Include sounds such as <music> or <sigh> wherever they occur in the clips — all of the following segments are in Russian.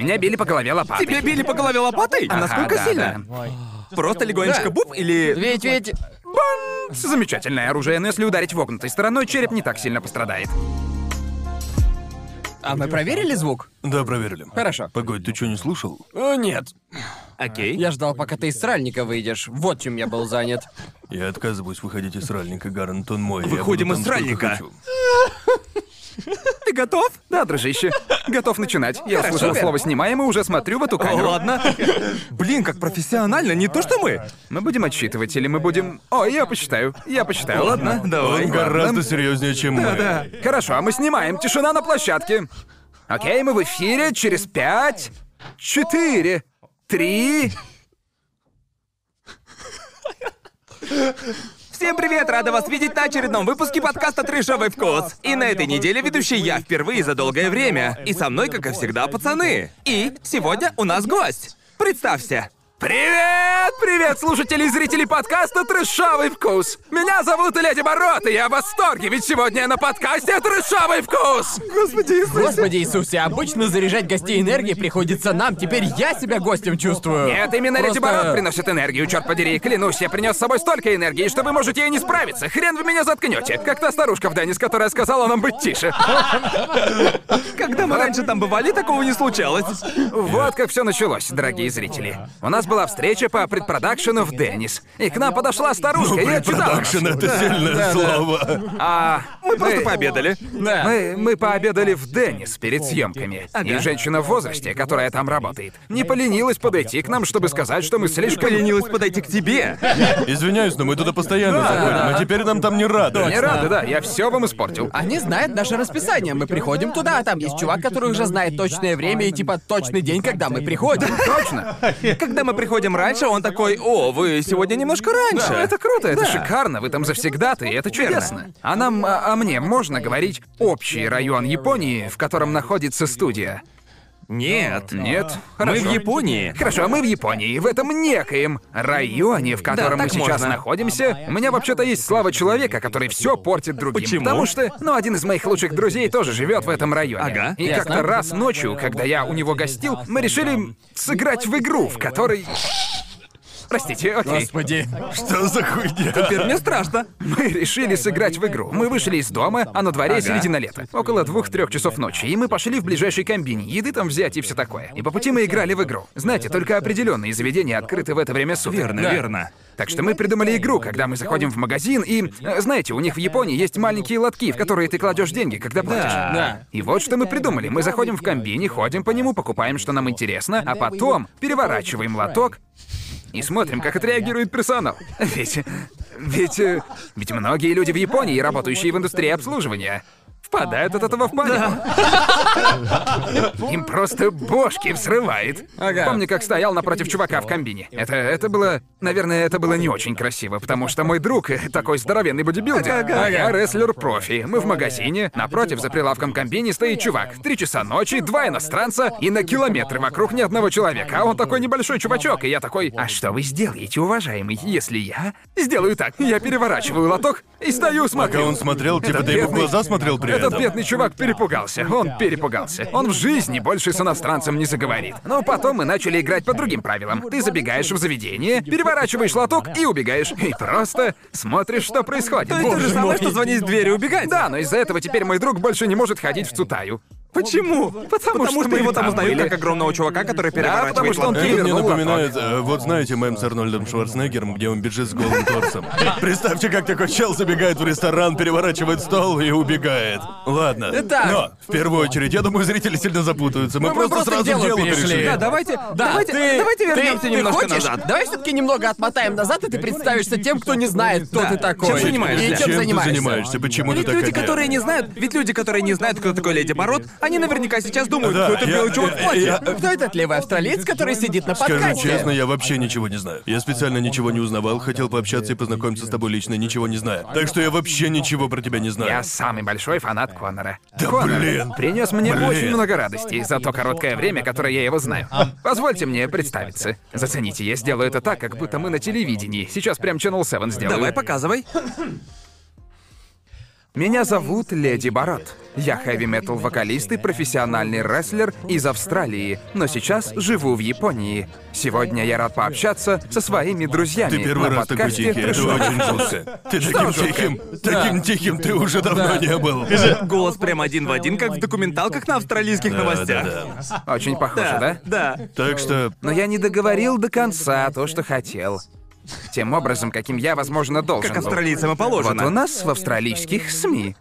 Меня били по голове лопатой. Тебя били по голове лопатой? А Ага, насколько да, сильно? Просто легонечко Да. буп или... Ведь, ведь... да. Замечательное оружие, но если ударить вогнутой стороной, череп не так сильно пострадает. А мы проверили звук? Да, проверили. Хорошо. Погодь, ты что, не слушал? О, нет. Окей. Я ждал, пока ты из сральника выйдешь. Вот чем я был занят. Я отказываюсь выходить из сральника, Гарнт, он мой. Я Выходим буду из там сколько сральника. хочу. Ты готов? Да, дружище. Готов начинать. Я услышал слово «снимаем» и уже смотрю в эту О, камеру. Ладно. Блин, как профессионально, не то что мы. Мы будем отсчитывать или мы будем... О, я посчитаю. Я посчитаю. Ладно, давай. Он гораздо серьезнее, чем мы. Да. Хорошо, а мы снимаем. Тишина на площадке. Окей, мы в эфире через пять, четыре, три... Всем привет, рада вас видеть на очередном выпуске подкаста «Трешовый вкус». И на этой неделе ведущий я впервые за долгое время. И со мной, как и всегда, пацаны. И сегодня у нас гость. Представься. Привет, привет, слушатели и зрители подкаста «Трешовый вкус». Меня зовут Леди Борот, и я в восторге, ведь сегодня я на подкасте «Трешовый вкус». Господи <laughs> Господи Иисусе, обычно заряжать гостей энергией приходится нам. Теперь я себя гостем чувствую. Нет, именно Леди Просто- Борот приносит энергию, черт подери. Клянусь, я принес с собой столько энергии, что вы можете и не справиться. Хрен вы меня заткнете. Как та старушка в Деннис, которая сказала нам быть тише. Когда мы раньше там бывали, такого не случалось. Вот как все началось, дорогие зрители. У нас была встреча по предпродакшену в Деннис. И к нам подошла старушка, и я читал. Продакшн — это сильное слово. А Мы просто пообедали. Да. Мы, мы пообедали в Деннис перед съемками. И женщина в возрасте, которая там работает, не поленилась подойти к нам, чтобы сказать, что мы слишком... Поленилась подойти к тебе. Извиняюсь, но мы туда постоянно заходим, а теперь нам там не Не рады. рада, да, я все вам испортил. А, Они знают наше расписание. Мы приходим туда, а там есть чувак, который уже знает точное время и типа точный день, когда мы приходим. Точно? <laughs> Когда мы приходим раньше, он такой, о, вы сегодня немножко раньше. Да, это круто, это шикарно, вы там завсегдаты, и это чудесно. А нам, а, а мне можно говорить общий район Японии, в котором находится студия? Нет. Нет? Мы Хорошо. в Японии. Хорошо, мы в Японии, в этом некоем районе, в котором Да, мы так сейчас можно. находимся. У меня вообще-то есть слава человека, который все портит другим. Почему? Потому что, ну, один из моих лучших друзей тоже живет в этом районе. Ага. И Ясно. как-то раз ночью, когда я у него гостил, мы решили сыграть в игру, в которой. Простите, окей. Господи. Что за хуйня? Теперь мне страшно. Мы решили сыграть в игру. Мы вышли из дома, а на дворе середина лета. Около двух-трех часов ночи, и мы пошли в ближайший комбин, еды там взять и все такое. И по пути мы играли в игру. Знаете, только определенные заведения открыты в это время суток. Верно, верно. Так что мы придумали игру, когда мы заходим в магазин, и, э, знаете, у них в Японии есть маленькие лотки, в которые ты кладешь деньги, когда платишь. Да. И вот что мы придумали. Мы заходим в комбине, ходим по нему, покупаем, что нам интересно, а потом переворачиваем лоток и смотрим, как отреагирует персонал. Ведь... Ведь... э, Ведь многие люди в Японии, работающие в индустрии обслуживания, впадают от этого в панику. Им просто бошки взрывает. Ага. Помню, как стоял напротив чувака в комбине. Это, это было... Наверное, это было не очень красиво, потому что мой друг э, такой здоровенный бодибилдер. А я рестлер-профи. Мы в магазине, напротив, за прилавком комбини стоит чувак. Три часа ночи, два иностранца, и на километры вокруг ни одного человека. А он такой небольшой чувачок, и я такой... А что вы сделаете, уважаемый, если я сделаю так? Я переворачиваю лоток и стою, смотрю. Пока он смотрел, типа ты ему в бедный- глаза смотрел при Этот этом. бедный чувак перепугался. Он перепугался. Он в жизни больше с иностранцем не заговорит. Но потом мы начали играть по другим правилам. Ты забегаешь в заведение, переворачиваешь лоток и убегаешь. И просто смотришь, что происходит. То есть то же Боже мой. самое, что звонить в дверь и убегать. Да, но из-за этого теперь мой друг больше не может ходить в Цутаю. Почему? Потому, Потому что мы его там там узнают А были. как огромного чувака, который Да, переворачивает потому что он лотки. Это мне перевернул лоток. напоминает, э, вот знаете, мем с Арнольдом Шварценеггером, где он бежит с голым торсом. Представьте, как такой чел забегает в ресторан, переворачивает стол и убегает. Ладно. Итак. Но в первую очередь, я думаю, зрители сильно запутаются. Мы Ну, мы просто просто к сразу к делу делу перешли. перешли. Да, давайте, Да, давайте, ты- давайте ты- вернемся ты немножко хочешь? назад. Давай все-таки немного отмотаем назад, и ты представишься тем, кто не знает, кто Да. ты такой. Чем занимаешься? И чем, Чем ты занимаешься. занимаешься? Почему ты Ведь такая? люди, которые не знают, ведь люди, которые не знают, кто такой Леди Бород, они наверняка сейчас думают, Да, кто это я- Ну, белый чувак в я- платье. я- Кто этот левый австралиец, который сидит на подкасте? Скажу честно, я вообще ничего не знаю. Я специально ничего не узнавал, хотел пообщаться и познакомиться с тобой лично, ничего не знаю. Так что я вообще ничего про тебя не Я знаю. самый большой фанат Конора. Да Конор блин. принес мне Блин. очень много радости за то короткое время, которое я его знаю. Позвольте мне представиться. Зацените, я сделаю это так, как будто мы на телевидении. Сейчас прям Channel 7 сделаю. Давай, показывай. Меня зовут Леди Барот. Я хэви-метал вокалист и профессиональный рестлер из Австралии, но сейчас живу в Японии. Сегодня я рад пообщаться со своими друзьями Ты первый на раз такой подкасте тихий, это «Трэшок». очень жутко. Ты таким жутко? тихим, таким тихим ты уже давно не был. Голос прям один в один, как в документалках на австралийских Да, новостях. да, да. Очень похоже, да? да. Так что Но я не договорил до конца то, что хотел. Тем образом, каким я, возможно, должен Как был. австралийцам и Вот у положено. нас в австралийских СМИ.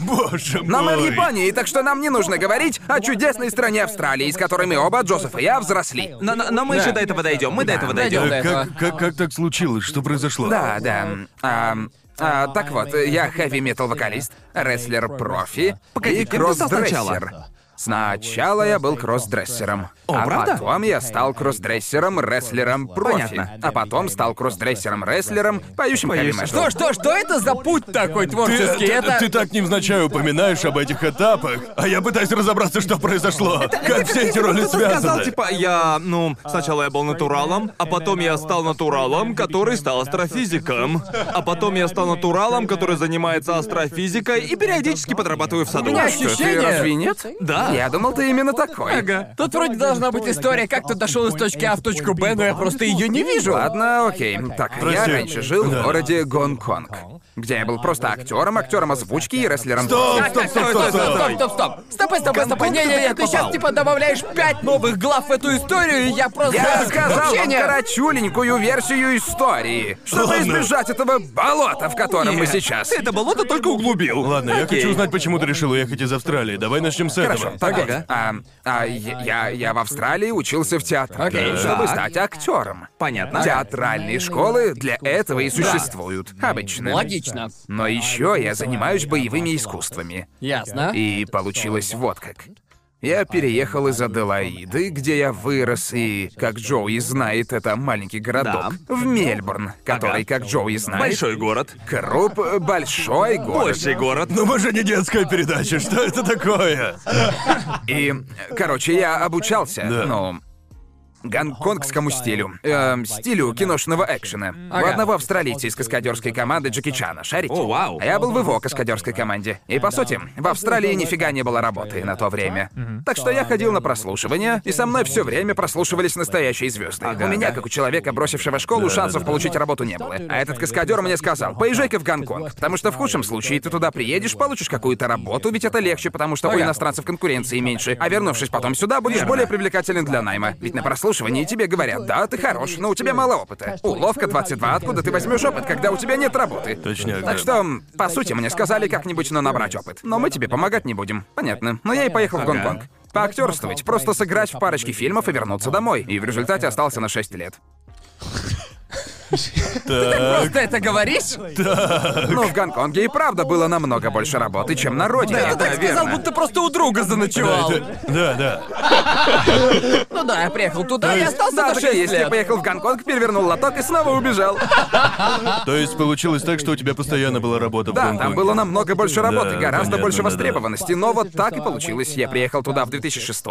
Боже мой! Но мы в Японии, так что нам не нужно говорить о чудесной стране Австралии, с которой мы оба, Джозеф и я, взросли. Но, но- но мы еще до этого дойдем, мы до этого дойдем. дойдем. до Э, этого. Как, как, как так случилось? Что произошло? Да, да. А, а, так вот, я хэви-метал-вокалист, рестлер-профи и Погоди, кем ты стал кроссдрессер. Сначала я был кроссдрессером. а правда? потом я стал кроссдрессером, рестлером, профи. Понятно. А потом стал кроссдрессером, рестлером, поющим хэви Поющим. Что, что, что это за путь такой Ты, творческий? ты- это... Э, ты так невзначай упоминаешь об этих этапах, а я пытаюсь разобраться, что произошло. как все эти Если бы роли кто-то связаны. сказал, типа, я, ну, сначала я был натуралом, а потом я стал натуралом, который стал астрофизиком. А потом я стал натуралом, который занимается астрофизикой и периодически подрабатываю в саду. меня Что это? ощущение- Ты разве нет? Да. Я думал, ты именно такой. Ага. Тут вроде должна быть история, как ты дошел из точки А в точку Б, но я просто ее не вижу. Ладно, окей. Так, я Прости. раньше жил Да. в городе Гонконг, где я был просто актером, актером озвучки и рестлером. Стоп, стоп, стоп, стоп, Стоп, стоп. стоп, стоп, стоп. Стопэ, стопэ, стопэ. Гонконг Не, не, ты не, как ты сейчас попал? типа добавляешь пять новых глав в эту историю, и я просто... Я сказал Вообще вам не- коротюленькую версию истории, чтобы Ладно. избежать этого болота, в котором мы Нет, сейчас. Ты это болото только углубил. Ладно, я Окей. хочу узнать, почему ты решил уехать из Австралии. Давай начнем с Хорошо, этого. так, а, а, я, я- я в Австралии учился в театре, Окей. чтобы Так. стать актером. Понятно. Театральные школы для этого и существуют. Обычно. Логично. Но еще я занимаюсь боевыми искусствами. Ясно. И получилось вот как. Я переехал из Аделаиды, где я вырос, и, как Джоуи знает, это маленький городок, в Мельбурн, который, Ага. как Джоуи знает, Большой город. Круп — большой город. Больший город. Ну мы же не детская передача, что это такое? И, короче, я обучался, Да. ну, гонконгскому стилю. Эм, стилю киношного экшена. У Ага. одного австралийца из каскадерской команды Джеки Чана, шарите? О, вау. А я был в его каскадерской команде. И, по сути, в Австралии нифига не было работы на то время. Так что я ходил на прослушивание, и со мной все время прослушивались настоящие звезды. у меня, как у человека, бросившего школу, шансов получить работу не было. А этот каскадер мне сказал, поезжай-ка в Гонконг, потому что в худшем случае ты туда приедешь, получишь какую-то работу, ведь это легче, потому что у иностранцев конкуренции меньше. А вернувшись потом сюда, будешь более привлекателен для найма. Ведь на прослушивании тебе говорят, да, ты хорош, но у тебя мало опыта. Уловка 22, откуда ты возьмешь опыт, когда у тебя нет работы? Точняк, да. Так что, м, по сути, мне сказали как-нибудь, но набрать опыт. Но мы тебе помогать не будем. Понятно. Но я и поехал в Гонконг. Поактерствовать, просто сыграть в парочке фильмов и вернуться домой. И в результате остался на 6 лет. Так, Ты это говоришь? Но в Гонконге и правда было намного больше работы, чем на родине. Ты так сказал, будто просто у друга заночевал. да, да. Ну да, я приехал туда и остался Да, на так и шесть есть. Я лет. поехал в Гонконг, перевернул лоток и снова убежал. То есть получилось так, что у тебя постоянно была работа в Да, Гонконге. там было намного больше работы, Да, гораздо понятно, больше да-да. востребованности. Но вот так и получилось. Я приехал туда в 2006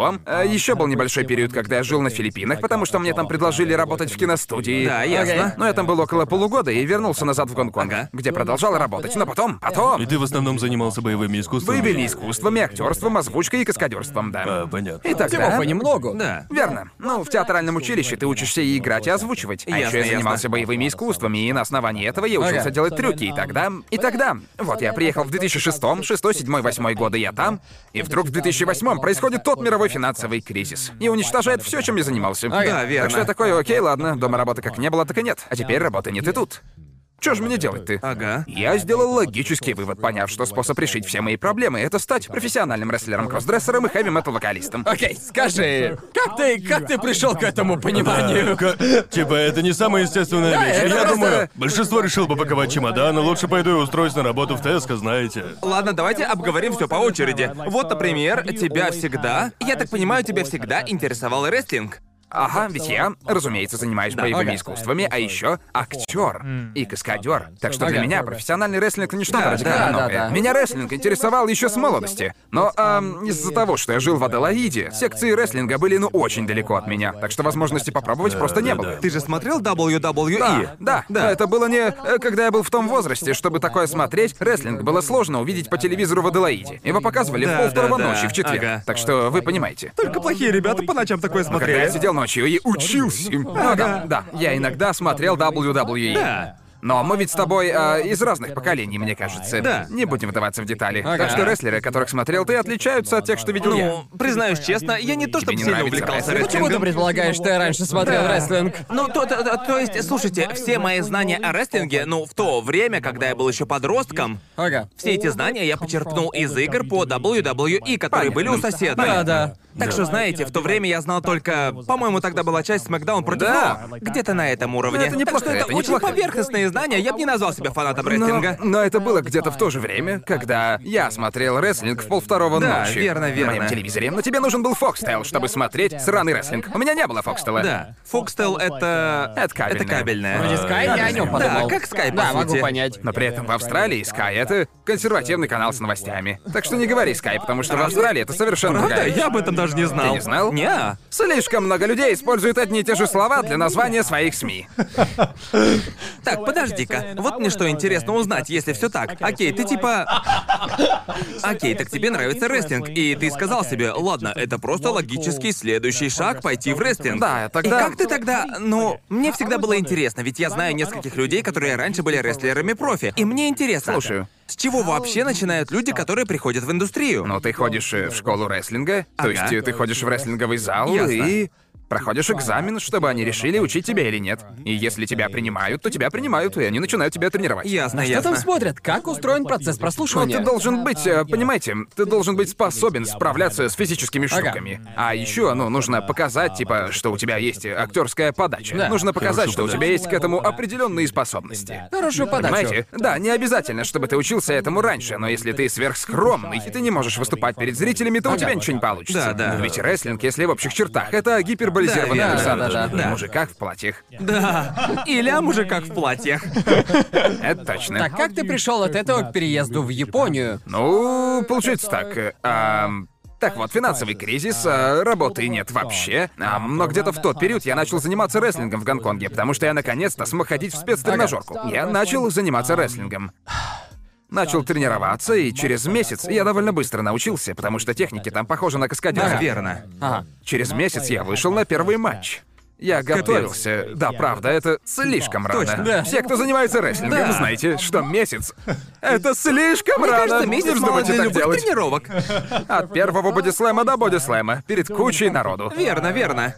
Еще Э, был небольшой период, когда я жил на Филиппинах, потому что мне там предложили работать в киностудии. Да, ясно. Но я там был около полугода и вернулся назад в Гонконг, Ага. где продолжал работать. Но потом, потом... И ты в основном занимался боевыми искусствами? Боевыми искусствами, актерством, озвучкой и каскадерством, да. А, понятно. И тогда... Всего понемногу. Да. Верно. Ну, в театральном училище ты учишься и играть, и озвучивать. А Ясно, еще я ясно. занимался боевыми искусствами, и на основании этого я учился Ага. делать трюки. И тогда... И тогда... Вот я приехал в 2006, 6, 7, 8 годы я там, и вдруг в 2008 происходит тот мировой финансовый кризис. И уничтожает все, чем я занимался. Да, верно. Так что я такой, окей, ладно, дома работы как не было, так и нет. А теперь работы нет и тут. Что же мне делать-то? Ага. Я сделал логический вывод, поняв, что способ решить все мои проблемы — это стать профессиональным рестлером-кроссдрессером и хэви-метал-вокалистом. Окей, скажи, как ты, как ты пришел к этому Да, пониманию? ка- Типа, это не самая естественная Да, вещь. это Я просто- думаю, большинство решил попаковать чемоданы, лучше пойду и устроюсь на работу в Теско, знаете. Ладно, давайте обговорим все по очереди. Вот, например, тебя всегда, я так понимаю, тебя всегда интересовал рестлинг. Ага, ведь я, разумеется, занимаюсь боевыми Ага. искусствами, а еще актер и каскадер. Так что для Ага. меня профессиональный рестлинг это не что-то Да, радикально да, да, новое. да. Меня рестлинг интересовал еще с молодости. Но ам, из-за того, что я жил в Аделаиде, секции рестлинга были ну очень далеко от меня. Так что возможности попробовать просто не да, было. да. Ты же смотрел E? WWE? Да, да, да. Это было не... э, Когда я был в том возрасте, чтобы такое смотреть, рестлинг было сложно увидеть по телевизору в Аделаиде. Его показывали Да, в полвторого да, да. ночи в четверг. Ага. Так что вы понимаете. Только плохие ребята по ночам такое Когда я смотрели. сидел ночью и учился. им. Ну да, да. Я иногда смотрел WWE. Да. Но мы ведь с тобой э, из разных поколений, мне кажется. Да. Не будем вдаваться в детали. Ага. Так что рестлеры, которых смотрел ты, отличаются от тех, что видел я. Ну, признаюсь честно, я не Тебе то чтобы не сильно нравится увлекался рестлинг? Почему ты рестлингом. предполагаешь, что я раньше смотрел Да. рестлинг? Ну, то, то, то- то есть, слушайте, все мои знания о рестлинге, ну, в то время, когда я был еще подростком, Ага. все эти знания я почерпнул из игр по WWE, которые были у соседа. Да, да. Так что, знаете, в то время я знал только... По-моему, тогда была часть SmackDown против Да. Raw. Где-то на этом уровне. Это неплохо, так что это, это очень неплохо. Ну, поверхностные знания, я бы не назвал себя фанатом Но, рестлинга. но это было где-то в то же время, когда я смотрел рестлинг в полвторого Да, ночи. верно, верно. На моем телевизоре. Но тебе нужен был Фокстейл, чтобы смотреть сраный рестлинг. У меня не было Фокстела. Да. Фокстел — это... Это кабельное. Это кабельное. Вроде Sky, я о нем Да, подумал. как Sky, по Да, могу сути. понять. Но при этом в Австралии Sky — это консервативный канал с новостями. Так что не говори Sky, потому что в Австралии это совершенно Правда? другая. Я об этом даже не знал. Ты не знал? Не. Слишком много людей используют одни и те же слова для названия своих СМИ. Так, подожди-ка. Вот мне что интересно узнать, если все так. Окей, ты типа... Окей, так тебе нравится рестлинг, и ты сказал себе, ладно, это просто логический следующий шаг пойти в рестлинг. Да, тогда- И как ты тогда... Ну, мне всегда было интересно, ведь я знаю нескольких людей, которые раньше были рестлерами-профи, и мне интересно... Слушаю. С чего вообще начинают люди, которые приходят в индустрию? Ну, ты ходишь э, в школу рестлинга, то Ага. есть э, ты ходишь в рестлинговый зал Ясно. и проходишь экзамен, чтобы они решили, учить тебя или нет. И если тебя принимают, то тебя принимают, и они начинают тебя тренировать. Ясно, Что ясно. <laughs> там смотрят? Как устроен процесс Но прослушивания? ты должен быть, э, понимаете, ты должен быть способен справляться с физическими Ага. штуками. А еще, ну, нужно показать, типа, что у тебя есть актерская подача. Да. Нужно показать, Хорошая что у тебя подача. есть к этому определенные способности. Хорошую подачу. Понимаете? Да, не обязательно, чтобы ты учился этому раньше, но если ты сверхскромный, и ты не можешь выступать перед зрителями, то у тебя ничего не получится. Да, да. Но Ведь рестлинг, если в общих чертах, это гиперболизированный Да, верно, персонаж. да, да, да. На мужиках в платьях. Да. Или о мужиках в платьях. Это точно. Так как ты пришел от этого к переезду в Японию? Ну, получается так. э, ам, так вот, финансовый кризис, э, работы нет вообще. Ам, но где-то в тот период я начал заниматься рестлингом в Гонконге, потому что я наконец-то смог ходить в спецтренажерку. Я начал заниматься рестлингом. Начал тренироваться, и через месяц я довольно быстро научился, потому что техники там похожи на каскадерские. Да, верно. Ага. Через месяц я вышел на первый матч. Я готовился. Да, правда, это слишком рано. Точно. Да. Все, кто занимается рестлингом, Да. знаете, что месяц — это слишком Мне рано. кажется, Не месяц мало вздумайте для так любых делать. тренировок. От первого бодислэма до бодислэма. Перед кучей народу. Верно, верно.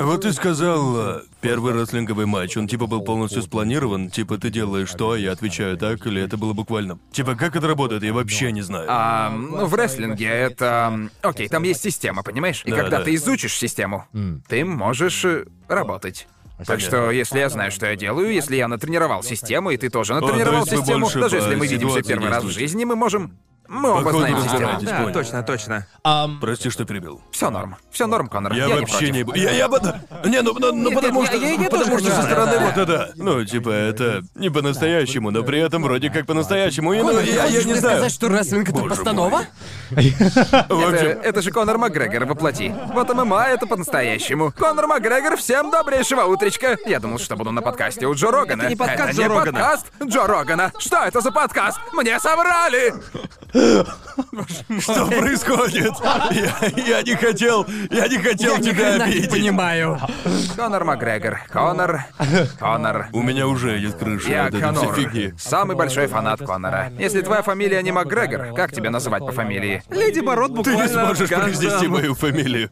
Вот ты сказал, э, первый рестлинговый матч, он типа был полностью спланирован, типа ты делаешь что, я отвечаю так, или это было буквально... Типа как это работает, я вообще не знаю. А, ну, в рестлинге это... м, Окей, там есть система, понимаешь? И Да, когда да. ты изучишь систему, ты можешь э, работать. Так что, если я знаю, что я делаю, если я натренировал систему, и ты тоже то натренировал есть вы систему, больше даже по если мы видимся ситуации первый раз в действуете. жизни, мы можем... Мы По оба ходу знаем систему. разбираетесь, Да, понял. точно, точно. Прости, что перебил. Все норм. Все норм, Конор. Я, Я, не вообще против. не... бу- Я, я... бы- Не, ну, ну, ну, Нет, потому нет, что... я- я- я потому тоже что со не стороны знаю. вот это... Ну, типа, это не по-настоящему, но при этом вроде как по-настоящему. И, ну, Конор, ты я, я хочешь не мне знаю. сказать, что рестлинг это Боже постанова? мой. В Это, общем, это же Конор Макгрегор воплоти. Вот ММА это по-настоящему. Конор Макгрегор, всем добрейшего утречка. Я думал, что буду на подкасте у Джо Рогана. Это не подкаст Джо не Рогана. подкаст Джо Рогана. Что это за подкаст? Мне соврали! Что происходит? Я, я не хотел, я не хотел Я ни тебя хрена не обидеть. понимаю. Конор Макгрегор. Конор. Конор. У меня уже идет крыша Я от этой всей Конор. фигни. Самый большой фанат Конора. Если твоя фамилия не Макгрегор, как тебя называть по фамилии? Леди Бород Ты буквально... не сможешь каждом- произнести мою фамилию.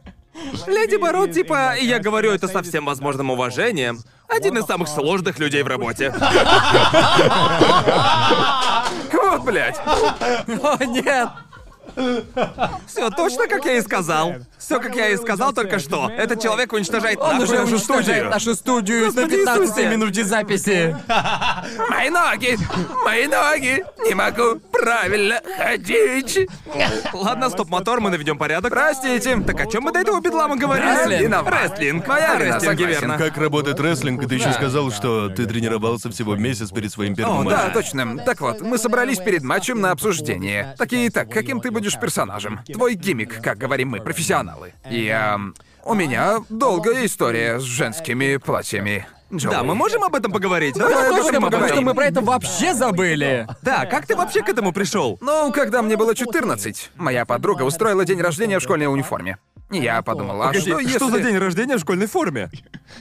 Леди Бород, типа, я говорю это со всем возможным уважением, один из самых сложных людей <laughs> в работе. Вот, блядь. О, нет! Все точно, как я и сказал. Все, как я и сказал только что. Этот человек уничтожает Он нахуй уже нашу уничтожает студию. нашу студию на Господи 15 Иисусе! минуте записи. Мои ноги! Мои ноги! Не могу правильно ходить! <laughs> Ладно, стоп-мотор, мы наведем порядок. Простите. Так о чем мы до этого бедлама говорили? Рестлинг. Рестлинг. Моя Правильно, рестлинги, согласен. верно. Как работает рестлинг, и ты еще сказал, что ты тренировался всего месяц перед своим первым О, матчем. Да, точно. Так вот, мы собрались перед матчем на обсуждение. Такие, так, каким ты будешь персонажем? Твой гиммик, как говорим мы, профессионалы. И, эм, у меня долгая история с женскими платьями. Да, мы можем об этом поговорить? Давай Давай тоже об этом поговорим. Потому что поговорим. мы про это вообще забыли. Да, как ты вообще к этому пришел? Ну, когда мне было 14, моя подруга устроила день рождения в школьной униформе. И Я подумал, а что если... Что за день рождения в школьной форме?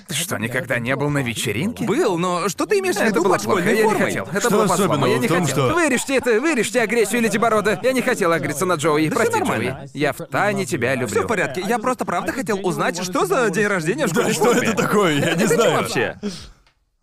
Ты что, никогда не был на вечеринке? Был, но что ты имеешь в Это виду было под плохо, школьной я не формой? хотел. Это Что было по-слому, особенного я не в том, хотел. что- Вырежьте это, вырежьте агрессию Ледиборода. Я не хотел агриться на Джоуи. Прости, нормально. Джоуи. Я в тайне тебя люблю. Все в порядке. Я просто правда хотел узнать, что за день рождения в школьной Что форме. это такое? Я не Ты чё знаю. вообще?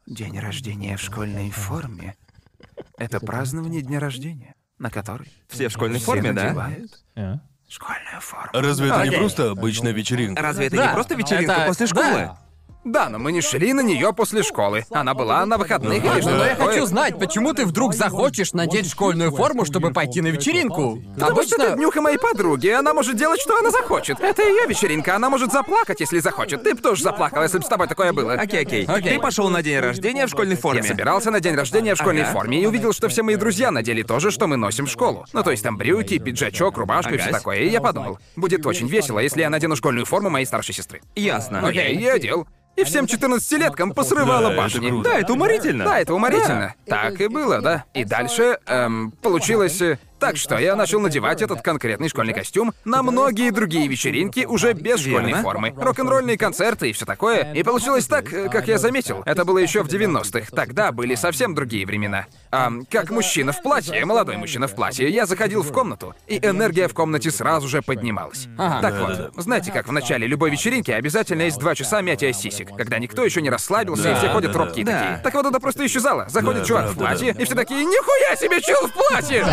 День рождения в школьной форме — это празднование дня рождения, на который Все в школьной все форме, да? надевают А. школьную форму. Разве это не Окей. просто обычная вечеринка? Разве это Да. не просто вечеринка Это- после школы? да. Да, но мы не шли на нее после школы. Она была на выходных. Ну, или да. что-то Но я такое. хочу знать, почему ты вдруг захочешь надеть школьную форму, чтобы пойти на вечеринку? Потому что это Обычно... днюха моей подруги, она может делать, что она захочет. Это ее вечеринка, она может заплакать, если захочет. Ты бы тоже заплакал, если бы с тобой такое было. Окей, окей. Окей. Ты пошел на день рождения в школьной форме. Я собирался на день рождения в школьной Ага. форме и увидел, что все мои друзья надели то же, что мы носим в школу. Ну, то есть там брюки, пиджачок, рубашка и все Ага. такое. И я подумал, будет очень весело, если я надену школьную форму моей старшей сестры. Ясно. Окей, я одел. И всем 14-леткам посрывало Да, это башни. круто. Да, это уморительно. Да, это уморительно. Так и было, да. И дальше эм, получилось э, так, что я начал надевать этот конкретный школьный костюм на многие другие вечеринки уже без школьной Верно. формы. Рок-н-ролльные концерты и все такое. И получилось так, э, как я заметил. Это было еще в 90-х. Тогда были совсем другие времена. Ам, как мужчина в платье, молодой мужчина в платье, я заходил в комнату, и энергия в комнате сразу же поднималась. Так вот, знаете, как в начале любой вечеринки обязательно есть два часа мятия сисек, когда никто еще не расслабился, и Да, все ходят да, да. робкие Да. такие. Так вот это просто исчезало. Заходит Да, чувак в правда, платье, да. и все такие, нихуя себе чел в платье!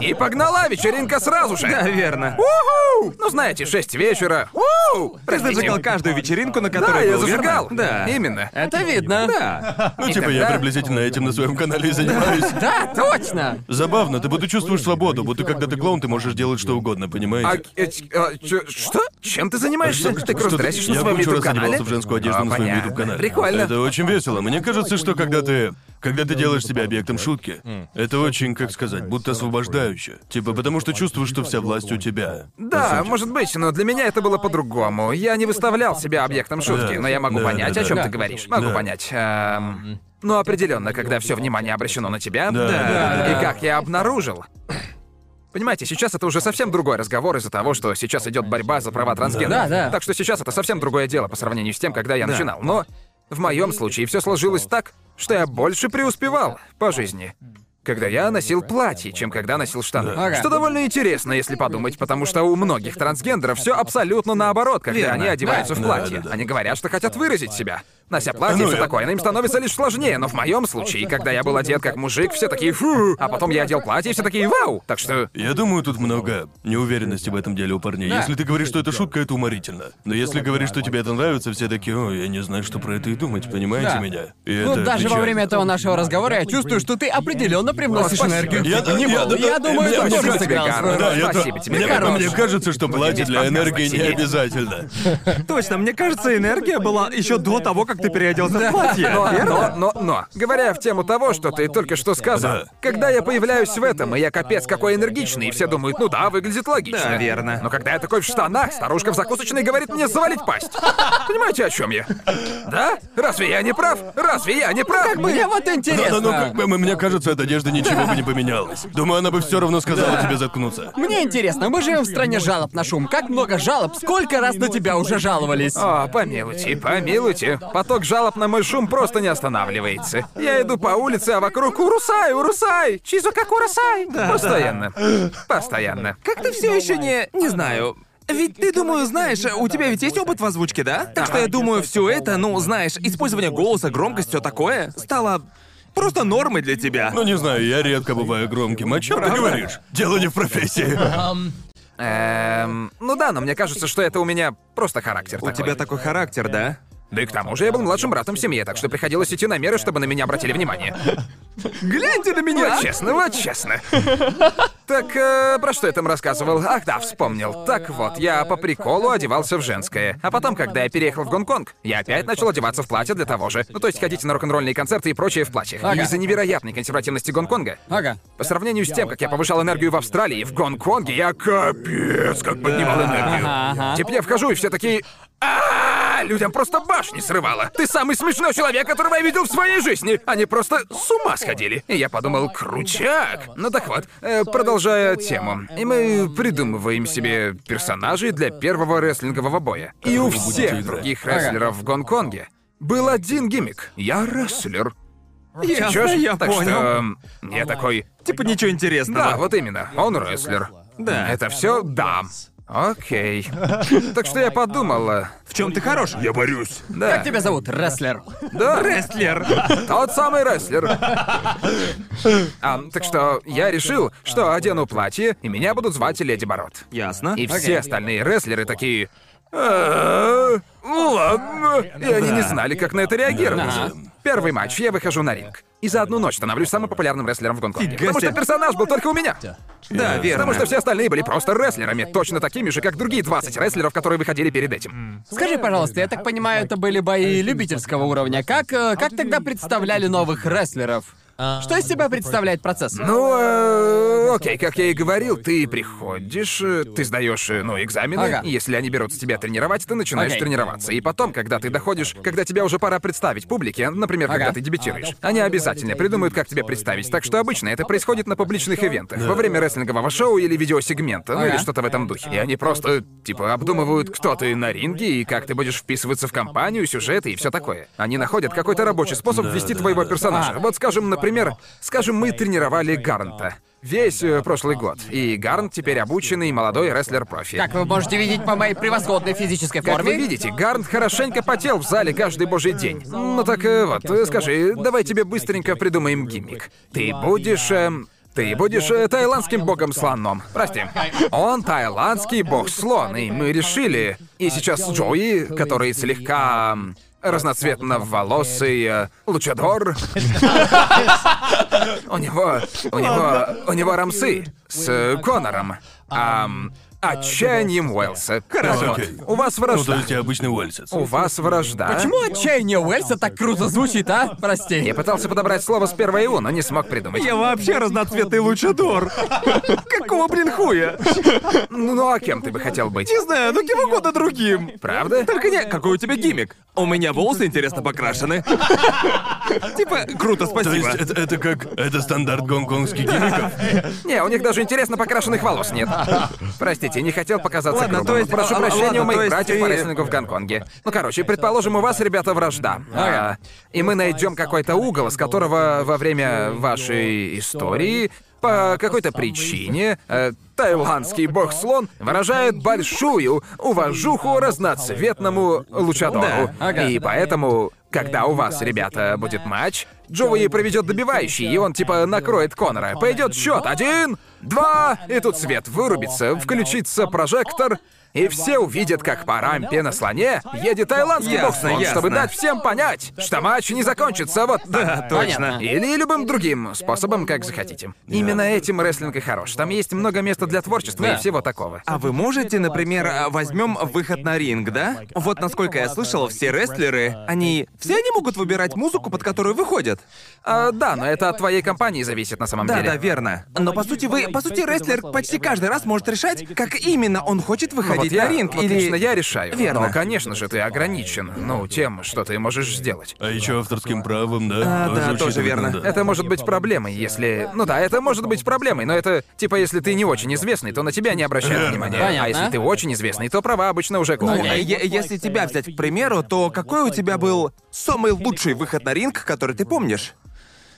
И погнала вечеринка сразу же. Да, верно. Уху! Ну знаете, 6 вечера. Ууу! Ты Простите. зажигал каждую вечеринку, на Да, которой я был, верно? зажигал. Да. Именно. Это видно. Да. Ну, типа, я тогда- приблизительно этим на своем канале и занимаюсь. Да, точно. Забавно, ты будто чувствуешь свободу, будто когда ты клоун, ты можешь делать что угодно, А, понимаете? э, ч- а, чё- что? Чем ты занимаешься? Что- Ты что кросс-дрессишь на Я своем кучу раз ютуб-канале? одевался в женскую одежду А, на своем понятно. ютуб-канале. Прикольно. Это очень весело. Мне кажется, что когда ты... Когда ты делаешь себя объектом шутки, это очень, как сказать, будто освобождающе. Типа, потому что чувствуешь, что вся власть у тебя. Да, может быть, но для меня это было по-другому. Я не выставлял себя объектом шутки, Да. но я могу Да, понять, да, о чем да. ты говоришь. Могу Да. понять. эм, Ну, определенно, когда все внимание обращено на тебя. Да, да, И как я обнаружил. Понимаете, сейчас это уже совсем другой разговор из-за того, что сейчас идет борьба за права трансгендеров. Да, да. Так что сейчас это совсем другое дело по сравнению с тем, когда я начинал. Но в моем случае все сложилось так, что я больше преуспевал по жизни. Когда я носил платье, чем когда носил штаны. Ага. Что довольно интересно, если подумать, потому что у многих трансгендеров все абсолютно наоборот, когда Верно. они одеваются в Да, платье. да, да. Они говорят, что хотят выразить себя. Нося платье и Ну, все я- такое, но им становится лишь сложнее. Но в моем случае, когда я был одет как мужик, все такие фу, а потом я одел платье и все такие вау. Так что Я думаю, тут много неуверенности в этом деле у парней. Если ты говоришь, что это шутка, это уморительно. Но если говоришь, что тебе это нравится, все такие, о, я не знаю, что про это и думать, понимаете Да. меня? <laughs> Ну, даже во время этого нашего разговора я чувствую, что ты определенно привносишь спасибо. энергию. Я- к гимму. я- Типа, я думаю, я- это я- тоже я- я- согласна. Да, я Спасибо то- тебе, мне, хорош. мне кажется, что платье для подкаст энергии не посидеть. обязательно. Точно, мне кажется, энергия была еще до того, как ты переоделся в платье. Но, но, но, но, говоря в тему того, что ты только что сказал, Да. когда я появляюсь в этом, и я капец какой энергичный, и все думают, ну да, выглядит логично. Да, верно. Но когда я такой в штанах, старушка в закусочной говорит мне завалить пасть. Понимаете, о чем я? Да? Разве я не прав? Разве я не прав? Мне вот Да, ну как интересно. бы, мне кажется, от одежды ничего бы не поменялось. Думаю, она бы все равно сказала тебе заткнуться. Мне интересно, мы живем в стране жалоб на шум. Как много жалоб, сколько раз на тебя уже жаловались? О, помилуйте, помилуйте. Поток жалоб на мой шум просто не останавливается. Я иду по улице, а вокруг урусай, урусай, чизу как урусай. Постоянно. Постоянно. Как ты все еще не... Не знаю. Ведь ты, думаю, знаешь, у тебя ведь есть опыт в озвучке, да? Так что я думаю, все это, ну, знаешь, использование голоса, громкость, все такое, стало просто нормы для тебя. Ну, не знаю, я редко бываю громким. О чем ты Правда? говоришь? Дело не в профессии. Эм, ну да, но мне кажется, что это у меня просто характер У такой. тебя такой характер, да? Да и к тому же я был младшим братом в семье, так что приходилось идти на меры, чтобы на меня обратили внимание. Гляньте на меня! Вот честно, вот честно. Так, э, про что я там рассказывал? Ах да, вспомнил. Так вот, я по приколу одевался в женское. А потом, когда я переехал в Гонконг, я опять начал одеваться в платье для того же. Ну, то есть ходить на рок-н-ролльные концерты и прочее в платьях. Ага. Из-за невероятной консервативности Гонконга. Ага. По сравнению с тем, как я повышал энергию в Австралии, в Гонконге я капец как поднимал энергию. Теперь я вхожу, и все такие... «А, Людям просто башни срывало. Ты самый смешной человек, которого я видел в своей жизни. Они просто с ума сходили. И я подумал, крутяк. Ну так вот, э, продолжая тему. И мы придумываем себе персонажей для первого рестлингового боя. И у всех других рестлеров в Гонконге был один гиммик. Я рестлер. Ясно, Чё ж? я так что понял. эм, я такой, Типа ничего интересного. да, вот именно. Он рестлер. Да. Это все да. <laughs> Окей. Так что я подумала. В чем ты хорош? Я борюсь. Да. Как тебя зовут, рестлер? Да. Рестлер. <laughs> Тот самый <laughs> рестлер. А, так что я решил, что одену платье, и меня будут звать Леди Бород. Ясно. И все остальные рестлеры такие... «А, Ну ладно. И они не знали, как на это реагировать. Первый матч, я выхожу на ринг. И за одну ночь становлюсь самым популярным рестлером в Гонконге. Фига Потому себе. что персонаж был только у меня. Да, верно. Потому что все остальные были просто рестлерами, точно такими же, как другие 20 рестлеров, которые выходили перед этим. Скажи, пожалуйста, я так понимаю, это были бои любительского уровня. Как, э, как тогда представляли новых рестлеров? Что из себя представляет процесс? Ну, э, окей, как я и говорил, ты приходишь, э, ты сдаешь, э, ну, экзамены. Ага. и Если они берутся тебя тренировать, ты начинаешь Окей. тренироваться. И потом, когда ты доходишь, когда тебя уже пора представить публике, например, когда Ага. ты дебютируешь, они обязательно придумают, как тебя представить. Так что обычно это происходит на публичных ивентах, во время рестлингового шоу или видеосегмента, ну Ага. или что-то в этом духе. И они просто, э, типа, обдумывают, кто ты на ринге и как ты будешь вписываться в компанию, сюжеты и все такое. Они находят какой-то рабочий способ ввести твоего персонажа. Ага. Вот скажем, например, скажем, мы тренировали Гарнта. Весь э, прошлый год. И Гарнт теперь обученный молодой рестлер-профи. Как вы можете видеть по моей превосходной физической Как форме? вы видите, Гарн хорошенько потел в зале каждый божий день. Ну так э, вот, э, скажи, давай тебе быстренько придумаем гиммик. Ты будешь... эм, ты будешь э, тайландским богом-слоном. Прости. Он тайландский бог-слон, и мы решили... И сейчас Джои, который слегка... эм, разноцветно волосый э, лучадор. У него... У него... У него рамсы с э, Конором. Ам, Отчаянием Уэлса. Хорошо. Вот. У вас Ну, вражда. то есть я обычный уэльсец. У вас вражда. Почему отчаяние Уэльса так круто звучит, а? Прости. Я пытался подобрать слово с первой «у», но не смог придумать. Я вообще <laughs> разноцветный лучадор. Какого, блин, хуя? Ну, ну, а кем ты бы хотел быть? Не знаю, ну кем угодно другим. Правда? Только не... Какой у тебя гиммик? У меня волосы интересно <laughs> покрашены. Типа, круто, То есть спасибо. это, это как... Это стандарт гонконгских гиммиков? Не, у них даже интересно покрашенных волос нет. Простите, не хотел показаться Ладно, грубым. то есть- Прошу а, прощения ладно, у то моих есть братьев по ты- рестлингу в Гонконге. Ну, короче, предположим, у вас, ребята, вражда. А, и мы найдем какой-то угол, с которого во время вашей истории по какой-то причине э, тайландский бог-слон выражает большую уважуху разноцветному лучадору. Да, ага. И поэтому, когда у вас, ребята, будет матч, Джоуи проведет добивающий, и он типа накроет Конора. Пойдет счет. Один, два, и тут свет вырубится, включится прожектор, и все увидят, как по рампе на слоне едет тайландский Ясно, бокслон, ясно. чтобы дать всем понять, что матч не закончится вот так. Точно. Или любым другим способом, как захотите. Именно этим рестлинг и хорош. Там есть много места для творчества и всего такого. А вы можете, например, а, возьмем выход на ринг, да? Вот насколько я слышал, все рестлеры, э, они... Все они могут выбирать музыку, под которую выходят. А, да, но это от твоей компании зависит на самом Да, деле. да, верно. Но по сути вы, по сути, рестлер почти каждый раз может решать, как именно он хочет Ну, вот выходить я- на ринг. вот или... лично я решаю. Верно. Но, конечно же, ты ограничен, ну, тем, что ты можешь сделать. А еще авторским правом, да? А, да, тоже учитывать верно. надо. Это может быть проблемой, если... Ну да, это может быть проблемой, но это... Типа, если ты не очень известный, то на тебя не обращают внимания. Понятно. А если ты очень известный, то права обычно уже Ну, куплены. э, е- если тебя взять, к примеру, то какой у тебя был самый лучший выход на ринг, который ты помнишь?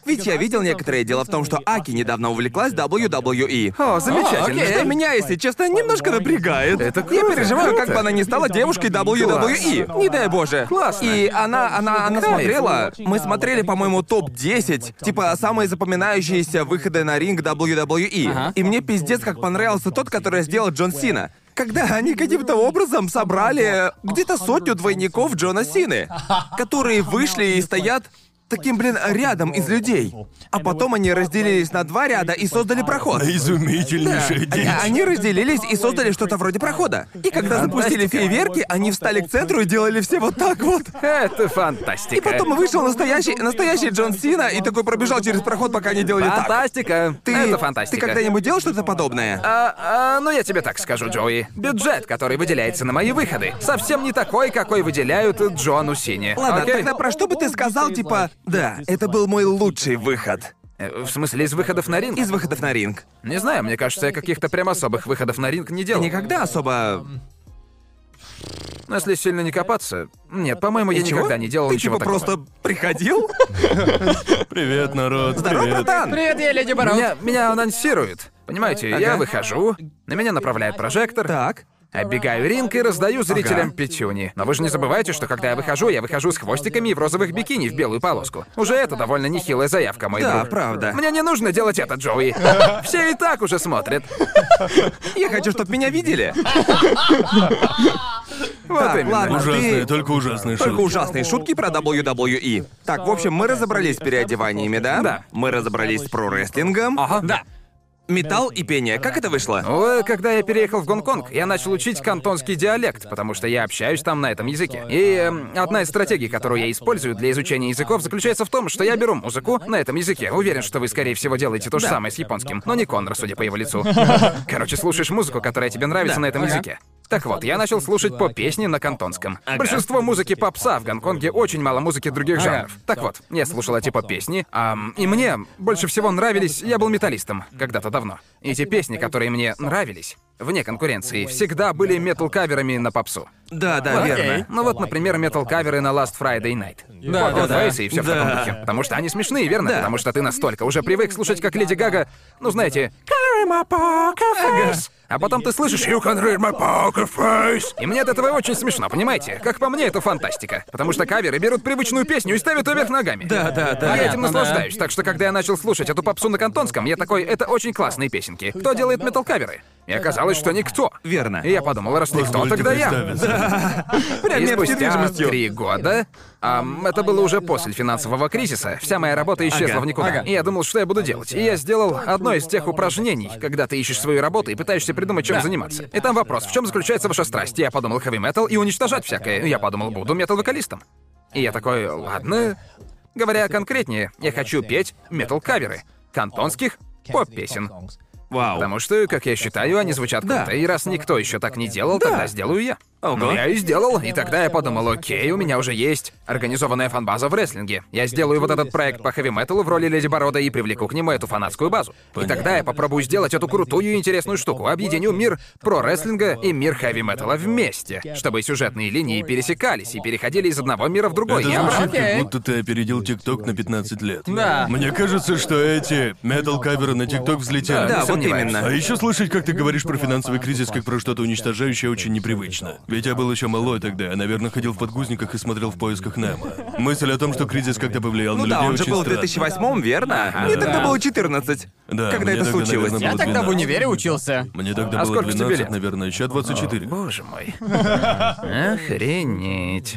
Ведь я видел некоторые. Дело в том, что Аки недавно увлеклась WWE. О, замечательно. Это меня, если честно, немножко напрягает. Это Я круто, переживаю, как круто. бы она не стала девушкой WWE. Класс. Не дай боже. Классно. И она, она, она Кайф. смотрела... Мы смотрели, по-моему, топ-10. Типа, самые запоминающиеся выходы на ринг WWE. Ага. И мне пиздец, как понравился тот, который сделал Джон Сина. Когда они каким-то образом собрали где-то сотню двойников Джона Сины, которые вышли и стоят таким, блин, рядом из людей. А потом они разделились на два ряда и создали проход. Изумительнейшая Они, дичь. они разделились и создали что-то вроде прохода. И когда запустили фейерверки, а они встали к центру и делали все вот так вот. Э, Это фантастика. И потом вышел настоящий, настоящий Джон Сина и такой пробежал через проход, пока они делали так. Фантастика. Ты, Это фантастика. Ты когда-нибудь делал что-то подобное? А, а, ну я тебе так скажу, Джоуи. Бюджет, который выделяется на мои выходы, совсем не такой, какой выделяют Джону Сине. Ладно, Окей? тогда про что бы ты сказал, типа, да, это был мой лучший выход Э, В смысле, из выходов на ринг? из выходов на ринг. Не знаю, мне кажется, я каких-то прям особых выходов на ринг не делал. Никогда особо... Но если сильно не копаться... Нет, по-моему, я Ничего? никогда не делал Ты ничего типа такого. просто приходил? Привет, народ. Здорово, Привет. братан! Привет, я Леди Барон. Меня, меня анонсируют. Понимаете, я Ага. выхожу, на меня направляет прожектор. Так. Оббегаю ринг и раздаю зрителям пятюни. Но вы же не забывайте, что когда я выхожу, я выхожу с хвостиками и в розовых бикини в белую полоску. Уже это довольно нехилая заявка, мой Да, друг. правда. Мне не нужно делать это, <laughs> Джоуи. Все и так уже смотрят. Я хочу, чтобы меня <laughs> видели. Вот именно. Ладно, Ужасные, ты- только ужасные Только шутки. ужасные шутки про WWE. Так, в общем, мы разобрались с переодеваниями, да? Да. Мы разобрались с прорестлингом. Ага. Да. Металл и пение. Как это вышло? О, когда я переехал в Гонконг, я начал учить кантонский диалект, потому что я общаюсь там на этом языке. И эм, одна из стратегий, которую я использую для изучения языков, заключается в том, что я беру музыку на этом языке. Уверен, что вы, скорее всего, делаете то же самое с японским, но не Коннор, судя по его лицу. Короче, слушаешь музыку, которая тебе нравится на этом языке. Так вот, я начал слушать по песни на кантонском. Большинство музыки попса в Гонконге очень мало музыки других жанров. Так вот, я слушал эти поп-песни, ам, и мне больше всего нравились... Я был металлистом когда-то давно. И те песни, которые мне нравились, вне конкуренции, всегда были метал-каверами на попсу. Да, да, верно. Окей. Ну вот, например, метал-каверы на Last Friday Night. Да, да, Poker да. Face и все в таком духе. Потому что они смешные, верно? Потому что ты настолько уже привык слушать, как Леди Гага, ну знаете, «Carry my poker face». А потом ты слышишь «You can read my poker face». И мне от этого очень смешно, понимаете? Как по мне, это фантастика. Потому что каверы берут привычную песню и ставят ее вверх ногами. Да, да, да. Я этим Понятно, да. наслаждаюсь. Так что, когда я начал слушать эту попсу на кантонском, я такой, это очень классные песенки. Кто делает метал-каверы? И оказалось, что никто. Верно. И я подумал, раз никто, Позвольте тогда я. представиться. Прям И мем с спустя недвижимостью. три года, ам, это было уже после финансового кризиса, вся моя работа исчезла Ага, в никуда. И я думал, что я буду делать. И я сделал одно из тех упражнений, когда ты ищешь свою работу и пытаешься придумать, чем заниматься. И там вопрос, в чем заключается ваша страсть? Я подумал хэви метал и уничтожать всякое. Я подумал, буду метал-вокалистом. И я такой, ладно. Говоря конкретнее, я хочу петь метал-каверы. Кантонских поп-песен. Вау. Потому что, как я считаю, они звучат круто. И раз никто еще так не делал, тогда сделаю я. Ого. Ну, я и сделал. И тогда я подумал, окей, у меня уже есть организованная фан-база в рестлинге. Я сделаю вот этот проект по хэви металу в роли Леди Борода и привлеку к нему эту фанатскую базу. И тогда я попробую сделать эту крутую и интересную штуку. Объединю мир про рестлинга и мир хэви металла вместе, чтобы сюжетные линии пересекались и переходили из одного мира в другой. Я Это брал- звучит, как Окей. будто ты опередил ТикТок на 15 лет. Да. Мне кажется, что эти метал-каверы на ТикТок взлетели. Да, вот сомневаюсь. именно. А еще слышать, как ты говоришь про финансовый кризис, как про что-то уничтожающее, очень непривычно. Ведь я был еще малой тогда, я, наверное, ходил в подгузниках и смотрел в поисках Немо. Мысль о том, что кризис как-то повлиял Ну на да, людей, он же очень был в странно. 2008, верно? Мне тогда было 14. Да, когда мне это тогда, случилось. наверное, Я было тогда в 12. универе учился. Мне тогда А было сколько тебе 12, лет? наверное, еще 24. Боже мой. <laughs> Охренеть.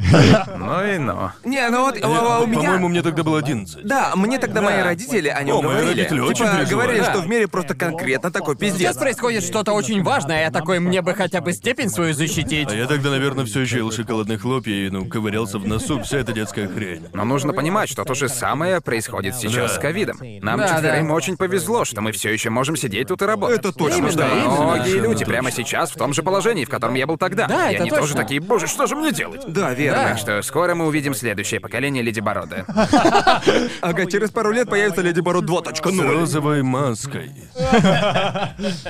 Ну и ну. Не, ну вот а, а, у Нет, меня... По-моему, мне тогда было 11. Да, мне тогда мои родители о нем О, мои говорили. родители очень Типа, переживали. говорили, Да. что в мире просто конкретно такой пиздец. Сейчас происходит что-то очень важное, а я такой, мне бы хотя бы степень свою защитить. А я тогда, наверное, все еще ел шоколадные хлопья и, ну, ковырялся в носу, вся эта детская хрень. Но нужно понимать, что то же самое происходит сейчас Да. с ковидом. Нам Да, четверым да. очень повезло, что мы все еще можем сидеть тут и работать. Это точно, Потому что да, многие совершенно люди точно. прямо сейчас в том же положении, в котором я был тогда. Да, и это они тоже точно. такие, боже, что же мне делать? Да, верно. Так что скоро мы увидим следующее поколение Леди Борода. Ага, через пару лет появится Леди ну, Бород 2.0. Розовой маской.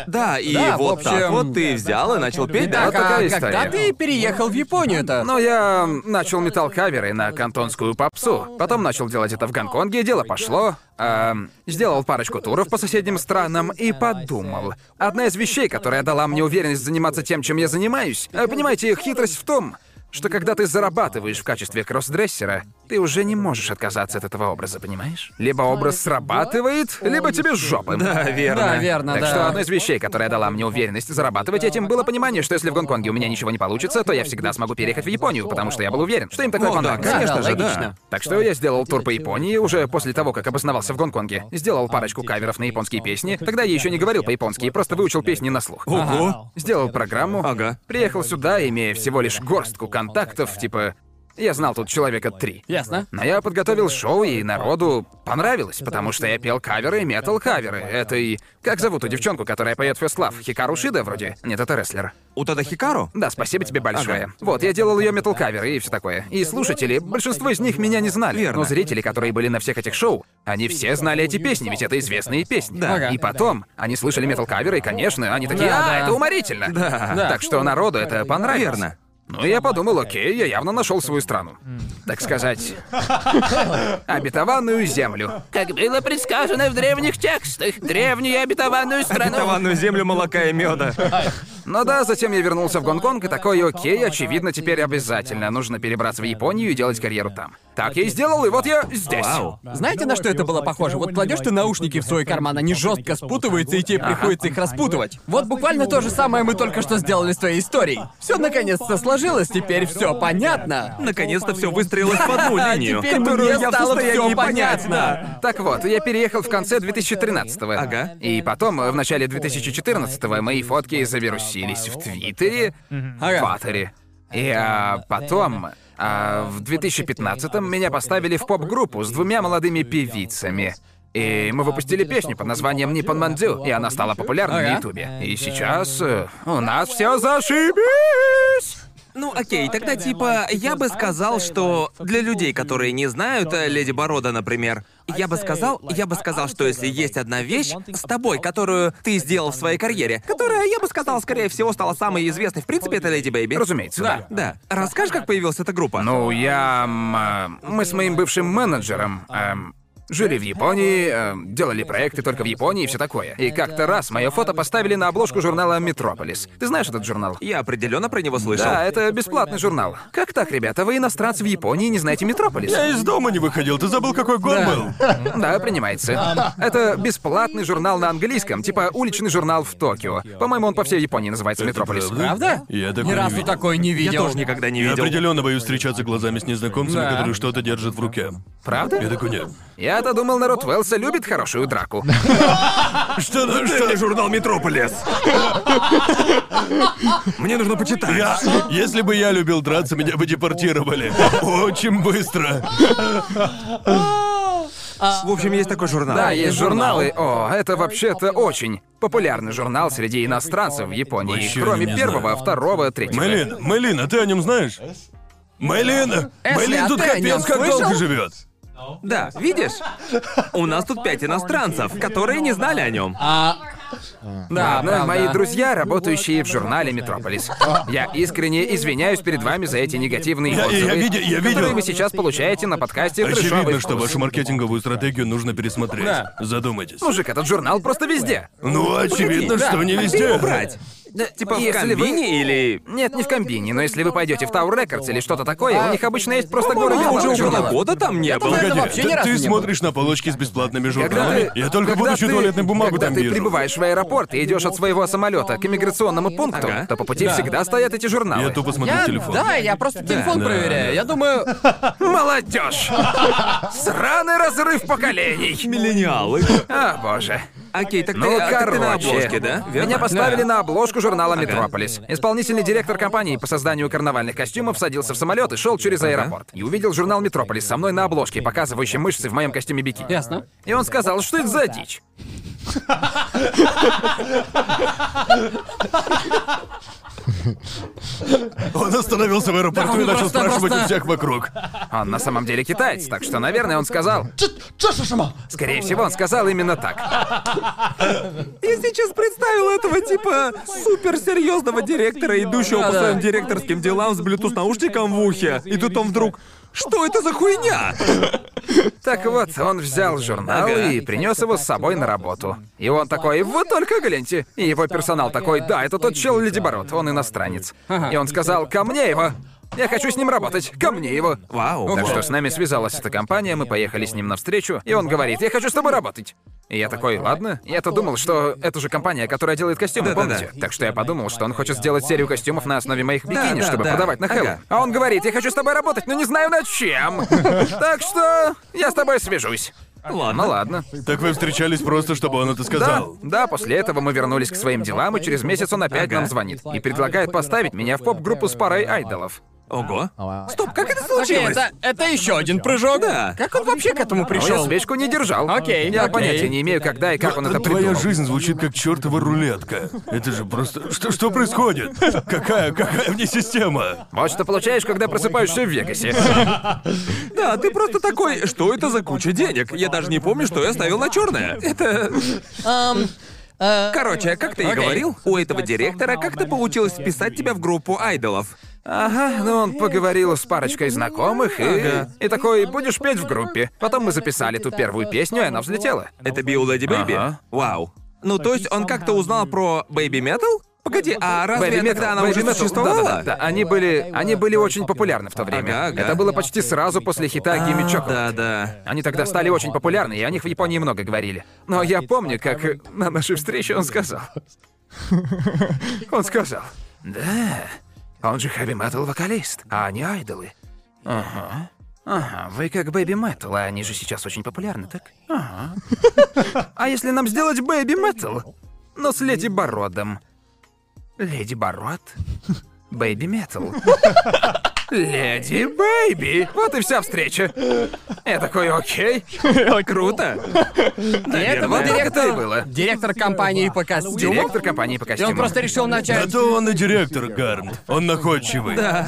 Да, и Да, в вот так общем- вот ты взял и начал петь, да? Так, Вот такая а когда история. ты переехал в Японию-то? Но я начал метал-каверы на кантонскую попсу. Потом начал делать это в Гонконге, дело пошло. эм, сделал парочку туров по соседним странам и подумал. Одна из вещей, которая дала мне уверенность заниматься тем, чем я занимаюсь, э, понимаете, хитрость в том, что когда ты зарабатываешь в качестве кроссдрессера, ты уже не можешь отказаться от этого образа, понимаешь? Либо образ срабатывает, либо тебе жопы. Да, верно. Да, верно, Так да. что одной из вещей, которая дала мне уверенность зарабатывать этим, было понимание, что если в Гонконге у меня ничего не получится, то я всегда смогу переехать в Японию, потому что я был уверен, что им такое Ну да, понравится. конечно Да, да, же, да. логично. Так что я сделал тур по Японии уже после того, как обосновался в Гонконге. Сделал парочку каверов на японские песни. Тогда я еще не говорил по-японски, просто выучил песни на слух. Ого. Сделал программу. Ага. Приехал сюда, имея всего лишь горстку контактов, типа... Я знал тут человека три. Ясно. Но я подготовил шоу, и народу понравилось, потому что я пел каверы и метал-каверы. Это и... Как зовут ту девчонку, которая поет First Love? Хикару Шида вроде? Нет, это рестлер. У Тода Хикару? Да, спасибо тебе большое. Вот, я делал ее метал-кавер и все такое. И слушатели, большинство из них меня не знали. Верно. Но зрители, которые были на всех этих шоу, они все знали эти песни, ведь это известные песни. Да. Ага. И потом, они слышали метал-каверы, и, конечно, они такие, Да, а, да. это уморительно. Да. Да. Так что народу это понравилось. Верно. Ну, я подумал, окей, я явно нашел свою страну. Так сказать, обетованную землю. Как было предсказано в древних текстах, древнюю обетованную страну. Обетованную землю молока и меда. Ну да, затем я вернулся в Гонконг и такой, окей, очевидно, теперь обязательно нужно перебраться в Японию и делать карьеру там. Так я и сделал, и вот я здесь. Вау. Знаете, на что это было похоже? Вот кладешь ты наушники в свой карман, они жестко спутываются, и тебе приходится их распутывать. Вот буквально то же самое мы только что сделали с твоей историей. Все наконец-то сложилось, теперь все понятно. Наконец-то все выстроилось в <laughs> одну А линию, теперь которую мне я в стало состоянии всё понять. понятно. да. Так вот, я переехал в конце 2013-го. Ага. И потом, в начале 2014-го, мои фотки завирусились в Твиттере, в Ага. Тваттере. И а, потом, а, в 2015-м меня поставили в поп-группу с двумя молодыми певицами. И мы выпустили песню под названием «Ниппон Мандю», и она стала популярной на Ага. Ютубе. И сейчас э, у нас все зашибись! Ну окей, тогда типа я бы сказал, что для людей, которые не знают э, Леди Борода, например, я бы сказал, я бы сказал, что если есть одна вещь с тобой, которую ты сделал в своей карьере, которая, я бы сказал, скорее всего, стала самой известной, в принципе, это Леди Бэйби. Разумеется, да. Да. Расскажешь, как появилась эта группа? Ну, я... м, э, Мы с моим бывшим менеджером эм, жили в Японии, эм, делали проекты только в Японии и все такое. И как-то раз мое фото поставили на обложку журнала «Метрополис». Ты знаешь этот журнал? Я определенно про него слышал. Да, это бесплатный журнал. Как так, ребята, вы иностранцы в Японии не знаете «Метрополис»? Я из дома не выходил, ты забыл, какой год был? Да, принимается. Это бесплатный журнал на английском, типа уличный журнал в Токио. По-моему, он по всей Японии называется «Метрополис». Правда? Я такой Ни не разу видел. такой не я видел. тоже никогда не Я видел. определенно боюсь встречаться глазами с незнакомцами, Да. которые что-то держат в руке. Я Правда? такой, нет. Я-то думал, народ Уэлса любит хорошую драку. Что, ну что? журнал Метрополис. Мне нужно почитать. Я... Если бы я любил драться, меня бы депортировали. Очень быстро. В общем, есть такой А, журнал. Да, есть журналы. О, это вообще-то очень популярный журнал среди иностранцев в Японии. Вообще кроме не первого, знаю. второго, третьего. Мэйлин, Мэйлин, а ты о нем знаешь? Мэйлин! Мэйлин а тут ты о нём капец как слышал? долго живет. Да, видишь? У нас тут пять иностранцев, которые не знали о нем. Да, Ладно, правда. мои друзья, работающие в журнале «Метрополис». Я искренне извиняюсь перед вами за эти негативные Я- я отзывы, видел- я видел. которые вы сейчас получаете на подкасте «Трэшовый Очевидно, что вкус». вашу маркетинговую стратегию нужно пересмотреть. Да. Задумайтесь. Мужик, этот журнал просто везде. Ну, очевидно, да. что не везде. Убрать. Типа в Если вы- конвине или... Нет, не в комбине, но если вы пойдете в Tower Records или что-то такое, у них обычно есть просто горы Я уже журналов. около года там не был. Этого Погоди, вообще ты- ни разу ты не смотришь на полочки с бесплатными Когда ты- журналами? Я только когда будущую ты- туалетную бумагу когда там ты вижу. прибываешь в аэропорт и идешь от своего самолета к иммиграционному пункту, Ага. то по пути всегда стоят эти журналы. Я тупо смотрю Я- телефон. Да, я просто телефон Да. проверяю. Я думаю, Молодежь! Сраный разрыв поколений! Миллениалы. А, боже. Окей, так ты, Ну, а, так ты короче, на обложке, да? меня Верно? поставили на обложку журнала «Метрополис». Исполнительный директор компании по созданию карнавальных костюмов садился в самолет и шел через аэропорт. И увидел журнал «Метрополис» со мной на обложке, показывающий мышцы в моем костюме бикини. Ясно. И он сказал, что это за дичь. Он остановился в аэропорту и начал спрашивать у всех вокруг. Он на самом деле китаец, так что, наверное, он сказал... Скорее всего, он сказал именно так. Я сейчас представил этого типа суперсерьезного директора, идущего по Да-да. своим директорским делам с Bluetooth наушником в ухе. И тут он вдруг. Что это за хуйня? Так вот, он взял журнал Ага. и принес его с собой на работу. И он такой, вы только гляньте. И его персонал такой, да, это тот чел Ледибород, он иностранец. И он сказал, ко мне его. Я хочу с ним работать, ко мне его. Вау. Так что с нами связалась эта компания, мы поехали с ним навстречу, и он говорит, я хочу с тобой работать. И я такой, ладно. Я-то думал, что это же компания, которая делает костюмы, Да-да-да. помните? Так что я подумал, что он хочет сделать серию костюмов на основе моих бикини, Да, чтобы да. продавать на Хэллоуин. Ага. А он говорит, я хочу с тобой работать, но не знаю над <laughs> чем. Так что я с тобой свяжусь. Ну Ладно. ладно. Так вы встречались просто, чтобы он это Да, сказал. да, после этого мы вернулись к своим делам, и через месяц он опять Ага. нам звонит. И предлагает поставить меня в поп-группу с парой айдолов. Ого. Стоп, как это Окей, это, это еще один прыжок. Да. Как он вообще к этому Но А я пришел? свечку не держал. Окей, Я окей. понятия не имею, когда и как он это Твоя придумал. жизнь звучит как чертова рулетка. Это же просто... Что, что происходит? Какая, какая мне система? Вот что получаешь, когда просыпаешься в Вегасе. Да, ты просто такой, что это за куча денег? Я даже не помню, что я ставил на черное. Это. Короче, как ты и Окей. говорил, у этого директора как-то получилось вписать тебя в группу айдолов. Ага, ну он поговорил с парочкой знакомых и... И такой, будешь петь в группе. Потом мы записали ту первую песню, и она взлетела. Это Био Леди Бэйби? Ага. Вау. Ну, то есть он как-то узнал про Бэйби Метал? Погоди, а разве Baby Metal, тогда она Baby уже Metal, существовала? Да, да, да, они были, они были очень популярны в то время. Ага, ага. Это было почти сразу после хита Gimme Chocolate. Да, да. Они тогда стали очень популярны, и о них в Японии много говорили. Но я помню, как э, на нашей встрече он сказал. Он сказал. Да, он же хэви метал вокалист, а они айдолы. Ага. Ага, вы как бэби метал, а они же сейчас очень популярны, так? Ага. А если нам сделать бэби метал, но с леди бородом? Леди бород? Бэйби метал. Леди Бэйби! Вот и вся встреча. Я такой, окей. Круто. Это был Вот как Наверное. это и директор, было. директор компании по костюмам. Директор компании по И он костюмам. просто решил начать... Зато А он и директор, Гарн. Он находчивый. Да.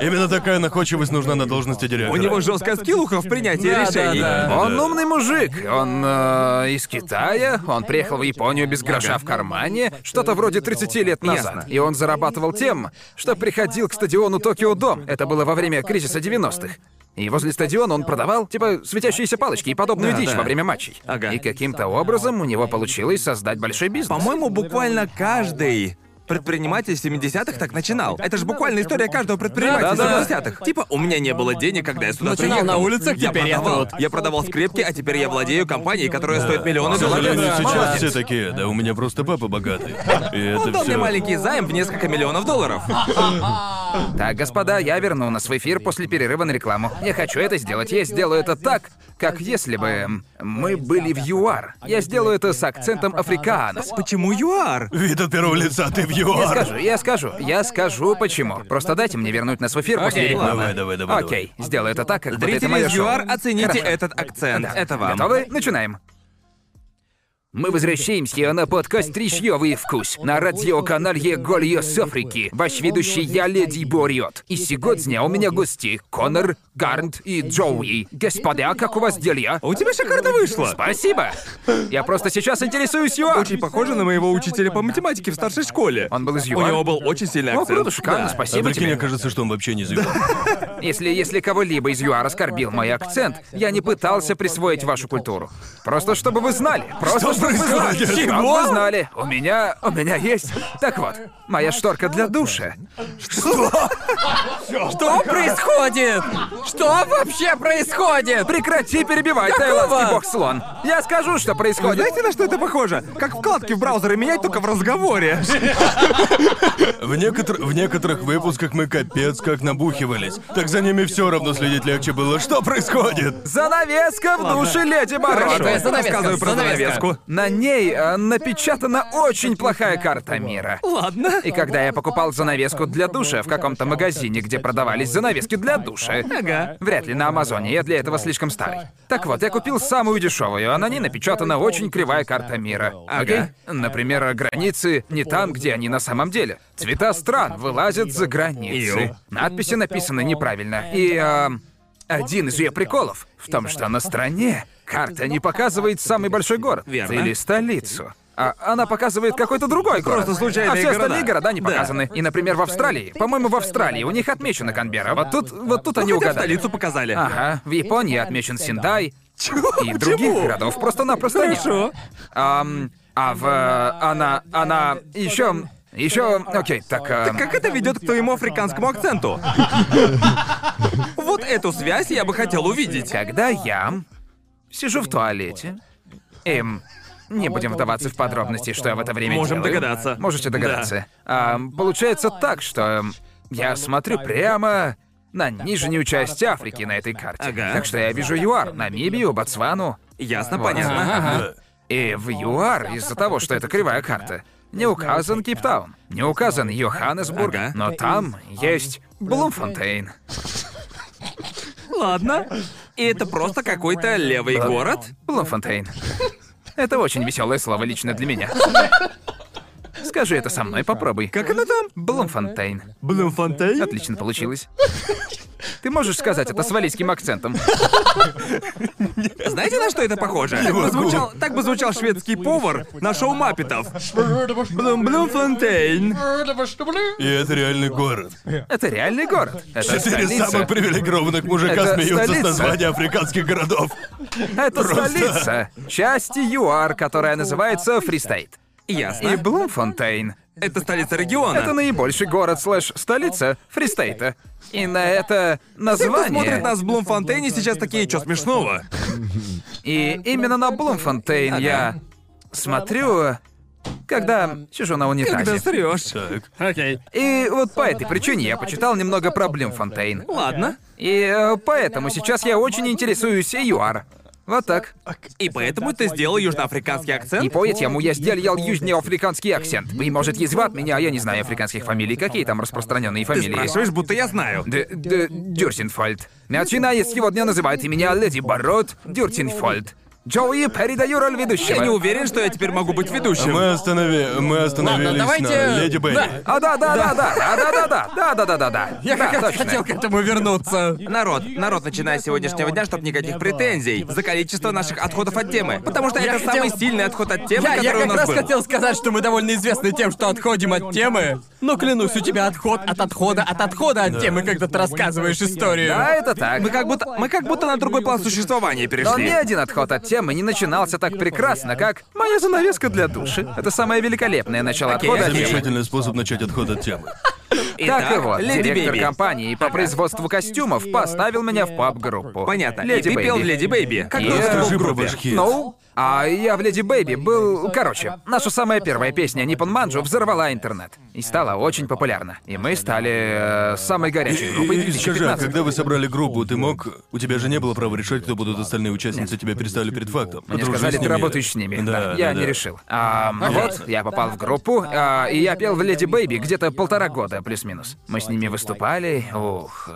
Именно такая находчивость нужна на должности директора. У него жесткая скиллуха в принятии Да, да, решений. да. Он умный мужик. Он э, из Китая. Он приехал в Японию без гроша в кармане, что-то вроде 30 лет назад. Ясно. И он зарабатывал тем, что приходил к стадиону Токио Дом. Это было во время кризиса 90-х. И возле стадиона он продавал, типа, светящиеся палочки и подобную Да, дичь да. во время матчей. Ага. И каким-то образом у него получилось создать большой бизнес. По-моему, буквально каждый предприниматель 70-х так начинал. Это же буквально история каждого предпринимателя Да-да. 70-х. Типа, у меня не было денег, когда я сюда Начинал приехал. на улицах, я теперь я продавал. тут. Я продавал скрепки, а теперь я владею компанией, которая стоит миллионы К сожалению, долларов. сейчас все Молодец. такие, да у меня просто папа богатый. И Он это дал все... мне маленький займ в несколько <laughs> миллионов долларов. Так, господа, я верну нас в эфир после перерыва на рекламу. Я хочу это сделать. Я сделаю это так, как если бы эм, мы были в ЮАР. Я сделаю это с акцентом африканос. Почему ЮАР? Вид от первого лица, ты в Я ЮАР. скажу, я скажу, я скажу почему. Просто дайте мне вернуть нас в эфир после Окей, рекламы. давай, давай, давай, Окей, сделаю это так, как будто это Зрители моё из шоу. ЮАР, оцените Хорошо. этот акцент. Да. Это вам. Готовы? Начинаем. Мы возвращаемся на подкаст «Тришьёвый вкус» на радиоканале Гольё с Африки. Ваш ведущий я, Леди Бориот. И сегодня у меня гости Конор, Гарнт и Джоуи. Господа, как у вас дела? А У тебя шикарно вышло. Спасибо! Я просто сейчас интересуюсь ЮАР. Очень похоже на моего учителя по математике в старшей школе. Он был из У ЮАР? него был очень сильный О, акцент. Ну, круто, шикарно, Да. А спасибо прикинь, тебе. окажется, что он вообще не из ЮАР. Если, если кого-либо из ЮАР оскорбил мой акцент, я не пытался присвоить вашу культуру. Просто чтобы вы знали. Просто чтобы вы знали. происходит? Чтобы Чего? вы знали. У меня, у меня есть. Так вот, моя шторка для душа. Что происходит? Что вообще происходит? Прекрати перебивать, Какого? тайландский бог-слон. Я скажу, что Вы происходит. А знаете, на что это похоже? Как вкладки в браузере менять, только в разговоре. В, некотор- в некоторых выпусках мы капец как набухивались. Так за ними все равно следить легче было. Что происходит? Занавеска в душе леди Барон. Хорошо. Рассказывай занавеска, про занавеска. занавеску. На ней э, напечатана очень плохая карта мира. Ладно. И когда я покупал занавеску для душа в каком-то магазине, где продавались занавески для душа, Ага. вряд ли на Амазоне, я для этого слишком старый. Так вот, я купил самую дешевую, а на ней напечатана очень кривая карта мира. Окей? Например, границы не там, где они на самом деле. Цвета стран вылазят за границы. Надписи написаны неправильно. И эм, один из ее приколов в том, что на стране карта не показывает самый большой город Верно. или столицу. А она показывает какой-то другой город. Просто случайные а все остальные города. города не показаны. И, например, в Австралии. По-моему, в Австралии у них отмечена Канберра. Вот тут, вот тут они Ну, Хотя угадали. столицу показали. Ага, в Японии отмечен Синдай. И других Почему? городов просто-напросто нет. Хорошо. Ам, а в... э, Она... Она... Еще... Еще... Окей, так... эм, Как это ведет к твоему африканскому акценту? Вот эту связь я бы хотел увидеть. Когда я сижу в туалете, эм, не будем вдаваться в подробности, что я в это время Можем делаю. догадаться. Можете догадаться. Ам, получается так, что эм, я смотрю прямо на нижнюю часть Африки на этой карте. Ага. Так что я вижу ЮАР, Намибию, Ботсвану. Ясно, Вот. понятно. Да. И в ЮАР из-за того, что это кривая карта. Не указан Кейптаун, не указан Йоханнесбург, Ага. но там есть Блумфонтейн. Ладно. И это просто какой-то левый город? Блумфонтейн. Это очень веселое слово лично для меня. Скажи это со мной, попробуй. Как оно там? Блумфонтейн. Блумфонтейн? Отлично получилось. Ты можешь сказать это с валийским акцентом? Знаете, на что это похоже? Так бы, звучал, так бы звучал шведский повар на шоу Маппетов. Блум Блумфонтейн. И это реальный город. Это реальный город. Это Четыре столица. самых привилегированных мужика Это смеются столица. с названия африканских городов. Это Просто. столица части ЮАР, которая называется Фристейт. И Ясно. Блумфонтейн Это столица региона. Это наибольший город слэш столица Фристейта. И на это Все, кто название... смотрит нас в Блумфонтейне, сейчас такие, что смешного? И именно на Блумфонтейн я смотрю, когда сижу на Когда унитазе. срешь. Так. И вот по этой причине я почитал немного про Блумфонтейн. Ладно. И э, поэтому сейчас я очень интересуюсь ЮАР. Вот так. И поэтому ты сделал южноафриканский И акцент? по этому я сделал южноафриканский акцент. Вы, может, язват меня, а я не знаю африканских фамилий. Какие там распространенные Ты фамилии? спрашиваешь, будто я знаю. Д- Д- Дюрсинфольд. Начиная с сегодня называют и меня Леди Бород Дюрсинфольд. Джоуи, передаю роль ведущего. Я не уверен, что я теперь могу быть ведущим. Мы, останови... мы остановились Ладно, давайте- на Леди Бэйби. Да. А, да, да, да, да, да, да, да, да, да, да, да, да. Я Да, как раз точно. хотел к этому вернуться. Народ, народ, начиная с сегодняшнего дня, чтобы никаких претензий за количество наших отходов от темы. Потому что Я это хотел- самый сильный отход от темы, Я, я который у как нас раз был. хотел сказать, что мы довольно известны тем, что отходим от темы. Но клянусь, у тебя отход от отхода от отхода от темы, когда ты рассказываешь историю. Да, это так. Мы как будто. Мы как будто на другой план существования Но ни перешли. один отход от темы не начинался так прекрасно, как «Моя занавеска для души». Это самое великолепное начало Окей, отхода от темы. Замечательный способ начать отход от темы. Итак, Так и вот, Леди директор Бэйби. компании по производству костюмов поставил меня в паб-группу. Понятно. Леди и ты пел Бэйби. Леди Бэйби. Как И- долго ты был в Скажи про группе? ваш хит. Ну, а я в Леди Бэйби был... Короче, наша самая первая песня Ниппон Манджу взорвала интернет. И стала очень популярна. И мы стали э, самой горячей группой И- и Скажи, а 2015. когда вы собрали группу, ты мог... У тебя же не было права решать, кто будут остальные участницы, тебя перестали перед фактом. Мне Подружись сказали, с ты ними. работаешь с ними. Да, Да, я да, не да. решил. А, вот, я попал в группу, а, и я пел в Леди Бэйби где-то полтора года, плюс-минус. Мы с ними выступали, ух,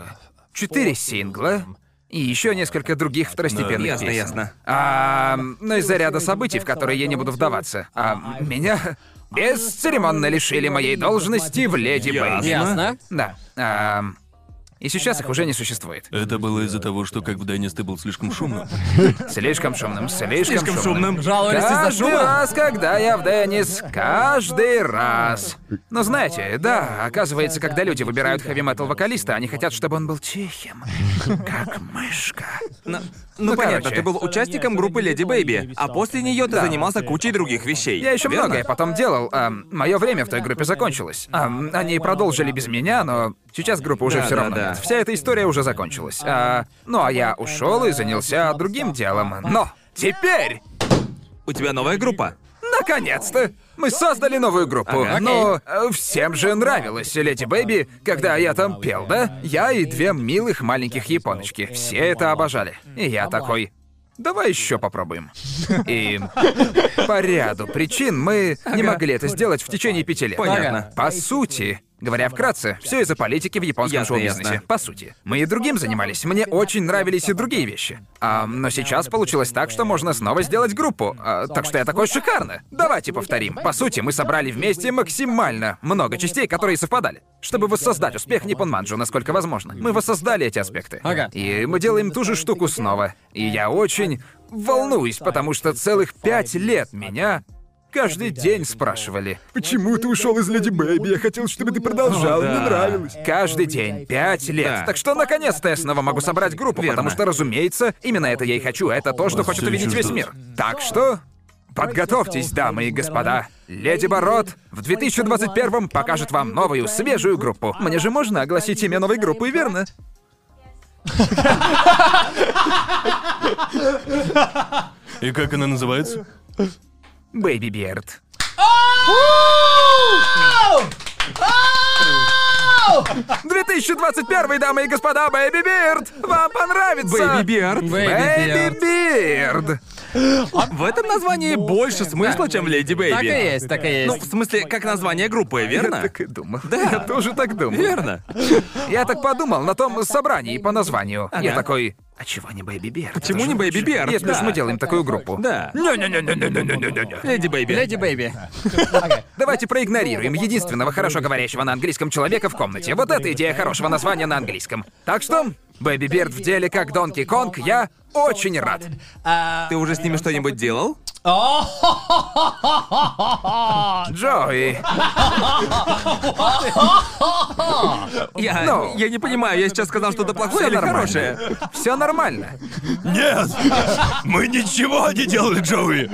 четыре сингла и еще несколько других второстепенных Ясно, песен. ясно. А, но из-за ряда событий, в которые я не буду вдаваться, а, меня бесцеремонно лишили моей должности в Леди Бэйби. Ясно. Да. А, и сейчас их уже не существует. Это было из-за того, что как в Деннис ты был слишком шумным. Слишком шумным, слишком, Слишком шумным. Жаловались из-за Каждый шума. раз, когда я в Деннис, каждый раз. Но знаете, да, оказывается, когда люди выбирают хэви-метал вокалиста, они хотят, чтобы он был тихим, <laughs> как мышка. Ну, ну, понятно, короче. ты был участником группы Леди Бэйби, а после нее ты занимался кучей других вещей. Я еще верно? многое потом делал, мое время в той группе закончилось. Ам, они продолжили без меня, но сейчас группа уже Да, все да, равно. да. нет. Вся эта история уже закончилась. А, ну а я ушел и занялся другим делом. Но теперь У тебя новая группа. Наконец-то! Мы создали новую группу. Ага. Но э, всем же нравилось Леди Бэйби, когда я там пел, да? Я и две милых маленьких японочки. Все это обожали. И я такой. Давай еще попробуем. И по ряду причин мы не могли это сделать в течение пяти лет. Понятно. По сути, говоря вкратце, все из-за политики в японском Ясно, шоу-бизнесе. ясно. По сути. Мы и другим занимались. Мне очень нравились и другие вещи. А, но сейчас получилось так, что можно снова сделать группу. А, так что я такой шикарно. Давайте повторим. По сути, мы собрали вместе максимально много частей, которые совпадали. Чтобы воссоздать успех Ниппон-манджу, насколько возможно. Мы воссоздали эти аспекты. Ага. И мы делаем ту же штуку снова. И я очень волнуюсь, потому что целых пять лет меня каждый день спрашивали. Почему ты ушел из Леди Бэйби? Я хотел, чтобы Ну ты продолжал, Ну, да. мне нравилось. Каждый день, пять лет. Да. Так что наконец-то я снова могу собрать группу, Верно. потому что, разумеется, именно это я и хочу. Это то, что хочет всё увидеть весь чувствуется. мир. Так что. Подготовьтесь, дамы и господа. Леди Бород в 2021 покажет вам новую, свежую группу. Мне же можно огласить имя новой группы, верно? И как она называется? Бэйби Берд. «2021, дамы и господа, Бэйби Бирд! Вам понравится! Бэйби Биард. Бэйби Бирд! В этом названии больше смысла, чем в Леди Бэйби. Так и есть, так и Ну, есть. в смысле, как название группы, Я верно? так и думал. Да. Я тоже так думал. А. Верно. Я так подумал на том собрании по названию. Я такой, а чего не Бэйби Бирд? Почему не Бэйби Бирд? Если уж Да. мы делаем такую группу. Да. Не-не-не-не-не-не-не-не. Леди Бэйби. Леди Бэйби. Давайте проигнорируем единственного хорошо говорящего на английском человека в комнате. Вот это идея хорошего названия на английском. Так что, Бэйби Бирд в деле как Донки Конг, я очень рад. Ты уже с ними что-нибудь делал? Джои, Я, No. я не понимаю, я сейчас сказал что-то Всё плохое или Ну, нормально. хорошее? все нормально. Нет! Мы ничего не делали, Джоуи!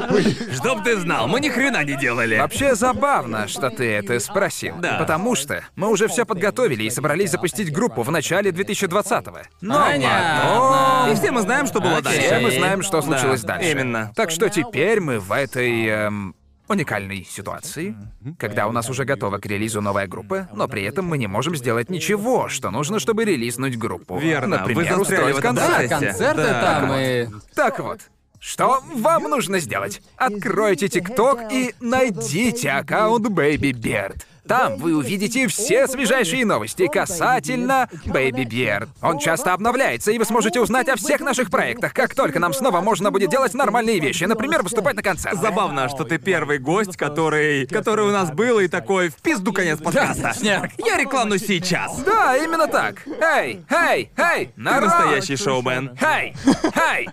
Чтоб ты знал, мы ни хрена не делали. Вообще забавно, что ты это спросил. Да. Потому что мы уже все подготовили и собрались запустить группу в начале 2020-го. Но Понятно. И все мы знаем, что было потом Окей. все дальше. мы знаем, что Да, случилось дальше. Именно. Так что теперь мы в этой эм, уникальной ситуации, когда у нас уже готова к релизу новая группа, но при этом мы не можем сделать ничего, что нужно, чтобы релизнуть группу. Верно, вы Например, застряли в устроить этом концерт. процессе. Концерты Да. там и... Так вот. Что вам нужно сделать? Откройте ТикТок и найдите аккаунт Бэйби Берд. Там вы увидите все свежайшие новости касательно Бэйби Берд. Он часто обновляется, и вы сможете узнать о всех наших проектах, как только нам снова можно будет делать нормальные вещи, например, выступать на концертах. Забавно, что ты первый гость, который... который у нас был, и такой в пизду конец подкаста. Шняк. Я рекламу сейчас. Да, именно так. Эй, эй, эй, Ты народ! настоящий шоумен. Хай! Хай!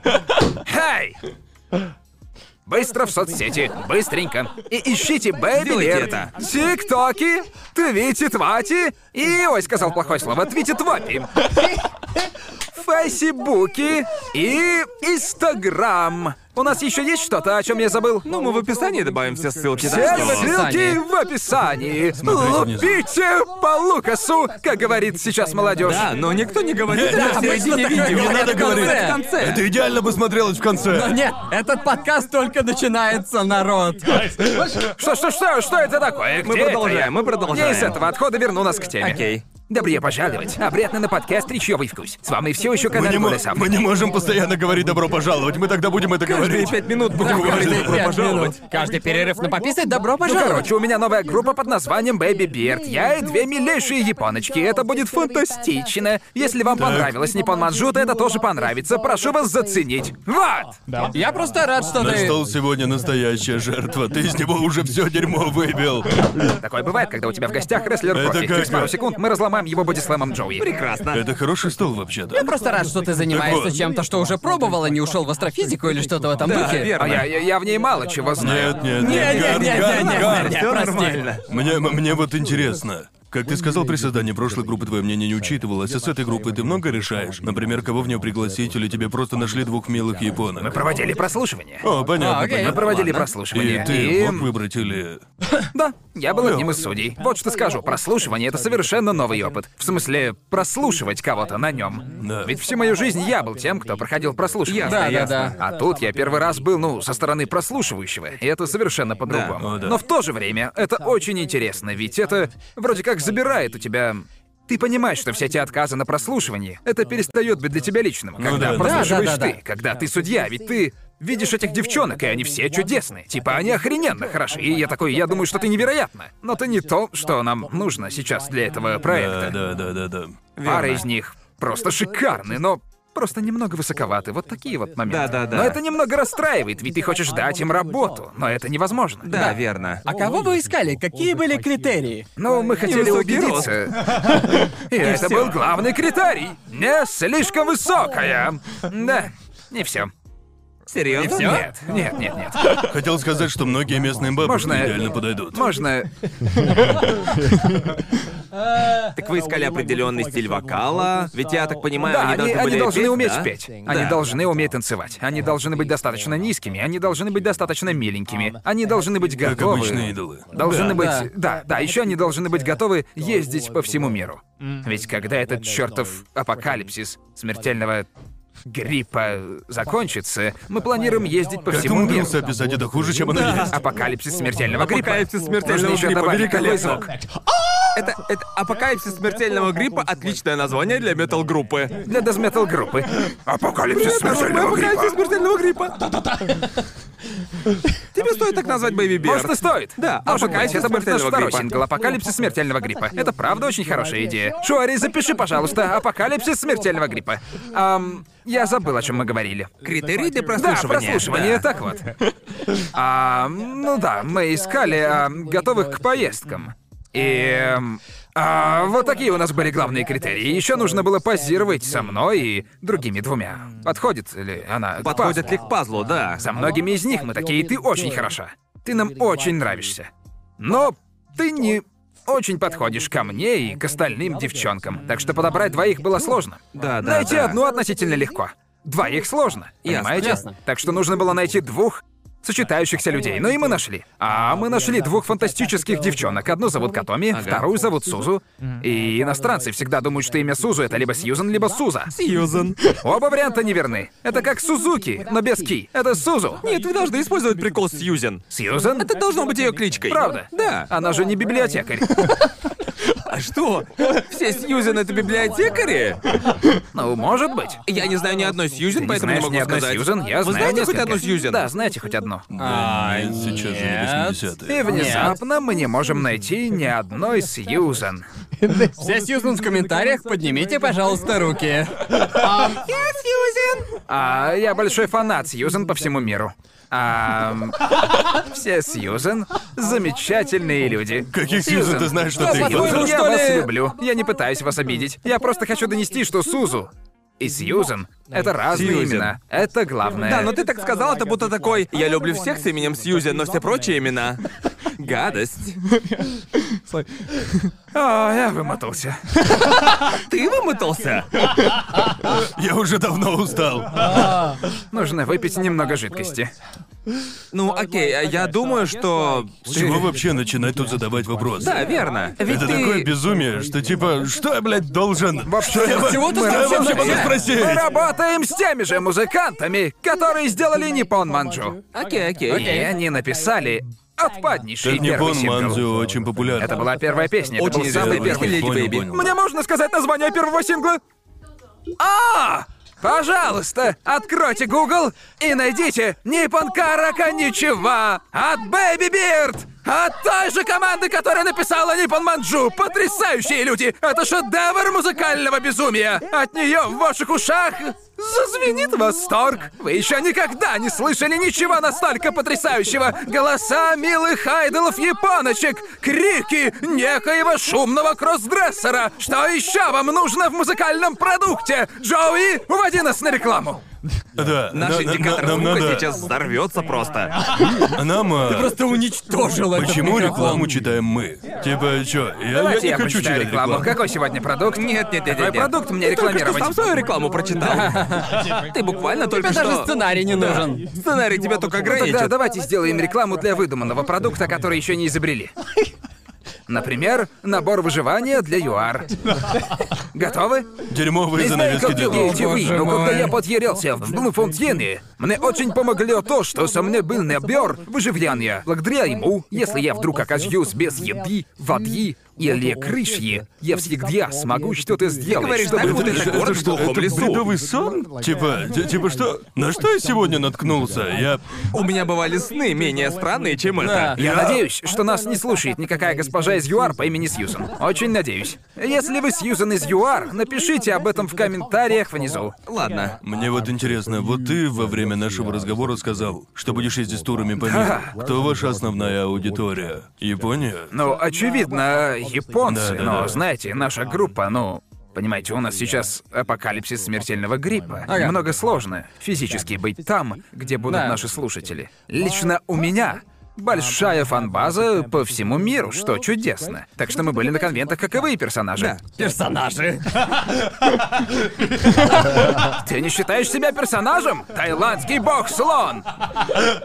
Хай! Быстро в соцсети, быстренько. И ищите Бэби Сделайте Лерт. это. Тиктоки, твити твати. И, ой, сказал плохое слово, твити твапи. Фейсибуки и Инстаграм. У нас еще есть что-то, о чем я забыл? Ну, мы в описании добавим все ссылки, Все так что- ссылки в описании. Смотрите Лупите по Лукасу, как говорит сейчас молодежь. Да, А, но никто не Нет, говорит про все эти обычно не такое видео. не надо Это говорят говорить. в конце. Это идеально бы смотрелось в Ну, конце. Нет, этот подкаст только начинается, народ. Что, что, что, что это такое? Мы Где это продолжаем, я? мы продолжаем. Я из этого отхода верну нас к теме. Окей. Добро пожаловать обратно на подкаст «Речьёвый вкус». С вами все еще Мы канал не, мо- Голос Африки. мы не можем постоянно говорить «добро пожаловать», мы тогда будем это Каждые говорить. пять минут будем говорить Каждые про пять пожаловать. минут. Каждый перерыв на пописать, добро Ну, пожаловать. короче, у меня новая группа под названием Baby Beard. Я и две милейшие японочки. Это будет фантастично. Если вам понравилось Непон Манджу, то это тоже понравится. Прошу вас заценить. Вот! Я просто рад, что Наш ты... стол сегодня настоящая жертва. Ты из него уже все дерьмо выбил. Такое бывает, когда у тебя в гостях рестлер Это профи. как Через пару это? секунд мы разломаем его бодислэмом Джоуи. Прекрасно. Это хороший стол вообще-то. Просто рад, что ты Так занимаешься вот. чем-то, что уже пробовал, а не ушел в астрофизику или что-то в этом Да, духе. А верно. я, я, я в ней мало чего знаю. Нет, нет, нет, Не-не-не-не-не-не, Гар, Гар, Гар. не, не, Всё прости. нормально. Мне, мне вот интересно. Как ты сказал, при создании прошлой группы твое мнение не учитывалось, а с этой группой ты много решаешь? Например, кого в нее пригласить, или тебе просто нашли двух милых Мы японок? проводили прослушивание. О, понятно, А, окей. Мы понятно. проводили И прослушивание. ты и- мог выбрать или... Да, я был одним из судей. Вот что скажу, прослушивание — это совершенно новый опыт. В смысле, прослушивать кого-то на нем. Да. Ведь всю мою жизнь я был тем, кто проходил прослушивание. Ясно, Да, да, ясно. А тут я первый раз был, ну, со стороны прослушивающего, и это совершенно по-другому. Да. О, да. Но в то же время это очень интересно, ведь это вроде как забирает у тебя Ты понимаешь, что все эти отказы на прослушивании, это перестает быть для тебя личным, когда Ну да, да. прослушиваешь Да, да, да. ты, когда ты судья, ведь ты видишь этих девчонок, и они все чудесны. Типа, они охрененно хороши, и я такой, я думаю, что ты невероятно. Но ты не то, что нам нужно сейчас для этого Да, проекта. да, да, да, да. Пара из них просто шикарны, но просто немного высоковаты. Вот такие вот моменты. Да-да-да. Но это немного расстраивает, ведь ты хочешь дать им работу, но это невозможно. Да, верно. А кого вы искали? Какие были критерии? Но мы хотели Невысокий рост. убедиться. И это всё. был главный критерий. Не слишком высокая. Да, не все. Серьезно? Нет, нет, нет, нет. Хотел сказать, что многие местные бабушки Можно- идеально подойдут. Можно. Так вы искали определенный стиль вокала, ведь я так понимаю, Да, они они, должны они были должны петь, уметь да? петь. Они Да. должны уметь танцевать. Они должны быть достаточно низкими. Они должны быть достаточно миленькими. Они должны быть Как готовы. обычные идолы. Должны Да. быть. Да. да, еще они должны быть готовы ездить по всему миру. Ведь когда этот чертов апокалипсис смертельного гриппа закончится, мы планируем ездить по Как ты всему миру. умудрился описать это хуже, чем оно есть? Апокалипсис смертельного гриппа. Апокалипсис смертельного Нужно еще гриппа. добавить такой Великолепно. звук. Это, это апокалипсис смертельного гриппа отличное название для метал-группы. Для дезметал группы. Апокалипсис смертельного Апокалипсис смертельного гриппа. Тебе стоит так назвать Бэйби Бер. Может, и стоит. Да, Может быть, апокалипсис это будет наш смертельного второй гриппа. сингл «Апокалипсис смертельного гриппа». Это правда очень хорошая идея. Шуари, запиши, пожалуйста, «Апокалипсис смертельного гриппа». Ам, я забыл, о чем мы говорили. Критерии для Да, прослушивания. прослушивание, Да. так вот. А, ну да, мы искали а, готовых к поездкам. И эм, а, вот такие у нас были главные критерии. Еще нужно было позировать со мной и другими двумя. Подходит ли она? к Подходят пазлу? ли к пазлу, да. За многими из них мы такие, ты очень хороша. Ты нам очень нравишься. Но ты не очень подходишь ко мне и к остальным девчонкам. Так что подобрать двоих было сложно. Да, да, Найти да. одну относительно легко. Двоих сложно. Ясно. Понимаете? Ясно. Так что нужно было найти двух сочетающихся людей. Но и мы нашли. А мы нашли двух фантастических девчонок. Одну зовут Катоми, вторую зовут Сузу. И иностранцы всегда думают, что имя Сузу это либо Сьюзен, либо Суза. Сьюзан. Оба варианта неверны. Это как Сузуки, но без ки. Это Сузу. Нет, вы должны использовать прикол Сьюзен. Сьюзен? Это должно быть ее кличкой. Правда? Да. Она же не библиотекарь. А что? Все Сьюзен это библиотекари? Ну, может быть. Я не знаю ни одной Сьюзен, Ты не поэтому не знаешь могу ни одной сказать. Сьюзен? Я знаю Вы знаете хоть несколько. одну Сьюзен? Да, знаете хоть одну. Да, нет, сейчас А, же нет. не 80-е. И внезапно мы не можем найти ни одной Сьюзен. Все Сьюзен в комментариях, поднимите, пожалуйста, руки. Ам, А я большой фанат Сьюзен по всему миру. Ам, все Сьюзен замечательные люди. Каких Сьюзен ты знаешь, что ты их По-твоему, должен? я что ли? вас люблю. Я не пытаюсь вас обидеть. Я просто хочу донести, что Сузу и Сьюзен — это разные Сьюзен. имена. Это главное. Да, но ты так сказал, это будто такой. Я люблю всех с именем Сьюзен, но все прочие имена. Гадость. А, я вымотался. Ты вымотался? Я уже давно устал. А, Нужно выпить немного жидкости. Ну, окей, а я думаю, что. С чего вообще начинать тут задавать вопросы? Да, верно. Ведь Это такое ты. безумие, что типа, что я, блядь, должен? Что я, во- чего ты что я вообще вообще могу начинаешь? спросить? Мы работаем с теми же музыкантами, которые сделали Ниппон Манджу. Окей, И окей. они написали отпаднейший Как не первый Бон сингл. Манзу очень популярно. Это была первая песня, это Очень был самый известный первый Леди Бэйби. Мне можно сказать название первого сингла? А! Пожалуйста, откройте Google и найдите Ниппон Карака Ничего от Бэби Бирд! От той же команды, которая написала Ниппон Манджу. Потрясающие люди! Это шедевр музыкального безумия! От нее в ваших ушах зазвенит восторг! Вы еще никогда не слышали ничего настолько потрясающего! Голоса милых айдолов японочек! Крики некоего шумного кроссдрессера! Что еще вам нужно в музыкальном продукте? Джоуи, уводи нас на рекламу! Да, Наш на- на- индикатор нам звука надо- сейчас взорвется просто. а Нам... а, Просто уничтожил этот Почему микрофон. рекламу читаем мы? Типа, чё, я- я, Давайте не я хочу почитаю читать рекламу. рекламу. Какой сегодня продукт? Нет, нет, нет, Какой нет. нет. продукт мне Ты только что рекламировать? сам свою рекламу прочитал. Ты буквально только типа. Тебе что... даже сценарий не нужен. Сценарий тебя только Ну Тогда ограничит. давайте сделаем рекламу для выдуманного продукта, который еще не изобрели. Например, набор выживания для ЮАР. Готовы? Дерьмовые Не знаю, занавески как для другие дома. эти вы, боже но когда мой. я подъярился в Блумфонтьене, мне очень помогло то, что со мной был набор выживания. Благодаря ему, если я вдруг окажусь без еды, воды, или крышьи, я всегда смогу что-то сделать, говоришь чтобы... так, будто это город в глухом это лесу. бредовый сон? Типа, т- типа что? На что я сегодня наткнулся? Я... У меня бывали сны менее странные, чем Да. это. Я надеюсь, что нас не слушает никакая госпожа из ЮАР по имени Сьюзен. Очень надеюсь. Если вы Сьюзен из ЮАР, напишите об этом в комментариях внизу. Ладно. Мне вот интересно, вот ты во время нашего разговора сказал, что будешь ездить с турами по миру. Кто ваша основная аудитория? Япония? Ну, очевидно, японцы, Да, да, но, да. знаете, наша группа, ну... Понимаете, у нас сейчас апокалипсис смертельного гриппа. Ага. Много сложно физически быть там, где будут Да. наши слушатели. Лично у меня большая фанбаза по всему миру, что чудесно. Так что мы были на конвентах, как и вы, персонажи. Персонажи. <laughs> Ты не считаешь себя персонажем? Таиландский бог-слон!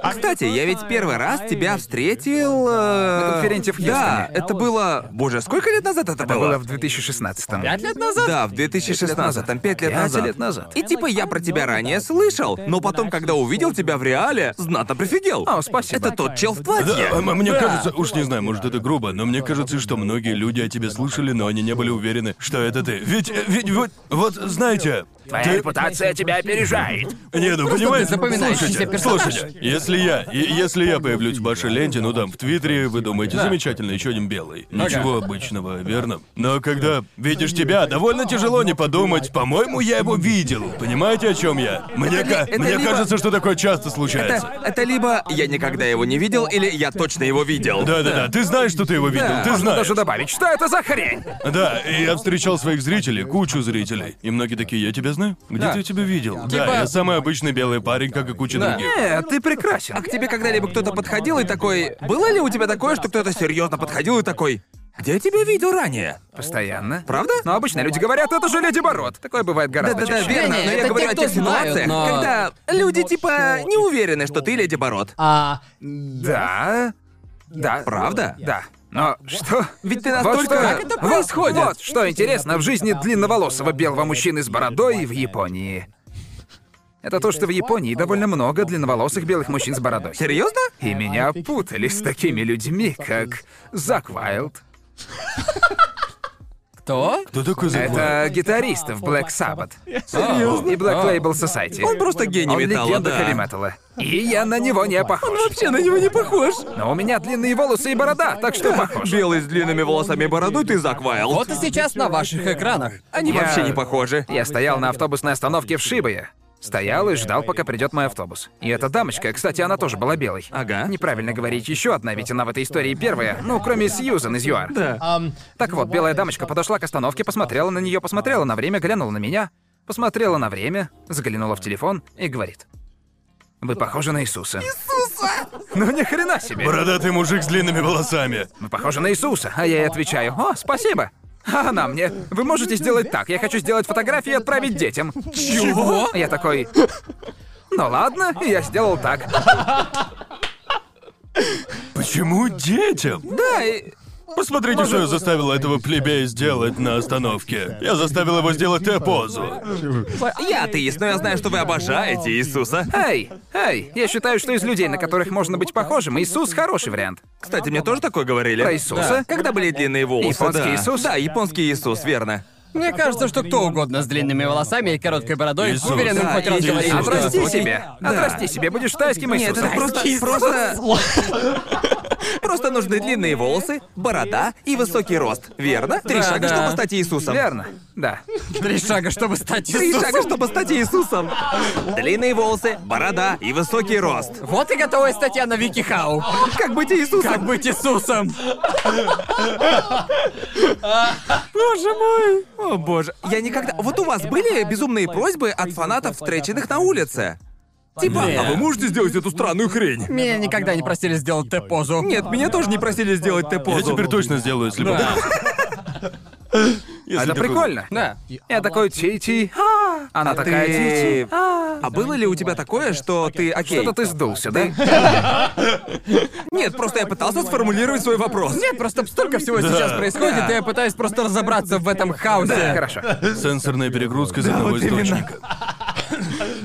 Кстати, я ведь первый раз тебя встретил... э, На конференции в Да, Хьюстоне. это было... Боже, сколько лет назад это Это было было? в 2016-м. Пять лет назад? Да, в 2016, там 5 лет Пять назад. лет назад. И типа я про тебя ранее слышал, но потом, когда увидел тебя в реале, знатно прифигел. А, О, спасибо. Это тот чел в Да, платье. а м- мне кажется, уж не знаю, может это грубо, но мне кажется, что многие люди о тебе слышали, но они не были уверены, что это ты. Ведь, э, ведь вот, вот знаете, Твоя ты- репутация тебя опережает. Не, ну понимаете, ты запоминающийся слушайте, персонаж. слушайте, если я, и- если я появлюсь в вашей ленте, ну там, в Твиттере, вы думаете, замечательно, еще один белый. Ничего обычного, верно? Но когда видишь тебя, довольно тяжело не подумать, по-моему, я его видел. Понимаете, о чем я? Мне, ка- это мне либо- кажется, что такое часто случается. Это, это либо я никогда его не видел, или я точно его видел. Да-да-да, ты знаешь, что ты его видел, ты Можно знаешь. даже добавить, что это за хрень? Да, и я встречал своих зрителей, кучу зрителей. И многие такие, я тебя знаю? Где ты я тебя видел? Типа Да, я самый обычный белый парень, как и куча других. Э, Нет, ты прекрасен. А к тебе когда-либо кто-то подходил и такой... Было ли у тебя такое, что кто-то серьезно подходил и такой... Где я тебя видел ранее? Постоянно. Правда? Но обычно люди говорят, это же Леди Бород. Такое бывает гораздо Да-да-да, чаще. верно, но Не-не, я это говорю те, о кто тех знают, ситуациях, но- когда люди типа не уверены, что ты Леди Бород. А, Да. Да. Правда? Да. Но что? Ведь ты Вот настолько... что, Как это вот- Вот что интересно в жизни длинноволосого белого мужчины с бородой в Японии. Это то, что в Японии довольно много длинноволосых белых мужчин с бородой. Серьезно? И меня путали с такими людьми, как Зак Вайлд. Кто? Кто такой за А Это гитарист в Black Sabbath. Серьезно? И Black Label Society. Он просто гений Он металла, легенда да. хэви-металла. И я на него не похож. Вообще на него не похож. Но у меня длинные волосы и борода, так что похож. Белый с длинными волосами и бородой ты Зак Вайлд. Вот и сейчас на ваших экранах. Они Я- вообще не похожи. Я стоял на автобусной остановке в Шибае. Стоял и ждал, пока придет мой автобус. И эта дамочка, кстати, она тоже была белой. Ага. Неправильно говорить еще одна, ведь она в этой истории первая. Ну, кроме Сьюзан из ЮАР. Да. Так вот, белая дамочка подошла к остановке, посмотрела на нее, посмотрела на время, глянула на меня, посмотрела на время, заглянула в телефон и говорит. Вы похожи на Иисуса. Иисуса! Ну ни хрена себе! Бородатый мужик с длинными волосами. Вы похожи на Иисуса, а я ей отвечаю, о, спасибо. А она мне, вы можете сделать так, я хочу сделать фотографии и отправить детям. Чего? Я такой, ну ладно, и я сделал так. Почему детям? Да, и... Посмотрите, что я заставила этого плебея сделать на остановке. Я заставил его сделать Т-позу. Я атеист, но я знаю, что вы обожаете Иисуса. Эй, эй, я считаю, что из людей, на которых можно быть похожим, Иисус хороший вариант. Кстати, мне тоже такое говорили. Про Иисуса? Да. Когда были длинные волосы, Японский да. Иисус? Да, японский Иисус, верно. Мне кажется, что кто угодно с длинными волосами и короткой бородой Иисус. уверен, им Да, хоть А раз Иисус. говорили, что- Отрасти Отрасти Окей. себе, отрасти себе, будешь тайским Нет, Иисусом. это просто... Просто... <laughs> Просто нужны длинные волосы, борода и высокий рост, верно? Три Да, шага, да. чтобы стать Иисусом. Верно, да. Три шага, чтобы стать Три Иисусом. шага, чтобы стать Иисусом. Длинные волосы, борода и высокий рост. Вот и готовая статья на Вики Хау. Как быть Иисусом? Как быть Иисусом? Боже мой! О боже, я никогда... Вот у вас были безумные просьбы от фанатов, встреченных на улице? Типа, Нет. а вы можете сделать эту странную хрень? Меня никогда не просили сделать Т-позу. Нет, меня тоже не просили сделать Я Т-позу. теперь точно сделаю слепоту. Да. Если Это такой- прикольно. Да. Я такой ти-ти. А, Она такая ти-ти. Ты- А было ли у тебя такое, что ты... Окей. Что-то ты сдулся, да? Нет, просто я пытался сформулировать свой вопрос. Нет, просто столько всего сейчас происходит, и я пытаюсь просто разобраться в этом хаосе. Хорошо. Сенсорная перегрузка из одного вот именно. источника.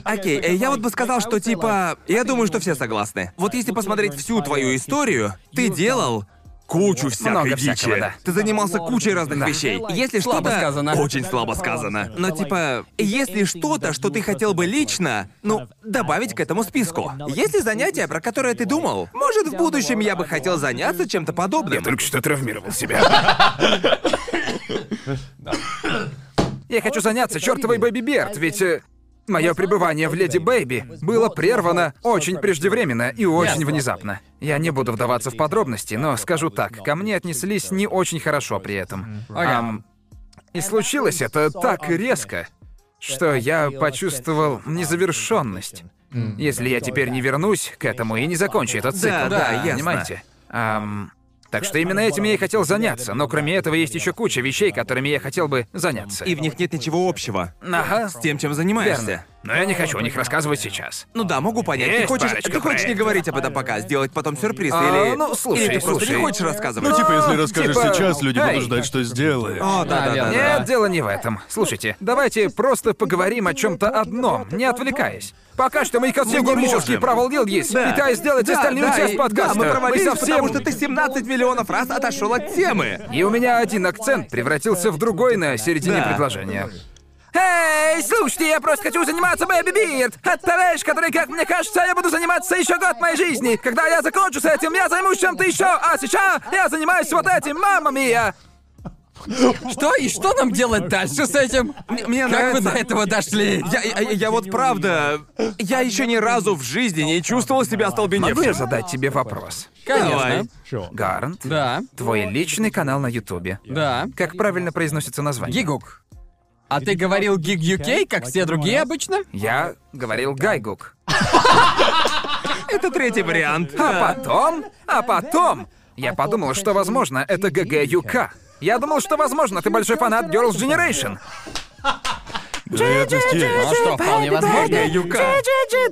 Окей, э, я вот бы сказал, что типа... Я думаю, что все согласны. Вот если посмотреть всю твою историю, ты делал кучу всякой Много дичи. всякого, да. Ты занимался кучей разных Да. вещей. Если Слабо что-то... сказано. Очень слабо сказано. Но типа, если что-то, что ты хотел бы лично, ну, добавить к этому списку. Есть ли занятия, про которое ты думал? Может, в будущем я бы хотел заняться чем-то подобным. Только что травмировал себя. Я хочу заняться чертовой Бэби Берт, ведь мое пребывание в Леди Бэйби было прервано очень преждевременно и очень внезапно. Я не буду вдаваться в подробности, но скажу так, ко мне отнеслись не очень хорошо при этом. Ага. Ам, и случилось это так резко, что я почувствовал незавершенность. Если я теперь не вернусь к этому и не закончу этот цикл, Да, да, ясно. понимаете? Ам, так что именно этим я и хотел заняться, но кроме этого есть еще куча вещей, которыми я хотел бы заняться. И в них нет ничего общего Ага, с тем, чем занимаешься. верно. Но я не хочу о них рассказывать сейчас. Ну да, могу понять. ты Есть хочешь, парочка ты хочешь не проектов. говорить об этом пока, сделать потом сюрприз А, или ну, слушай, или ты просто не слушай. хочешь рассказывать. Ну, типа, если расскажешь типа, сейчас, люди эй. будут ждать, что сделали. О, да, да, да. Нет, дело не в этом. Слушайте, давайте просто поговорим о чем-то одном, не отвлекаясь. Пока что мы Мы не Кацугу Ришевский можем. провалил есть, Да. пытаясь сделать Да, остальную да, часть и- подкаста. Да, мы провалились, совсем- потому что ты 17 миллионов раз отошел от темы. И у меня один акцент превратился в другой на середине Да. предложения. Эй, слушайте, я просто хочу заниматься Бэби Бирд. Оттоваешь, который, как мне кажется, я буду заниматься еще год моей жизни. Когда я закончу с этим, я займусь чем-то еще. А сейчас я занимаюсь вот этим, мама мия. Что и что нам делать дальше с этим? мне как нравится- вы до этого дошли? Я, я, я- я вот правда, я еще ни разу в жизни не чувствовал себя Могу я остолбеневшим. задать тебе вопрос? Давай. Конечно. Гарант, Да, твой личный канал на Ютубе. да. Как правильно произносится название? Гигук. А ты говорил Гиг UK, как все другие обычно? Я говорил Гайгук. Это третий вариант. А потом, а потом, А я подумал, что, возможно, это ГГЮК. Я думал, что, возможно, ты большой фанат Girls' Generation. Вероятность есть. Ну а что, вполне возможно. Юка.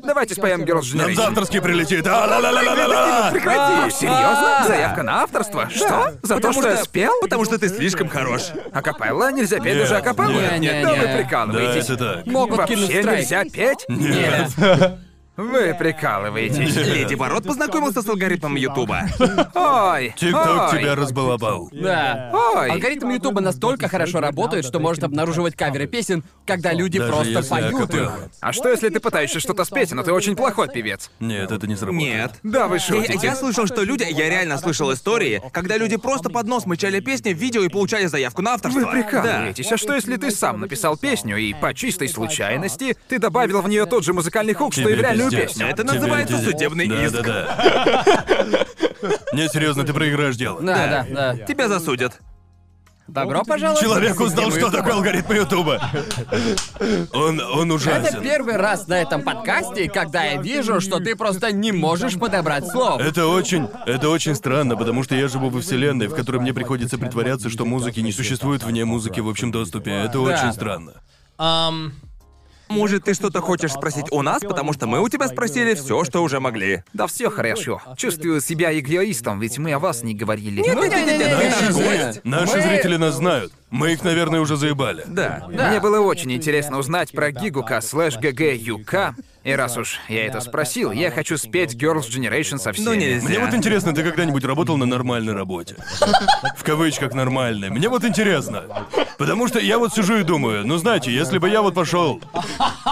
Давайте споем Girls' Нам Generation. завтраски прилетит. А, А-ла-ла-ла-ла-ла-ла. Прекрати! Серьезно? Заявка на авторство? Что? За то, Потому что я спел? Потому что ты слишком хорош. Акапелла? Нельзя петь уже акапеллу? Не, не, Да не. вы Да, прикалываетесь. это так. Могут кинуть Вообще страйк. нельзя петь? Нет. Вы прикалываетесь. Леди Ворот познакомился с алгоритмом Ютуба. Ой, Тик-ток ой, тебя разбаловал. Да. Ой, Алгоритм Ютуба настолько хорошо работает, что может обнаруживать каверы песен, когда люди Даже просто если поют акапелла. их. а что если ты пытаешься что-то спеть, но ты очень плохой певец? Нет, это не сработает. Нет. Да, Э, вы Я, шутите. я слышал, что люди, я реально слышал истории, когда люди просто под нос мычали песни в видео и получали заявку на авторство. Вы прикалываетесь. А что если ты сам написал песню, и по чистой случайности ты добавил в нее тот же музыкальный хук, что и в Тебе реальную пиздец. песню? Это Тебе называется пиздец. судебный да, иск. Да, да, <laughs> Не, серьезно, ты проиграешь дело. Да, да, да. Да. Тебя засудят. Добро пожаловать. Человек узнал, Ютуба. что такое алгоритм Ютуба. Он, он Это ужасен. первый раз на этом подкасте, когда я вижу, что ты просто не можешь подобрать слов. Это очень, это очень странно, потому что я живу во вселенной, в которой мне приходится притворяться, что музыки не существует вне музыки в общем доступе. Это очень странно. Ам, Может, ты что-то хочешь спросить у нас, потому что мы у тебя спросили все, что уже могли. Да все хорошо. Чувствую себя эгоистом, ведь мы о вас не говорили. Ну Не-не-не-не-не-не. Наши Мы- зрители нас знают. Мы их, наверное, уже заебали. Да. Мне было очень интересно узнать про Гигука слэш ГГЮК. И раз уж я это спросил, я хочу спеть Girls' Generation со всеми. Ну нельзя. Мне вот интересно, ты когда-нибудь работал на нормальной работе? В кавычках нормальной. Мне вот интересно. Потому что я вот сижу и думаю, ну знаете, если бы я вот пошел.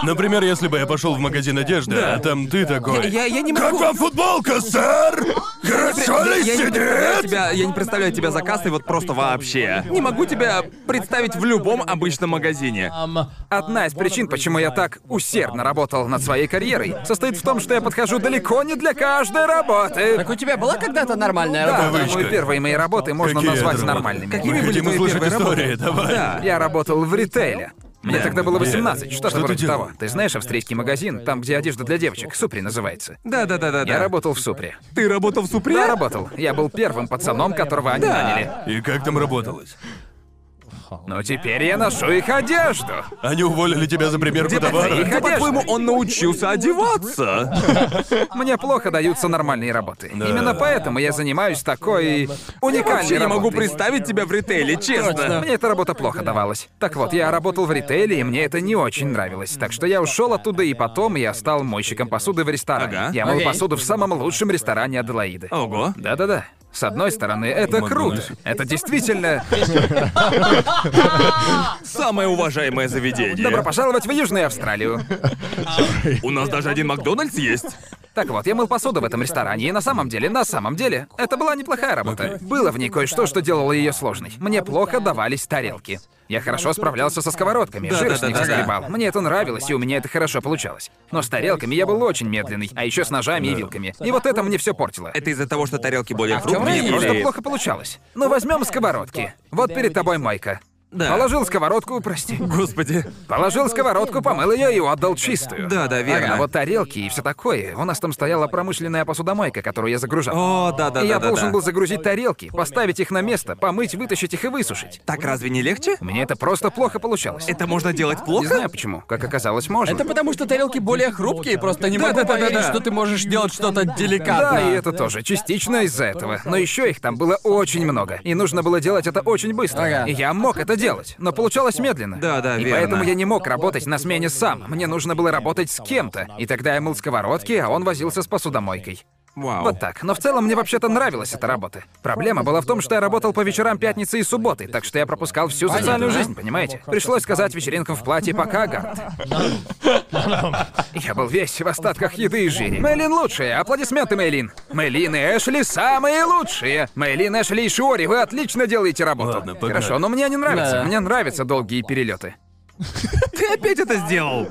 Например, если бы я пошел в магазин одежды, а там ты такой. Я, я не Как могу. вам футболка, сэр? Хорошо ли Я не, представляю сидит? тебя, я не представляю тебя за кассой вот просто вообще. Не могу тебя представить в любом обычном магазине. ам, Одна из причин, почему я так усердно работал над своей карьерой, состоит в том, что я подхожу далеко не для каждой работы. Так у тебя была когда-то нормальная Да, работа? Кавычка. думаю, первые мои работы можно Какие это назвать работы? нормальными. Мы были хотим твои услышать первые истории, Да. давай. Я работал в ритейле. Мне Да, тогда было где? 18, что-то Что ты вроде делал? того. Ты знаешь австрийский магазин, там, где одежда для девочек, Супри называется. Да, да, да, да, Я да. работал в Супре. Ты работал в супре? Я работал. Я был первым пацаном, которого они наняли. И как там работалось? Но теперь я ношу их одежду. Типа, Они уволили тебя за примерку мои товара? ходят? По-твоему, он научился одеваться. Мне плохо даются нормальные работы. Да. Именно поэтому я занимаюсь такой уникальной Вообще не могу работой. представить тебя в ритейле, честно. Мне эта работа плохо давалась. Так вот, я работал в ритейле, и мне это не очень нравилось. Так что я ушел оттуда, и потом я стал мойщиком посуды в ресторане. Ага. Я мыл Окей. посуду в самом лучшем ресторане Аделаиды. Ого. Да-да-да. С одной стороны, это круто. Это действительно... Самое уважаемое заведение. Добро пожаловать в Южную Австралию. У нас даже один Макдональдс есть. Так вот, я мыл посуду в этом ресторане, и на самом деле, на самом деле, это была неплохая работа. Было в ней кое-что, что делало ее сложной. Мне плохо давались тарелки. Я хорошо справлялся со сковородками, Да, жир да, с да, них да, да. соскребал. Мне это нравилось, и у меня это хорошо получалось. Но с тарелками я был очень медленный, а еще с ножами и вилками. И вот это мне все портило. Это из-за того, что тарелки более А В чем крупные разница? Просто или... плохо получалось. Ну возьмем сковородки. Вот перед тобой майка. Да. Положил сковородку, прости. Господи. Положил сковородку, помыл ее и отдал чистую. Да, да, верно. Ага, вот тарелки и все такое. У нас там стояла промышленная посудомойка, которую я загружал. О, да, да, и я да, да, должен да. был загрузить тарелки, поставить их на место, помыть, вытащить их и высушить. Так разве не легче? Мне это просто плохо получалось. Это можно делать Не плохо? знаю почему. Как оказалось, можно. Это потому, что тарелки более хрупкие, просто не Да, могу да, да, да, поверить, да. что ты можешь делать что-то деликатно. Да, и это тоже частично из-за этого. Но еще их там было очень много. И нужно было делать это очень быстро. Ага. И я мог это делать, но получалось медленно. Да, да, И верно. поэтому я не мог работать на смене сам. Мне нужно было работать с кем-то. И тогда я мыл сковородки, а он возился с посудомойкой. Вау. Вот так. Но в целом мне вообще-то нравилась эта работа. Проблема была в том, что я работал по вечерам пятницы и субботы, так что я пропускал всю социальную жизнь, понимаете? Пришлось сказать вечеринкам в платье пока, Гант. Я был весь в остатках еды и жире. Мэйлин лучшая. Аплодисменты, Мэйлин. Мэйлин и Эшли самые лучшие. Мэйлин, Эшли и Шиори, вы отлично делаете работу. Ладно, погнали. Хорошо, но мне не нравится. Да. Мне нравятся долгие перелеты. Ты опять это сделал.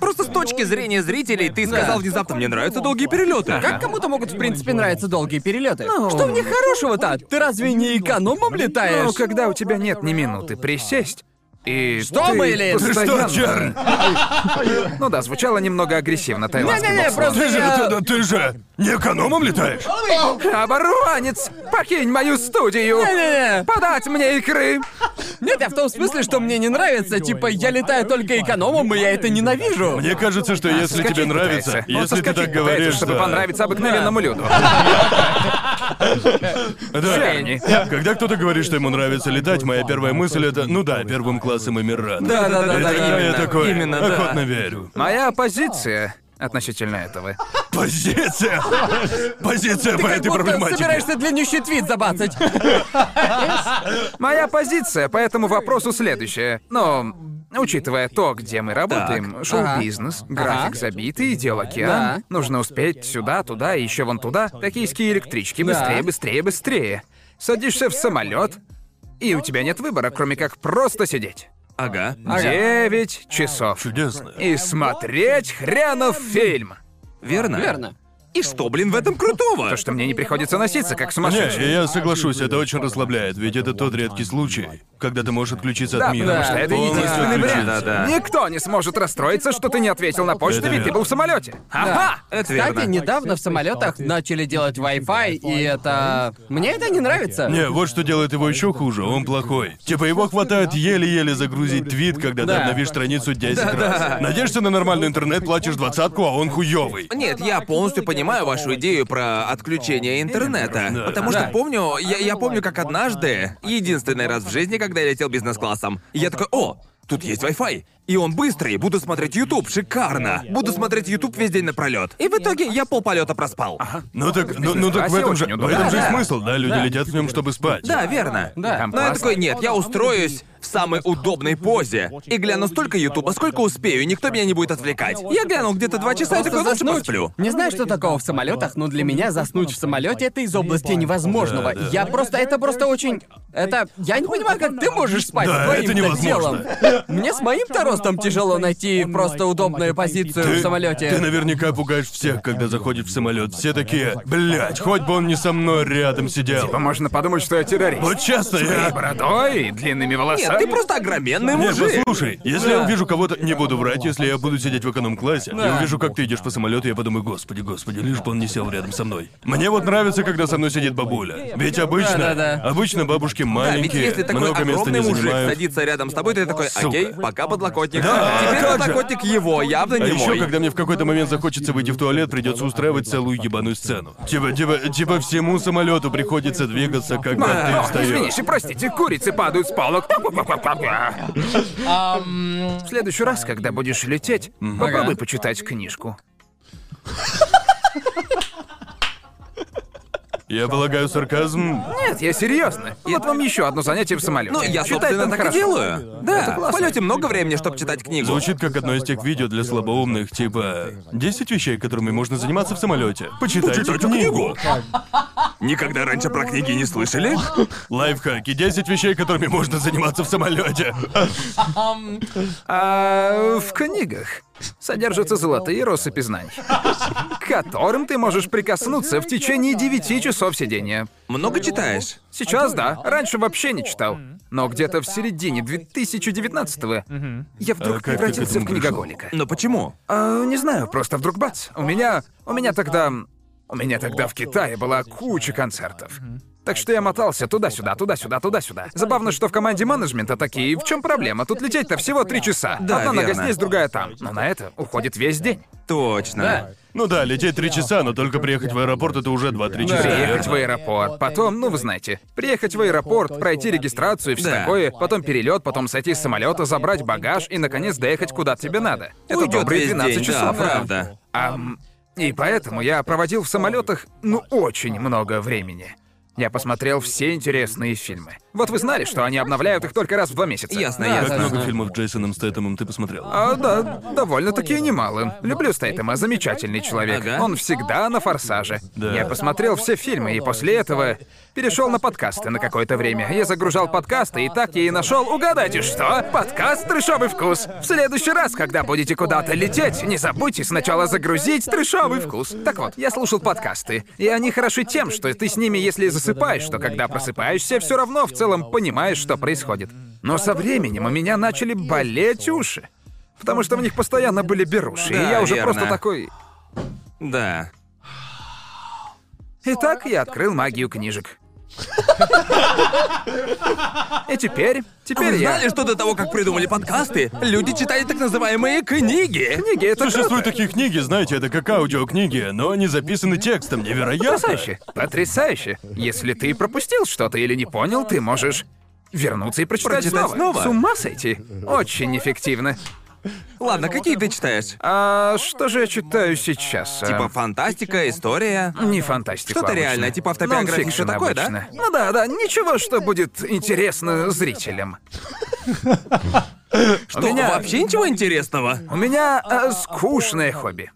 Просто с точки зрения зрителей ты сказал внезапно, мне нравятся долгие перелеты. Как кому-то могут, в принципе, нравиться долгие перелеты? Что в них хорошего-то? Ты разве не экономом летаешь? Ну, когда у тебя нет ни минуты присесть, и Что, ты Мэйлин? Ты постоянно- что, Чарли? Ну да, звучало немного агрессивно, тайландский Не-не-не, бокс. просто Ты же, я- ты, ты же не экономом летаешь? Оборванец! Покинь мою студию! Не-не-не. Подать мне икры! Нет, я в том смысле, что мне не нравится. Типа, я летаю только экономом, и я это ненавижу. Мне кажется, А, что если Соскочить тебе нравится, пытается. Он если ты соскочить так говоришь, пытается, чтобы да. понравиться обыкновенному люду. Да. Джерни. Когда кто-то говорит, что ему нравится летать, моя первая мысль это, ну да, первым классом Эмират. Да, да, да, И да, тогда я именно. такой, именно, да. охотно верю. Моя позиция относительно этого. Позиция! Позиция по Как этой будто проблематике. собираешься длиннющий твит забацать. Моя позиция по этому вопросу следующая. Но, учитывая то, где мы работаем, шоу-бизнес, график Ага. забитый, дело океан, нужно успеть сюда, туда и еще вон туда. Токийские электрички, быстрее, быстрее, быстрее. Садишься в самолет, и у тебя нет выбора, кроме как просто сидеть. Ага. Девять часов. Чудесно. И смотреть хренов фильм. Верно? Верно. И что, блин, в этом крутого? То, что мне не приходится носиться, как Не, сумасшедший. я- я соглашусь, это очень расслабляет, ведь это тот редкий случай, когда ты можешь отключиться Да, от мира. потому что это полностью единственный вариант. отключиться. Да, да. Никто не сможет расстроиться, что ты не ответил на почту, Это ведь ты верно. был в самолете. Ага! Это верно. Кстати, недавно в самолетах начали делать Wi-Fi, и это... Мне это не нравится. Не, вот что делает его еще хуже, он плохой. Типа его хватает еле-еле загрузить твит, когда Да. ты обновишь страницу 10 раз. Надеешься на нормальный интернет, платишь двадцатку, а он хуёвый. Нет, я полностью понимаю вашу идею про отключение интернета. Да. Потому что помню, я, я помню, как однажды, единственный раз в жизни, когда я летел бизнес-классом, я такой, о, тут есть Wi-Fi. И он быстрый, буду смотреть YouTube, шикарно. Буду смотреть YouTube весь день напролет. И в итоге я полполета проспал. Ну так, ну, ну так в этом же, очень в удобно. этом же и Да, да. смысл, да? Люди летят в нем, чтобы спать. Да, верно. Да. Но я такой, нет, я устроюсь в самой удобной позе. И гляну столько Ютуба, сколько успею, и никто меня не будет отвлекать. Я глянул где-то два часа, и Просто такой, лучше заснуть. посплю. Не знаю, что такого в самолетах, но для меня заснуть в самолете это из области невозможного. Да, да. Я просто, это просто очень, это, я не понимаю, как ты можешь спать Да, с твоим это невозможно. делом. Мне с моим-то ростом тяжело найти просто удобную позицию Ты- в самолете. Ты наверняка пугаешь всех, когда заходишь в самолет. Все такие, блядь, хоть бы он не со мной рядом сидел. Типа можно подумать, что я террорист. Вот часто И я... бородой, и длинными волосами. Нет, ты просто огроменный Не, мужик. послушай, если я увижу кого-то, не буду врать, если я буду сидеть в эконом-классе, я увижу, как ты идешь по самолету, я подумаю, господи, господи, лишь бы он не сел рядом со мной. Мне вот нравится, когда со мной сидит бабуля. Ведь обычно, Да, да, да. обычно бабушки Да, ведь маленькие, если такой много места не огромный мужик занимают. садится рядом с тобой, ты такой, окей, пока подлокотник. Да, Теперь как же. подлокотник его, явно А не еще, мой. когда мне в какой-то момент захочется выйти в туалет, придется устраивать целую ебаную сцену. Типа, типа, типа всему самолету приходится двигаться, когда А, ты встаешь. извините, простите, курицы падают с полок. В следующий раз, когда будешь лететь, попробуй почитать книжку. Я полагаю, сарказм... Нет, я серьезно. Вот вам еще одно занятие в самолете. Ну, я, Читать собственно, там так и хорошо. делаю. Да, в полете много времени, чтобы читать книгу. Звучит как одно из тех видео для слабоумных, типа 10 вещей, которыми можно заниматься в самолете. Почитайте книгу. Никогда раньше про книги не слышали? Лайфхаки, 10 вещей, которыми можно заниматься в самолете. А в книгах содержатся золотые россыпи знаний, к которым ты можешь прикоснуться в течение 9 часов сидения. Много читаешь? Сейчас да, раньше вообще не читал. Но где-то в середине 2019-го я А вдруг как ты к превратился в этому пришел? книгоголика. Но почему? А, не знаю, просто вдруг бац. У меня... У меня тогда... У меня тогда в Китае была куча концертов. Так что я мотался туда-сюда, туда-сюда, туда-сюда. Забавно, что в команде менеджмента такие. В чем проблема? Тут лететь-то всего три часа. Да, Одна нога верно. здесь, другая там. Но на это уходит весь день. Точно. Ну да, лететь 3 часа, но только приехать в аэропорт это уже 2-3 часа. Приехать верно? в аэропорт, потом, ну вы знаете, приехать в аэропорт, пройти регистрацию и все Да. такое, потом перелет, потом сойти с самолета, забрать багаж и наконец доехать куда тебе надо. Это Уйдет добрые весь 12 день, да, часов. правда. Ам, и поэтому я проводил в самолетах, ну, очень много времени. Я посмотрел все интересные фильмы. Вот вы знали, что они обновляют их только раз в два месяца. Ясно, Да, Как ясно. много фильмов с Джейсоном Стэтэмом ты посмотрел? а, да, довольно-таки немало. Люблю Стейтема, замечательный человек. Ага. Он всегда на форсаже. Да. Я посмотрел все фильмы, и после этого перешел на подкасты на какое-то время. Я загружал подкасты, и так я и нашел, угадайте что, подкаст «Трешовый вкус». В следующий раз, когда будете куда-то лететь, не забудьте сначала загрузить «Трешовый вкус». Так вот, я слушал подкасты, и они хороши тем, что ты с ними, если засыпаешь, то когда просыпаешься, все равно в целом понимаешь, что происходит. Но со временем у меня начали болеть уши. Потому что в них постоянно были беруши, и Да, я уже верно. просто такой... Да. Итак, я открыл магию книжек. И теперь, теперь А Вы я... знали, что до того, как придумали подкасты, люди читали так называемые книги? Книги — это круто. Существуют такие книги, знаете, это как аудиокниги, но они записаны текстом, невероятно. Потрясающе, потрясающе. Если ты пропустил что-то или не понял, ты можешь вернуться и прочитать, Прочитать снова? С ума сойти. Очень эффективно. Ладно, какие ты читаешь? А что же я читаю сейчас? а? Типа фантастика, история. Не фантастика. Что-то реальное, типа автобиографии, что такое, да? Ну да, да, ничего, что будет интересно зрителям. Что, меня- вообще ничего интересного? У меня э, скучное хобби.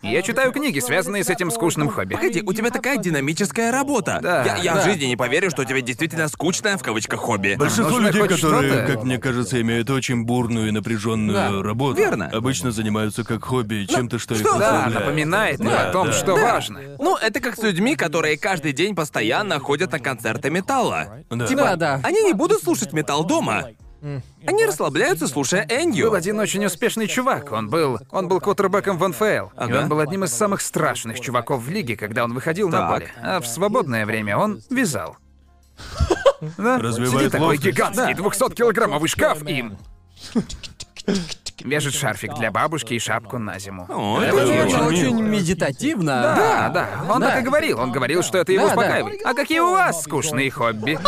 Я читаю книги, связанные с этим скучным хобби. Погоди, у тебя такая динамическая работа. Да, я я да. в жизни не поверю, что у тебя действительно скучное в кавычках хобби. Большинство Нужно людей, хоть которые, что-то. как мне кажется, имеют очень бурную и напряженную работу, верно. обычно занимаются как хобби Ну, чем-то, что, их Да, расслабляет. напоминает мне о том, да. что важно. Ну, это как с людьми, которые каждый день постоянно ходят на концерты металла. Типа, Да. Да, да. Они не будут слушать металл дома. Они расслабляются, слушая Был Энью. один очень успешный чувак. Он был, он был квотербеком в НФЛ. И Ага. он был одним из самых страшных чуваков в лиге, когда он выходил на Так. поле. А в свободное время он вязал. Да, Развивает сидит такой ловкость. гигантский 200-килограммовый шкаф и... Вяжет шарфик для бабушки и шапку на зиму. О, это Это мило. очень Это очень мило. медитативно. Да, да, он Да. так и говорил. Он говорил, что это его Да, да. успокаивает. А какие у вас скучные хобби?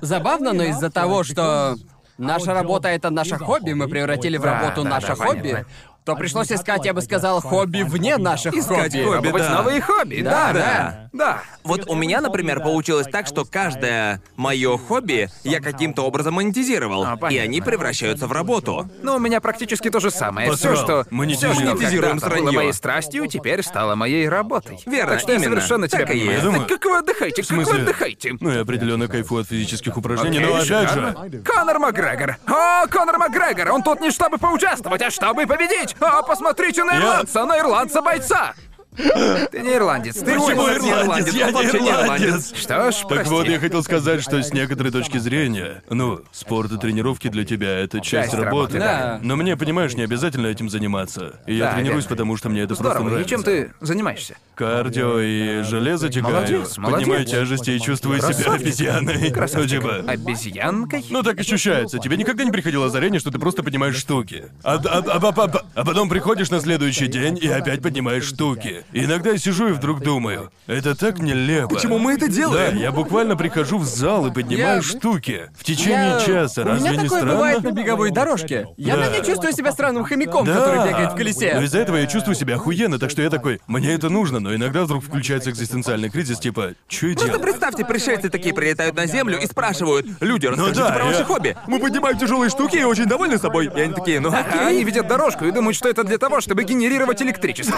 Забавно, но из-за того, что наша работа это наше хобби, мы превратили в Да, работу да, наше да, хобби, понятно. то пришлось искать, я бы сказал, хобби вне наших Искать хобби. хобби. Пробовать да. новые хобби. Да, да, да. Вот у меня, например, получилось так, что каждое мое хобби я каким-то образом монетизировал, А, понятно. и они превращаются в работу. Ну, у меня практически то же самое. Все, Посрал. что, все, Монетизируем. что Монетизируем когда-то было сранье. моей страстью, теперь стало моей работой. Верно, так что я именно. совершенно тебя Так и понимаю. есть. Я Так думаю- как вы отдыхаете? Как вы смысле? отдыхаете? Ну, я определенно кайфую от физических упражнений, Окей, но опять же, шикарно. Конор Макгрегор! О, Конор Макгрегор! Он тут не чтобы поучаствовать, а чтобы победить! О, посмотрите на Я- ирландца, на ирландца бойца! Ты не ирландец, ты Почему уйдешь, не ирландец? Я он не вообще не ирландец. Что ж, Так прости. вот, я хотел сказать, что с некоторой точки зрения, ну, спорт и тренировки для тебя — это часть Часть работы, работы. да. Но мне, понимаешь, не обязательно этим заниматься. И я Да, тренируюсь, верно. потому что мне это просто Здорово, и нравится. чем ты занимаешься? Кардио и железо тягаю. Молодец, молодец. Поднимаю тяжести и чувствую себя обезьяной. Ну, типа... Обезьянкой? Ну так ощущается. Тебе никогда не приходило озарение, что ты просто а поднимаешь штуки. А, а- а- а- а- а потом приходишь на следующий день и опять поднимаешь штуки. Иногда я сижу и вдруг думаю, это так нелепо. Почему мы это делаем? Да, я буквально прихожу в зал и поднимаю Я- штуки. В течение Я- часа, У разве меня не такое странно? бывает на беговой дорожке. Я Да. на ней чувствую себя странным хомяком, Да. который бегает в колесе. Но из-за этого я чувствую себя охуенно, так что я такой, мне это нужно, но иногда вдруг включается экзистенциальный кризис, типа, чё я Просто делаю? представьте, пришельцы такие прилетают на Землю и спрашивают, люди, Ну расскажите Ну да, про я- ваши хобби. Мы поднимаем тяжелые штуки и очень довольны собой. И они такие, ну А окей. они видят дорожку и думают, что это для того, чтобы генерировать электричество.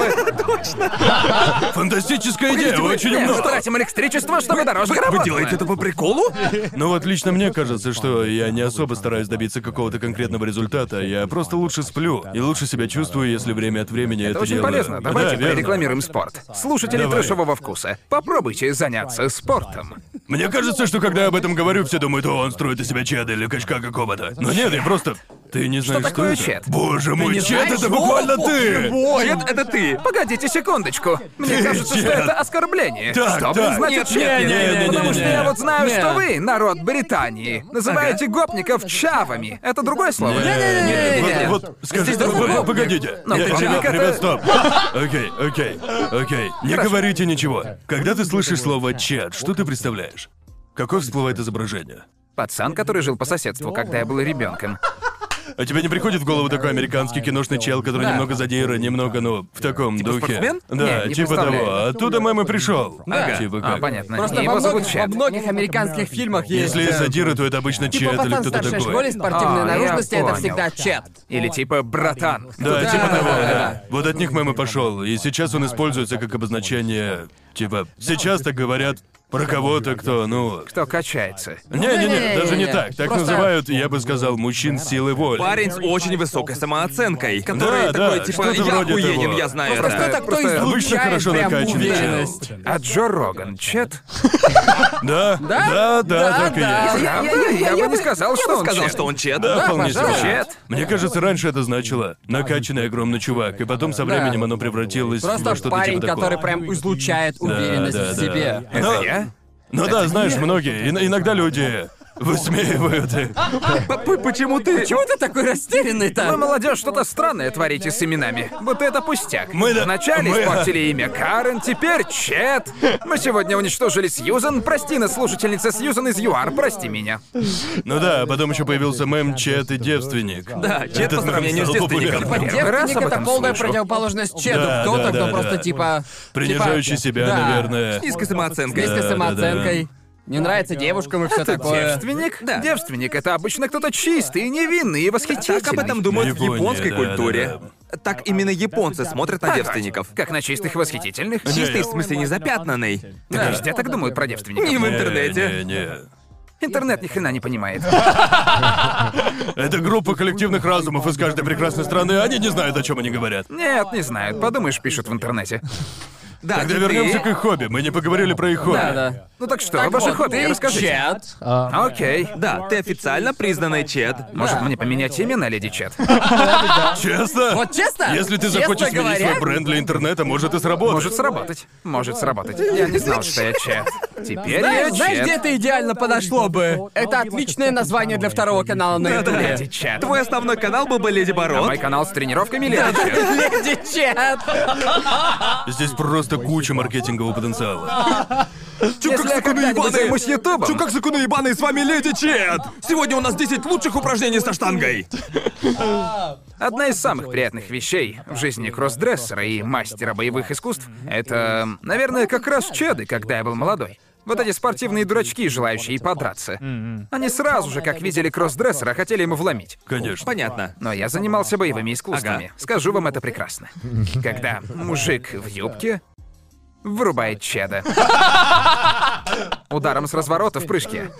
Фантастическая идея, очень Мы много. тратим электричество, чтобы дорожка Вы работала. делаете это по приколу? Но Ну вот лично мне кажется, что я не особо стараюсь добиться какого-то конкретного результата. Я просто лучше сплю и лучше себя чувствую, если время от времени это, Это очень делаю. полезно. Давайте Да, верно. прорекламируем спорт. Слушатели Давай. трэшевого вкуса, попробуйте заняться спортом. Мне кажется, что когда я об этом говорю, все думают, о, он строит из себя чеда или качка какого-то. Но нет, я просто... Ты не знаешь, что, такое это? чед? Боже мой, чед знаешь? это буквально ты! Нет, это ты. Погодите секундочку. Мне Ты кажется, что чет. это оскорбление. Так, что так. вы значит Нет, чет? не, не, не, Потому не, что не. я вот знаю, Не. что вы, народ Британии, называете гопников чавами. Это другое слово. Э, Вот, вот, скажи, должен погоди- быть. погодите. Но Нет, гопник ребят, это- ребят, стоп. Окей, окей, окей. Не говорите ничего. Когда ты слышишь слово чат, что ты представляешь? Какое всплывает изображение? Пацан, который жил по соседству, когда я был ребенком. А тебе не приходит в голову такой американский киношный чел, который немного задира, немного, ну, в таком духе? спортсмен? Да, Не, не типа представляю. того. Оттуда мем и пришел. Да. Типа А, как. понятно. Просто И во его зовут многих, во Чет. многих американских фильмах есть. Если задира, то это обычно чет Типа или пацан кто-то старшей такой. школе А, спортивной я наружности это понял. всегда чет. Или типа братан. Да, типа того, да. Вот от них мем и пошел. И сейчас он используется как обозначение. Типа, сейчас так говорят про кого-то, кто, ну. Кто качается. Не-не-не, даже не Не-не-не. так. Так Просто- называют, я бы сказал, мужчин с силой воли. Парень с очень высокой самооценкой, который Да, такой, да, типа, что-то я вроде охуенен, того. Ну, я знаю Просто это. кто-то, кто просто обычно излучает хорошо прям накачанный чел. уверенность. А Джо Роган, Чет? Да, да, да, так и да. есть. Я, бы не сказал, что он Сказал, чет. что он чет. Да, вполне пожалуйста. себе. Чет. Мне кажется, раньше это значило накачанный огромный чувак, и потом со временем оно превратилось Просто во что-то парень, типа такого. который прям излучает уверенность да, в да. себе. Но- Это я? Ну да, знаешь, многие, ин- иногда люди <laughs> высмеивают. и- Почему ты? Чего ты такой растерянный-то? Вы, молодежь, что-то странное творите с именами. Будто это пустяк. Мы да- Вначале мы- испортили имя Карен, теперь Чет. Мы сегодня уничтожили Сьюзен. Прости нас, слушательница Сьюзен из ЮАР, прости меня. Ну да, а потом еще появился мем «Чет и девственник». Да, чет Этот по мем сравнению с стал девственником. Типа, популярным. Понятно. Первый раз Девственник об это этом полная слышу. противоположность чеду. Да, кто-то, да, кто да, просто да. типа. Принижающий типа- себя, да. наверное. С низкой самооценкой. С низкой Да, самооценкой. Не нравится девушкам и все такое. Девственник? Да. Девственник — это обычно кто-то чистый, невинный и восхитительный. Так об этом думают в Япония, японской да, культуре. Так именно японцы смотрят на девственников. Как на чистых и восхитительных? Чистый, в смысле, не запятнанный. Да, Везде так думают про девственников. Не в Не, не, интернете. не. Интернет ни хрена не понимает. Это группа коллективных разумов из каждой прекрасной страны, они не знают, о чем они говорят. Нет, не знают. Подумаешь, пишут в интернете. Да, Тогда ты- вернемся к их хобби, мы не поговорили про их хобби. Да, да. Ну так что, Так ваше вот, хобби, ты расскажите. чет. А. Окей. Да, ты официально признанный чет. Может, мне поменять имя на Леди Чет? Честно? Вот честно? Если ты Честно захочешь сменить говоря? свой бренд для интернета, может и сработать. Может сработать. Может сработать. Я не знал, что я Чет. Теперь я Знаешь, знаешь, где Чет. это идеально подошло бы? Это отличное название для второго канала на Леди Ютубе. Чет. Твой основной канал был бы Леди А Барон. мой канал с тренировками Леди Чет. Леди Чет! Здесь просто куча маркетингового потенциала. Чё, Если я когда-нибудь займусь Ютубом... Чё, как сакуны ебаные, с вами Леди Чет! Сегодня у нас 10 лучших упражнений со штангой. Одна из самых приятных вещей в жизни кроссдрессера и мастера боевых искусств — это, наверное, как раз чеды, когда я был молодой. Вот эти спортивные дурачки, желающие подраться. Они сразу же, как видели кроссдрессера, хотели ему вломить. Конечно. Понятно. Но я занимался боевыми искусствами. Скажу вам это прекрасно. Когда мужик в юбке врубает чеда. Ударом с разворота в прыжке.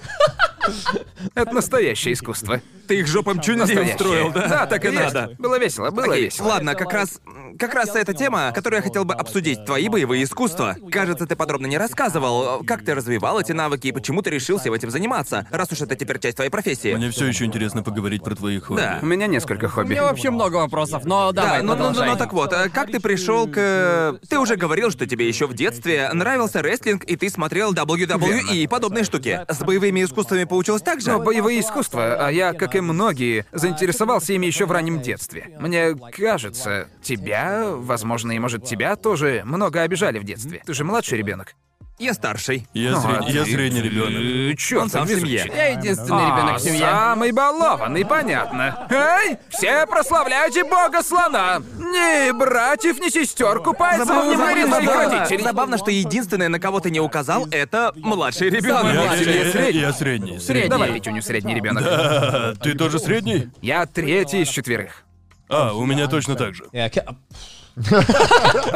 Это настоящее искусство. Ты их жопом чунди Настоящее. устроил, да? Да, так и Есть. надо. Было весело, было Окей, весело. Ладно, как раз... Как раз эта тема, которую я хотел бы обсудить, твои боевые искусства. Кажется, ты подробно не рассказывал, как ты развивал эти навыки и почему ты решил всем этим заниматься, раз уж это теперь часть твоей профессии. Мне все еще интересно поговорить про твои хобби. Да. У меня несколько хобби. У меня вообще много вопросов, но Да, давай, ну, ну, ну, продолжай. ну, так вот, а как ты пришел к... э, Ты уже говорил, что тебе еще в детстве нравился рестлинг, и ты смотрел WWE и подобные штуки. С боевыми искусствами поучилась так же? Но боевые искусства, а я, как и многие, заинтересовался ими еще в раннем детстве. Мне кажется, тебя, возможно, и может тебя тоже много обижали в детстве. Ты же младший ребенок. Я старший. Я, Ну, сред- я средний ребенок. Черт, Он сам в семье. Я единственный ребенок в семье. А, Самый балованный, понятно. Эй, все прославляйте бога слона! Ни братьев, ни сестер, купается во внимании Забавно, своих забавно. родителей. Забавно, что единственное, на кого ты не указал, это младший Я, ребенок. я- я- я средний. Средний. Давай, Петюню, средний ребенок. А, ты тоже средний? Я третий из четверых. А, у меня точно так же. Yeah, ca-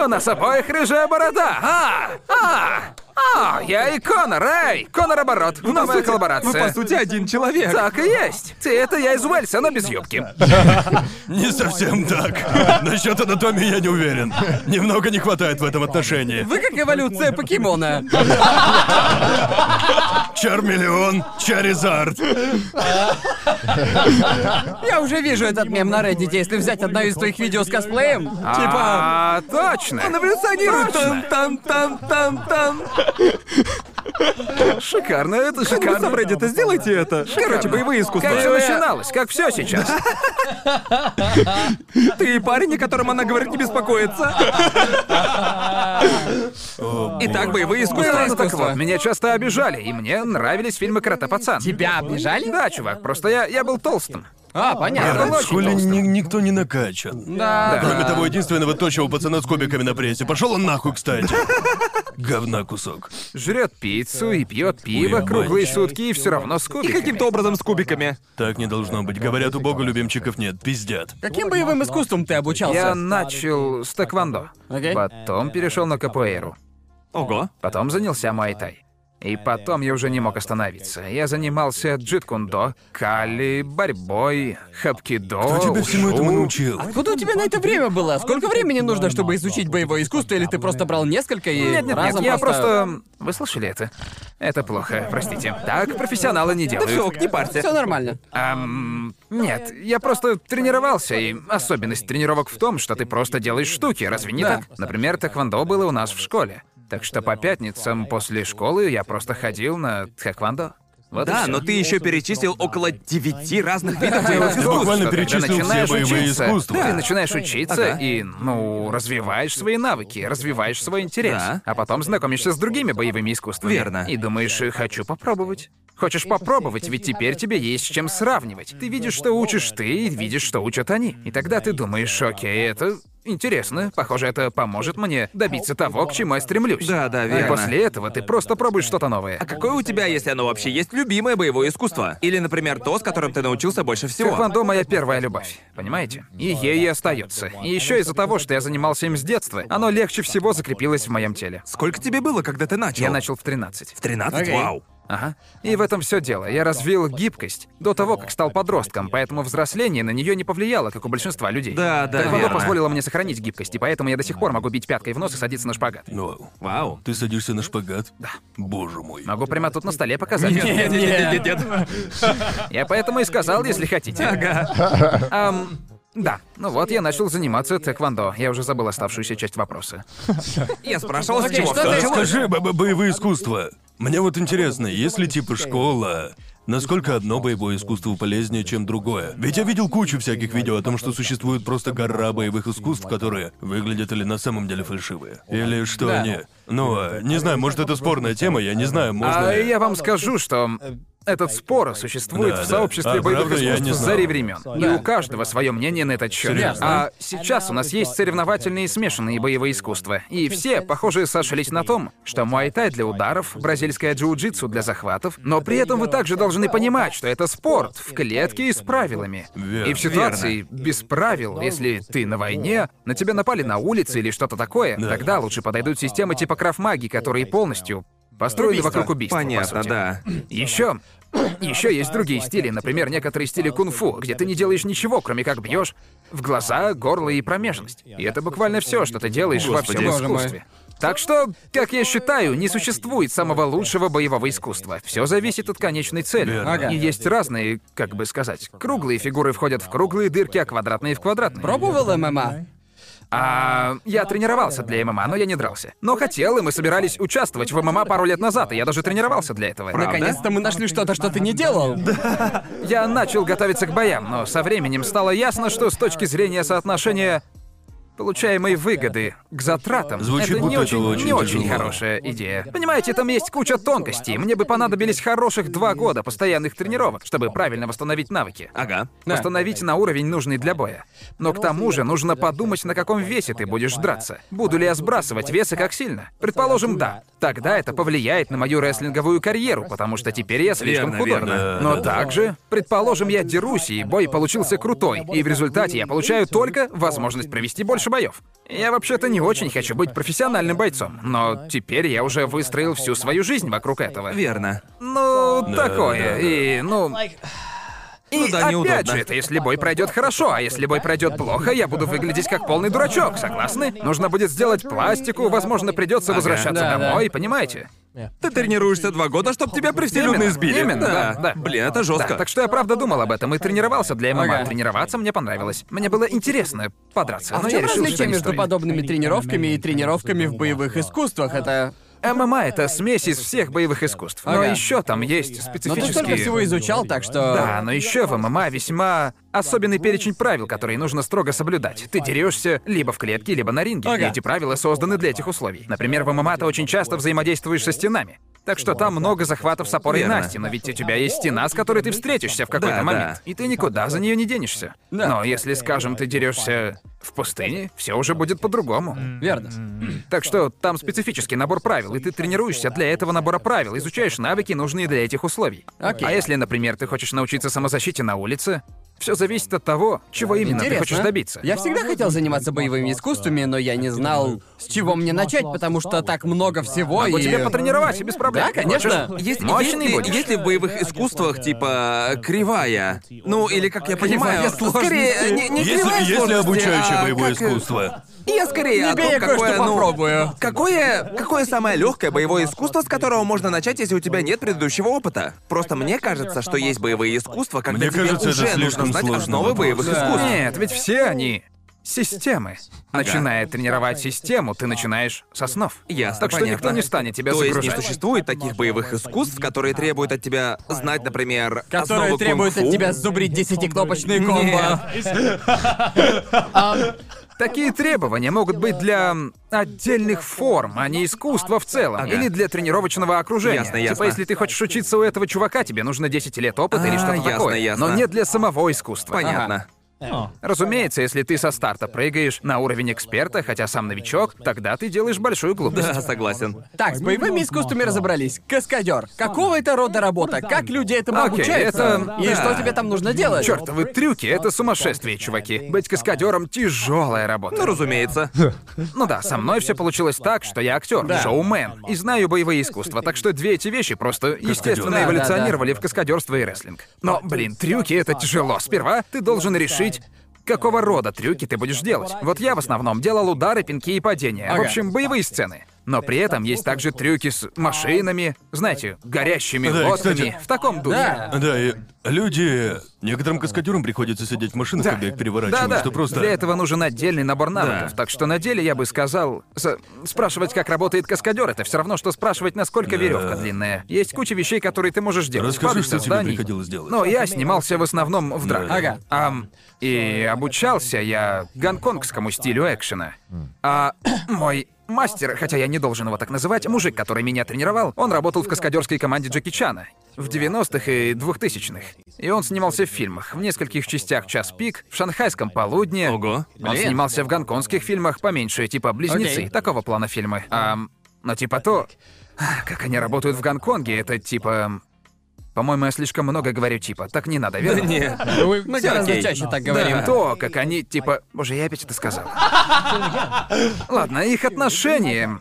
У нас обоих рыжая борода. А, а, а, я и Конор, эй! Конор Оборот, новая Вы, по коллаборация. сути, один человек. Так и есть. Ты это я из Уэльса, но без юбки. Не <laughs> совсем так. Насчет анатомии я не уверен. Немного не хватает в этом отношении. Вы как эволюция покемона. Чармиллион, Чаризард. Я уже вижу этот мем на Reddit, если взять одно из твоих видео с косплеем. Типа... А, точно. Он эволюционирует. Тан-тан-тан-тан-тан. Шикарно, это шикарно. Сабреддита, сделайте это. Короче, боевые искусства. Как все Э, начиналось, как все сейчас. <laughs> Ты парень, о котором она говорит, <laughs> не беспокоиться. Итак, боевые искусства. Ну так вот, меня часто обижали, и мне нравились фильмы Крота Пацан. Тебя обижали? Да, чувак, просто я, я был толстым. А, понятно. был В очень школе толстым. ни- никто не накачан. Да, Кроме того, единственного тощего пацана с кубиками на прессе. Пошел он нахуй, кстати. Говна кусок. Жрет пиццу и пьет пиво Ой, круглые мальчик. сутки и все равно с И кубиками. каким-то образом с кубиками. Так не должно быть. Говорят, у бога любимчиков нет. Пиздят. Каким боевым искусством ты Я обучался? начал с тэквондо. Окей. Потом перешел на капуэйру. Ого. Потом занялся майтай. И потом я уже не мог остановиться. Я занимался джиткундо, кали, борьбой, хапкидо, Кто А тебя всему этому ушу. научил? Откуда у тебя на это время было? Сколько времени нужно, чтобы изучить боевое искусство, или ты просто брал несколько и Нет, нет, нет, разом я просто... Вы слышали это? Это плохо, простите. Так профессионалы не делают. Все, не парься. Все нормально. Ам, нет, я просто тренировался, и особенность тренировок в том, что ты просто делаешь штуки, разве не так? Например, тэквондо было у нас в школе. Так что по пятницам после школы я просто ходил на тэквондо. Вот и Да, ну всё. но ты еще перечислил около девяти разных видов <laughs> Дело в боевых том, искусств. искусств. что когда буквально перечислил все начинаешь боевые учиться, искусства. Ты Да. начинаешь учиться и, ну, развиваешь свои навыки, развиваешь свой интерес. Да. А потом знакомишься с другими боевыми искусствами. Верно. И думаешь, «Э, хочу попробовать. Хочешь попробовать, ведь теперь тебе есть с чем сравнивать. Ты видишь, что учишь ты, и видишь, что учат они. И тогда ты думаешь, окей, это интересно. Похоже, это поможет мне добиться того, к чему я стремлюсь. Да, да, И верно. после этого ты просто пробуешь что-то новое. А какое у тебя, если оно вообще есть, любимое боевое искусство? Или, например, то, с которым ты научился больше всего? Тэквондо моя первая любовь, понимаете? И ей и остается. И еще из-за того, что я занимался им с детства, оно легче всего закрепилось в моем теле. Сколько тебе было, когда ты начал? Я начал в 13. В 13? <laughs> Окей. Вау. Ага. И в этом все дело. Я развил гибкость до того, как стал подростком, поэтому взросление на нее не повлияло, как у большинства людей. Да, да, Тэквондо верно. позволило мне сохранить гибкость, и поэтому я до сих пор могу бить пяткой в нос и садиться на шпагат. Ну, Вау. ты садишься на шпагат? Да. Боже мой. Могу прямо тут на столе показать. Нет-нет-нет-нет. Я поэтому и сказал, если хотите. Ам, да, ну вот я начал заниматься тэквондо. Я уже забыл оставшуюся часть вопроса. Я спрашивал, с Окей, чего что всё ты- началось. Скажи, бо- бо- боевые искусства. Мне вот интересно, если типа школа, насколько одно боевое искусство полезнее, чем другое? Ведь я видел кучу всяких видео о том, что существует просто гора боевых искусств, которые выглядят или на самом деле фальшивые. Или что они. Ну, а, не знаю, может это спорная тема, я не знаю, можно А ли... я вам скажу, что этот спор существует э, Да, в да. сообществе А, боевых правда, я не искусств знал. зари времен. И Да. у каждого свое мнение на этот счет. Серьезно? А сейчас у нас есть соревновательные и смешанные боевые искусства. И все, похоже, сошлись на том, что муайтай для ударов, бразильское джиу-джитсу для захватов, но при этом вы также должны понимать, что это спорт в клетке и с правилами. Верно. И в ситуации без правил, если ты на войне, на тебя напали на улице или что-то такое, тогда лучше подойдут системы типа крафмаги, которые полностью построили вокруг убийства. по Понятно, сути. да. Еще. Еще есть другие стили, например, некоторые стили кунг-фу, где ты не делаешь ничего, кроме как бьешь в глаза, горло и промежность. И это буквально все, что ты делаешь Господи. во Боже всем искусстве. Так что, как я считаю, не существует самого лучшего боевого искусства. Все зависит от конечной цели. Верно. Ага. И есть разные, как бы сказать, круглые фигуры входят в круглые дырки, а квадратные в квадратные. Пробовал ММА? А, я тренировался для ММА, но я не дрался. Но хотел, и мы собирались участвовать в ММА пару лет назад, и я даже тренировался для этого. Наконец-то мы нашли что-то, что ты не делал. Я начал готовиться к боям, но со временем стало ясно, что с точки зрения соотношения получаемой выгоды к затратам, Звучит, это не будто очень, это очень не очень тяжело. хорошая идея. Понимаете, там есть куча тонкостей. Мне бы понадобились хороших два года постоянных тренировок, чтобы правильно восстановить А навыки. Ага. Восстановить на уровень, нужный для боя. Но к тому же нужно подумать, на каком весе ты будешь драться. Буду ли я сбрасывать вес и как сильно? Предположим, да. Тогда это повлияет на мою рестлинговую карьеру, потому что теперь я слишком Верно, худой. верно. Но также, предположим, я дерусь, и бой получился крутой, и в результате я получаю только возможность провести больше боев. Я вообще-то не очень хочу быть профессиональным бойцом, но теперь я уже выстроил всю свою жизнь вокруг этого. Верно. Ну, такое. да. И, ну, и Ну да, опять неудобно. же, это если бой пройдет хорошо, а если бой пройдет плохо, я буду выглядеть как полный дурачок, согласны? Нужно будет сделать пластику, возможно, придется возвращаться Да, да. домой, понимаете? Ты тренируешься два года, чтобы тебя Именно, престилюдно избили. именно, да, да. Блин, это Да, жестко. так что я правда думал об этом и тренировался для ММА. Ага. Тренироваться мне понравилось. Мне было интересно подраться, А но в я чем решил, что различие не между стоит. подобными тренировками и тренировками в боевых искусствах? Это... ММА — это смесь из всех боевых искусств. Но Ага. еще там есть Но специфические... ты столько всего изучал, так что... Ну, Да, но еще в ММА весьма особенный перечень правил, которые нужно строго соблюдать. Ты дерешься либо в клетке, либо на ринге. И Ага. эти правила созданы для этих условий. Например, в ММА ты очень часто взаимодействуешь со стенами. Так что там много захватов с опорой Верно. на стену, ведь у тебя есть стена, с которой ты встретишься в какой-то Да, момент. да. И ты никуда за нее не денешься. Но если, скажем, ты дерешься в пустыне, все уже будет по-другому. Верно. Так что там специфический набор правил, и ты тренируешься для этого набора правил, изучаешь навыки, нужные для этих условий. Окей. А если, например, ты хочешь научиться самозащите на улице, все зависит от того, чего именно ты Интересно. хочешь добиться. Я всегда хотел заниматься боевыми искусствами, но я не знал, с чего мне начать, потому что так много всего Могу и... тебя потренировать, и без проблем. Да, конечно. Хочешь? Есть, Мощный если, будешь. если в боевых искусствах типа кривая, ну или как я понимаю, Кривая сложности. скорее не, не Если, кривая если сложности, обучающее а боевое как, э, искусство. Я скорее о Тебе том, я кое-что какое, ну, попробую. Какое, какое самое легкое боевое искусство, с которого можно начать, если у тебя нет предыдущего опыта? Просто мне кажется, что есть боевые искусства, когда Мне тебе кажется, это уже слишком нужно знать сложный основы вопрос. боевых искусств. Нет, ведь все они системы. Начиная тренировать систему, ты начинаешь со снов. Ясно, Так что понятно. никто не станет тебя То есть не загружать. существует таких боевых искусств, которые требуют от тебя знать, например, Которые основы требуют от кунг-фу? тебя зубрить десятикнопочные комбо. Такие требования могут быть для м, отдельных форм, а не искусства в целом. Ага. Или для тренировочного окружения. Ясно, Типа, ясно. если ты хочешь учиться у этого чувака, тебе нужно 10 лет опыта или А, что-то ясно, такое. ясно. Но не для самого искусства. Понятно. Разумеется, если ты со старта прыгаешь на уровень эксперта, хотя сам новичок, тогда ты делаешь большую глупость. Да, согласен. Так, с боевыми искусствами разобрались. Каскадер. Какого это рода работа? Как люди этому Окей, обучаются? это- И да. что тебе там нужно делать? Чёртовы трюки — это сумасшествие, чуваки. Быть каскадером тяжелая работа. Ну, разумеется. Ну да, со мной все получилось так, что я актер, шоумен и знаю боевые искусства, так что две эти вещи просто естественно Да, да, эволюционировали в каскадерство и рестлинг. Но, блин, трюки это тяжело. Сперва ты должен решить. Какого рода трюки ты будешь делать? Вот я в основном делал удары, пинки и падения. В Ага. общем, боевые сцены. Но при этом есть также трюки с машинами, знаете, горящими Да, и, лодками. кстати- В таком духе. Да. Да, и люди... Некоторым каскадерам приходится сидеть в машинах, когда их переворачивают, Да-да. что просто... Для этого нужен отдельный набор навыков. Так что на деле я бы сказал, с- спрашивать, как работает каскадер, это все равно, что спрашивать, насколько веревка длинная. Есть куча вещей, которые ты можешь делать. Расскажи, Падать что со тебе зданий. приходилось делать. Но Ну, я снимался в основном в драках. Ага. Ам, и обучался я гонконгскому стилю экшена. А <clears throat> мой мастер, хотя я не должен его так называть, мужик, который меня тренировал, он работал в каскадерской команде Джеки Чана в 90-х и 2000-х. И он снимался в фильмах, в нескольких частях «Час пик», в «Шанхайском полудне». Ого. Он снимался в гонконгских фильмах поменьше, типа «Близнецы», Окей. такого плана фильмы. Ам, но типа то, как они работают в Гонконге, это типа... По-моему, я слишком много говорю типа. Так не надо, верно? <laughs> Не. Мы ну гораздо окей. чаще так говорим говорим. А то, как они, типа... Боже, я опять это сказал. Ладно, их отношения...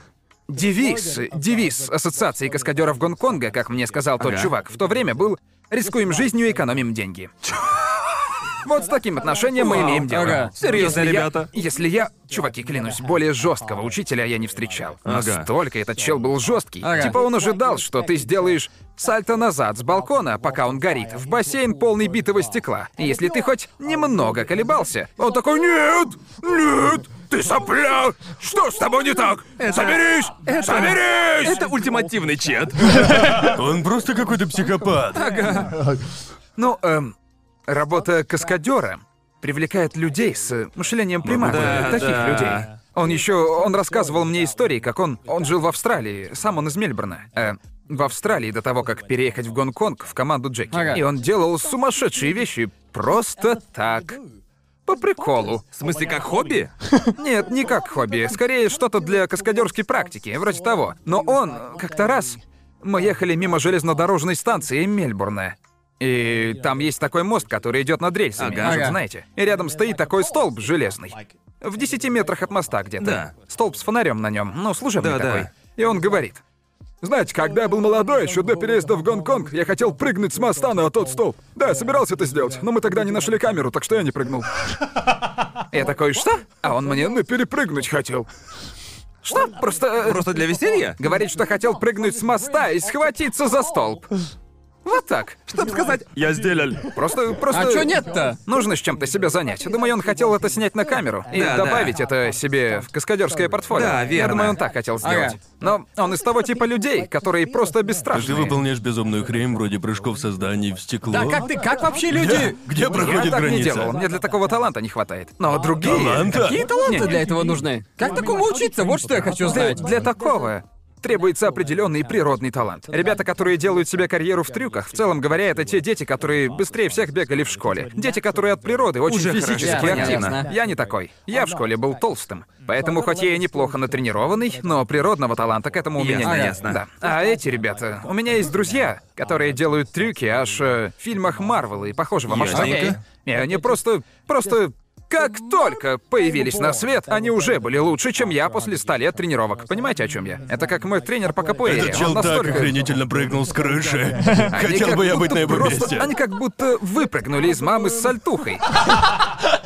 Девиз, девиз Ассоциации каскадеров Гонконга, как мне сказал тот Ага. чувак, в то время был «Рискуем жизнью, экономим деньги». Вот с таким отношением мы имеем дело. Ага. Серьезно, Если я- ребята. если я, чуваки, клянусь, более жесткого учителя я не встречал. Ага. Настолько этот чел был жесткий. Ага. Типа он ожидал, что ты сделаешь сальто назад с балкона, пока он горит, в бассейн полный битого стекла. И Если ты хоть немного колебался, он такой «Нет! Нет! Ты сопля! Что с тобой не так? Соберись! Соберись! Это ультимативный чет. <laughs> Он просто какой-то психопат. Ну, эм, работа каскадера привлекает людей с э, мышлением примата, да, таких да. людей. Он еще, он рассказывал мне истории, как он, он жил в Австралии, сам он из Мельбурна. Э, в Австралии до того, как переехать в Гонконг в команду Джеки. Ага. И он делал сумасшедшие вещи просто так. По приколу. В смысле, как хобби? Нет, не как хобби. Скорее, что-то для каскадерской практики, вроде того. Но он э, как-то раз... Мы ехали мимо железнодорожной станции Мельбурна. И там есть такой мост, который идет над рельсами, Ага. может, Ага. знаете. И рядом стоит такой столб железный. В 10 метрах от моста где-то. Да. Столб с фонарем на нем, ну, служебный Да-да. такой. И он говорит. Знаете, когда я был молодой, еще до переезда в Гонконг, я хотел прыгнуть с моста на тот столб. Да, я собирался это сделать, но мы тогда не нашли камеру, так что я не прыгнул. Я такой, что? А он мне, ну, Ну, перепрыгнуть хотел. что? Просто... э, Просто для веселья? Говорит, что хотел прыгнуть с моста и схватиться за столб. Вот так. Чтобы сказать, я сделал. Просто, просто... А чё нет-то? Нужно с чем-то себя занять. Думаю, он хотел это снять на камеру и Да, да. добавить это себе в каскадерское портфолио. Да, Я верно. думаю, он так хотел сделать. Но он из того типа людей, которые просто А Ты бесстрашные. выполняешь безумную хрень вроде прыжков со зданий в стекло. Ну, Да как ты, как вообще люди? Где Я проходит так не граница? делал. Мне для такого таланта не хватает. Но другие... Таланта? Какие таланты Не-не. для этого нужны? Как такому учиться? Вот что я хочу Для, знать. для такого требуется определенный природный талант. Ребята, которые делают себе карьеру в трюках, в целом говоря, это те дети, которые быстрее всех бегали в школе. Дети, которые от природы очень Уже физически хорошо, активны. понятно. Я не такой. Я в школе был толстым. Поэтому, хоть я и неплохо натренированный, но природного таланта к этому у меня Ясно, нет. ясно. Да. А эти ребята... У меня есть друзья, которые делают трюки аж э, в фильмах Марвел и похожего масштаба. Ясненько. И они просто... просто... Как только появились на свет, они уже были лучше, чем я после 100 лет тренировок. Понимаете, о чем я? Это как мой тренер по капуэре. Этот Он чел так настолько... охренительно прыгнул с крыши. Они Хотел как бы я быть будто на его просто- месте. Они как будто выпрыгнули из мамы с сальтухой.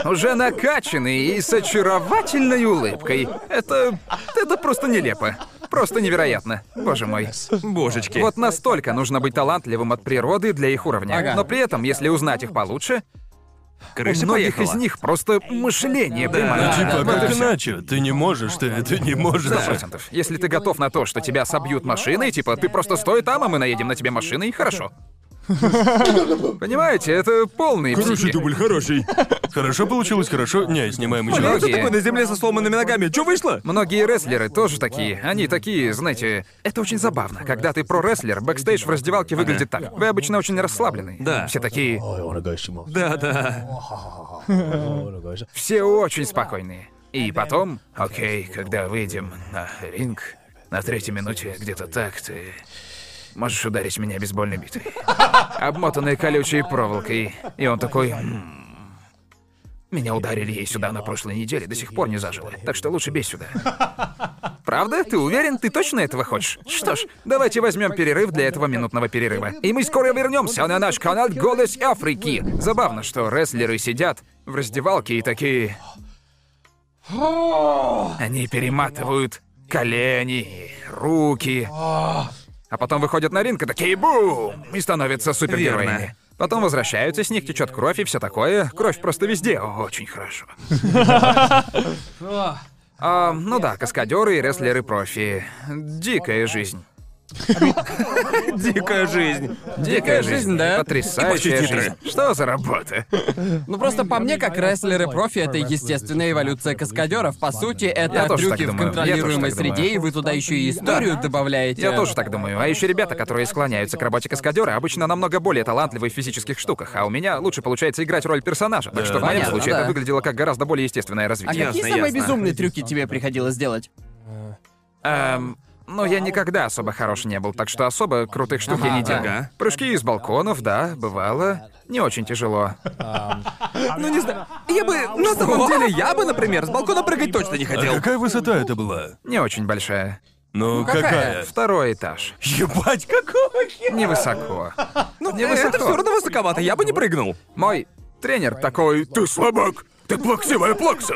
Уже накачанные и с очаровательной улыбкой. Это... это просто нелепо. Просто невероятно. Боже мой. Божечки. Вот настолько нужно быть талантливым от природы для их уровня. Ага. Но при этом, если узнать их получше, у крыша многих поехала. из них просто мышление Ну, приманит. типа, Вот и как всё. иначе? Ты не можешь, ты, ты не можешь. Сто процентов. Если ты готов на то, что тебя собьют машиной, типа ты просто стой там, а мы наедем на тебе машиной, хорошо. Понимаете, это полный психи. хороший. Хорошо получилось, хорошо. Не, снимаем Блин, еще. кто многие. такой на земле со сломанными ногами? Чё вышло? Многие рестлеры тоже такие. Они такие, знаете, это очень забавно. Когда ты про-рестлер, бэкстейдж в раздевалке выглядит так. Вы обычно очень расслаблены. Да. Все такие, Да-да. все очень спокойные. И потом, окей, когда выйдем на ринг, на третьей минуте где-то так ты можешь ударить меня бейсбольной битой. Обмотанной колючей проволокой. И он такой... «М, Меня ударили ей сюда на прошлой неделе, до сих пор не зажило. Так что лучше бей сюда. Правда? Ты уверен? Ты точно этого хочешь? Что ж, давайте возьмем перерыв для этого минутного перерыва. И мы скоро вернемся на наш канал Голос Африки. Забавно, что рестлеры сидят в раздевалке и такие... Они перематывают колени, руки, а потом выходят на ринг и такие бум! И становятся Верно. супергероями. Потом возвращаются, с них течет кровь и все такое. Кровь просто везде. Очень хорошо. А, ну да, каскадеры и рестлеры профи. Дикая жизнь. <laughs> Дикая жизнь. Дикая жизнь, да. Потрясающая И почти жизнь. Что за работа? Ну просто по мне, как рестлеры профи, это естественная эволюция каскадеров. По сути, Я это тоже трюки так в думаю. Я тоже контролируемой так думаю. среде, и вы туда еще и историю добавляете. Я тоже так думаю. А еще ребята, которые склоняются к работе каскадера, обычно намного более талантливы в физических штуках, а у меня лучше получается играть роль персонажа. Так что в моем Понятно, случае да. это выглядело как гораздо более естественное А развитие. какие Ясно, самые ясно. безумные трюки тебе приходилось делать? Эм, ну, я никогда особо хорош не был, так что особо крутых штук я не делал. Ага. Прыжки из балконов, да, бывало. Не очень тяжело. Ну не знаю. Я бы... На самом деле, я бы, например, с балкона прыгать точно не А хотел. какая высота это была? Не очень большая. Ну, какая? Второй этаж. Ебать, какого Невысоко. Ну, невысоко. это все равно высоковато, я бы не прыгнул. Мой тренер такой, ты слабак. Ты плаксивая плакса!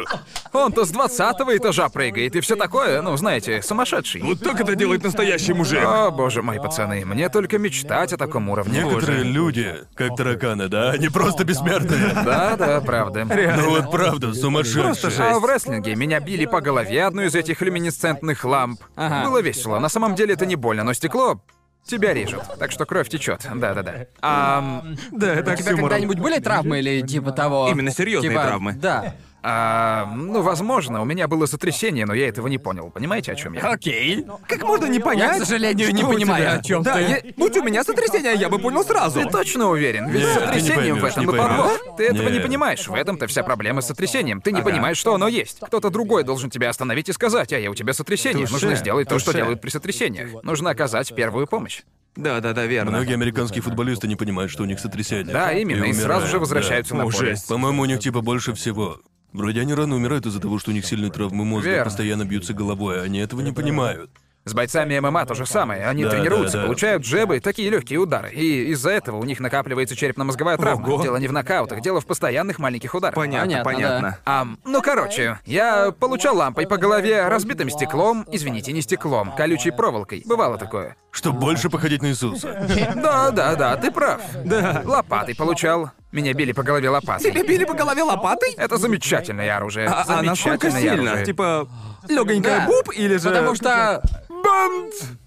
Он-то с 20 этажа прыгает и все такое, ну, знаете, сумасшедший. Вот так это делает настоящий мужик. О, боже мой, пацаны, мне только мечтать о таком уровне. Некоторые Боже. люди, как тараканы, да, они просто бессмертные. Да, да, правда. Ну вот правда, сумасшедшие. А в рестлинге меня били по голове одну из этих люминесцентных ламп. Было весело. На самом деле это не больно, но стекло тебя режет. Так что кровь течет. Да-да-да. А, Да, это У тебя когда-нибудь были травмы или типа того? Именно серьезные Типа, травмы. Да. а, ну, возможно, у меня было сотрясение, но я этого не понял. Понимаете, о чем я? Окей. Как можно не Я, понять? к сожалению, не что у понимаю, тебя? о чем Да, ты. я- будь у меня сотрясение, я бы понял сразу. Ты точно уверен? Ведь Не, с ты не сотрясением в поймёшь, этом не и помог. поймёшь. Ты этого не Нет. понимаешь. В этом-то вся проблема с сотрясением. Ты не понимаешь, что оно есть. Кто-то другой должен тебя остановить и сказать, а я у тебя сотрясение. Нужно сделать то, что Туше. делают при сотрясениях. Нужно оказать первую помощь. Да, да, да, верно. Многие американские футболисты не понимают, что у них сотрясение. Да, именно. И, сразу умирают, же да. возвращаются на О, поле. жесть. По-моему, у них типа больше всего. Вроде они рано умирают из-за того, что у них сильные травмы мозга, Верно. постоянно бьются головой, а они этого не понимают. С бойцами ММА то же самое. Они Да, тренируются, да, да. получают джебы, такие легкие удары. И из-за этого у них накапливается черепно-мозговая травма. Ого. Дело не в нокаутах, дело в постоянных маленьких ударах. Понятно, Понятно, понятно. Ам, ну короче, я получал лампой по голове, разбитым стеклом, извините, не стеклом, колючей проволокой. Бывало такое. Чтобы больше походить на Иисуса. Да, да, да, ты прав. Да. Лопатой получал. Меня били по голове Тебя лопатой. били по голове лопатой? Это замечательное оружие. А, а насколько замечательное сильно? оружие. Типа легонькая Да. буб или же... Потому что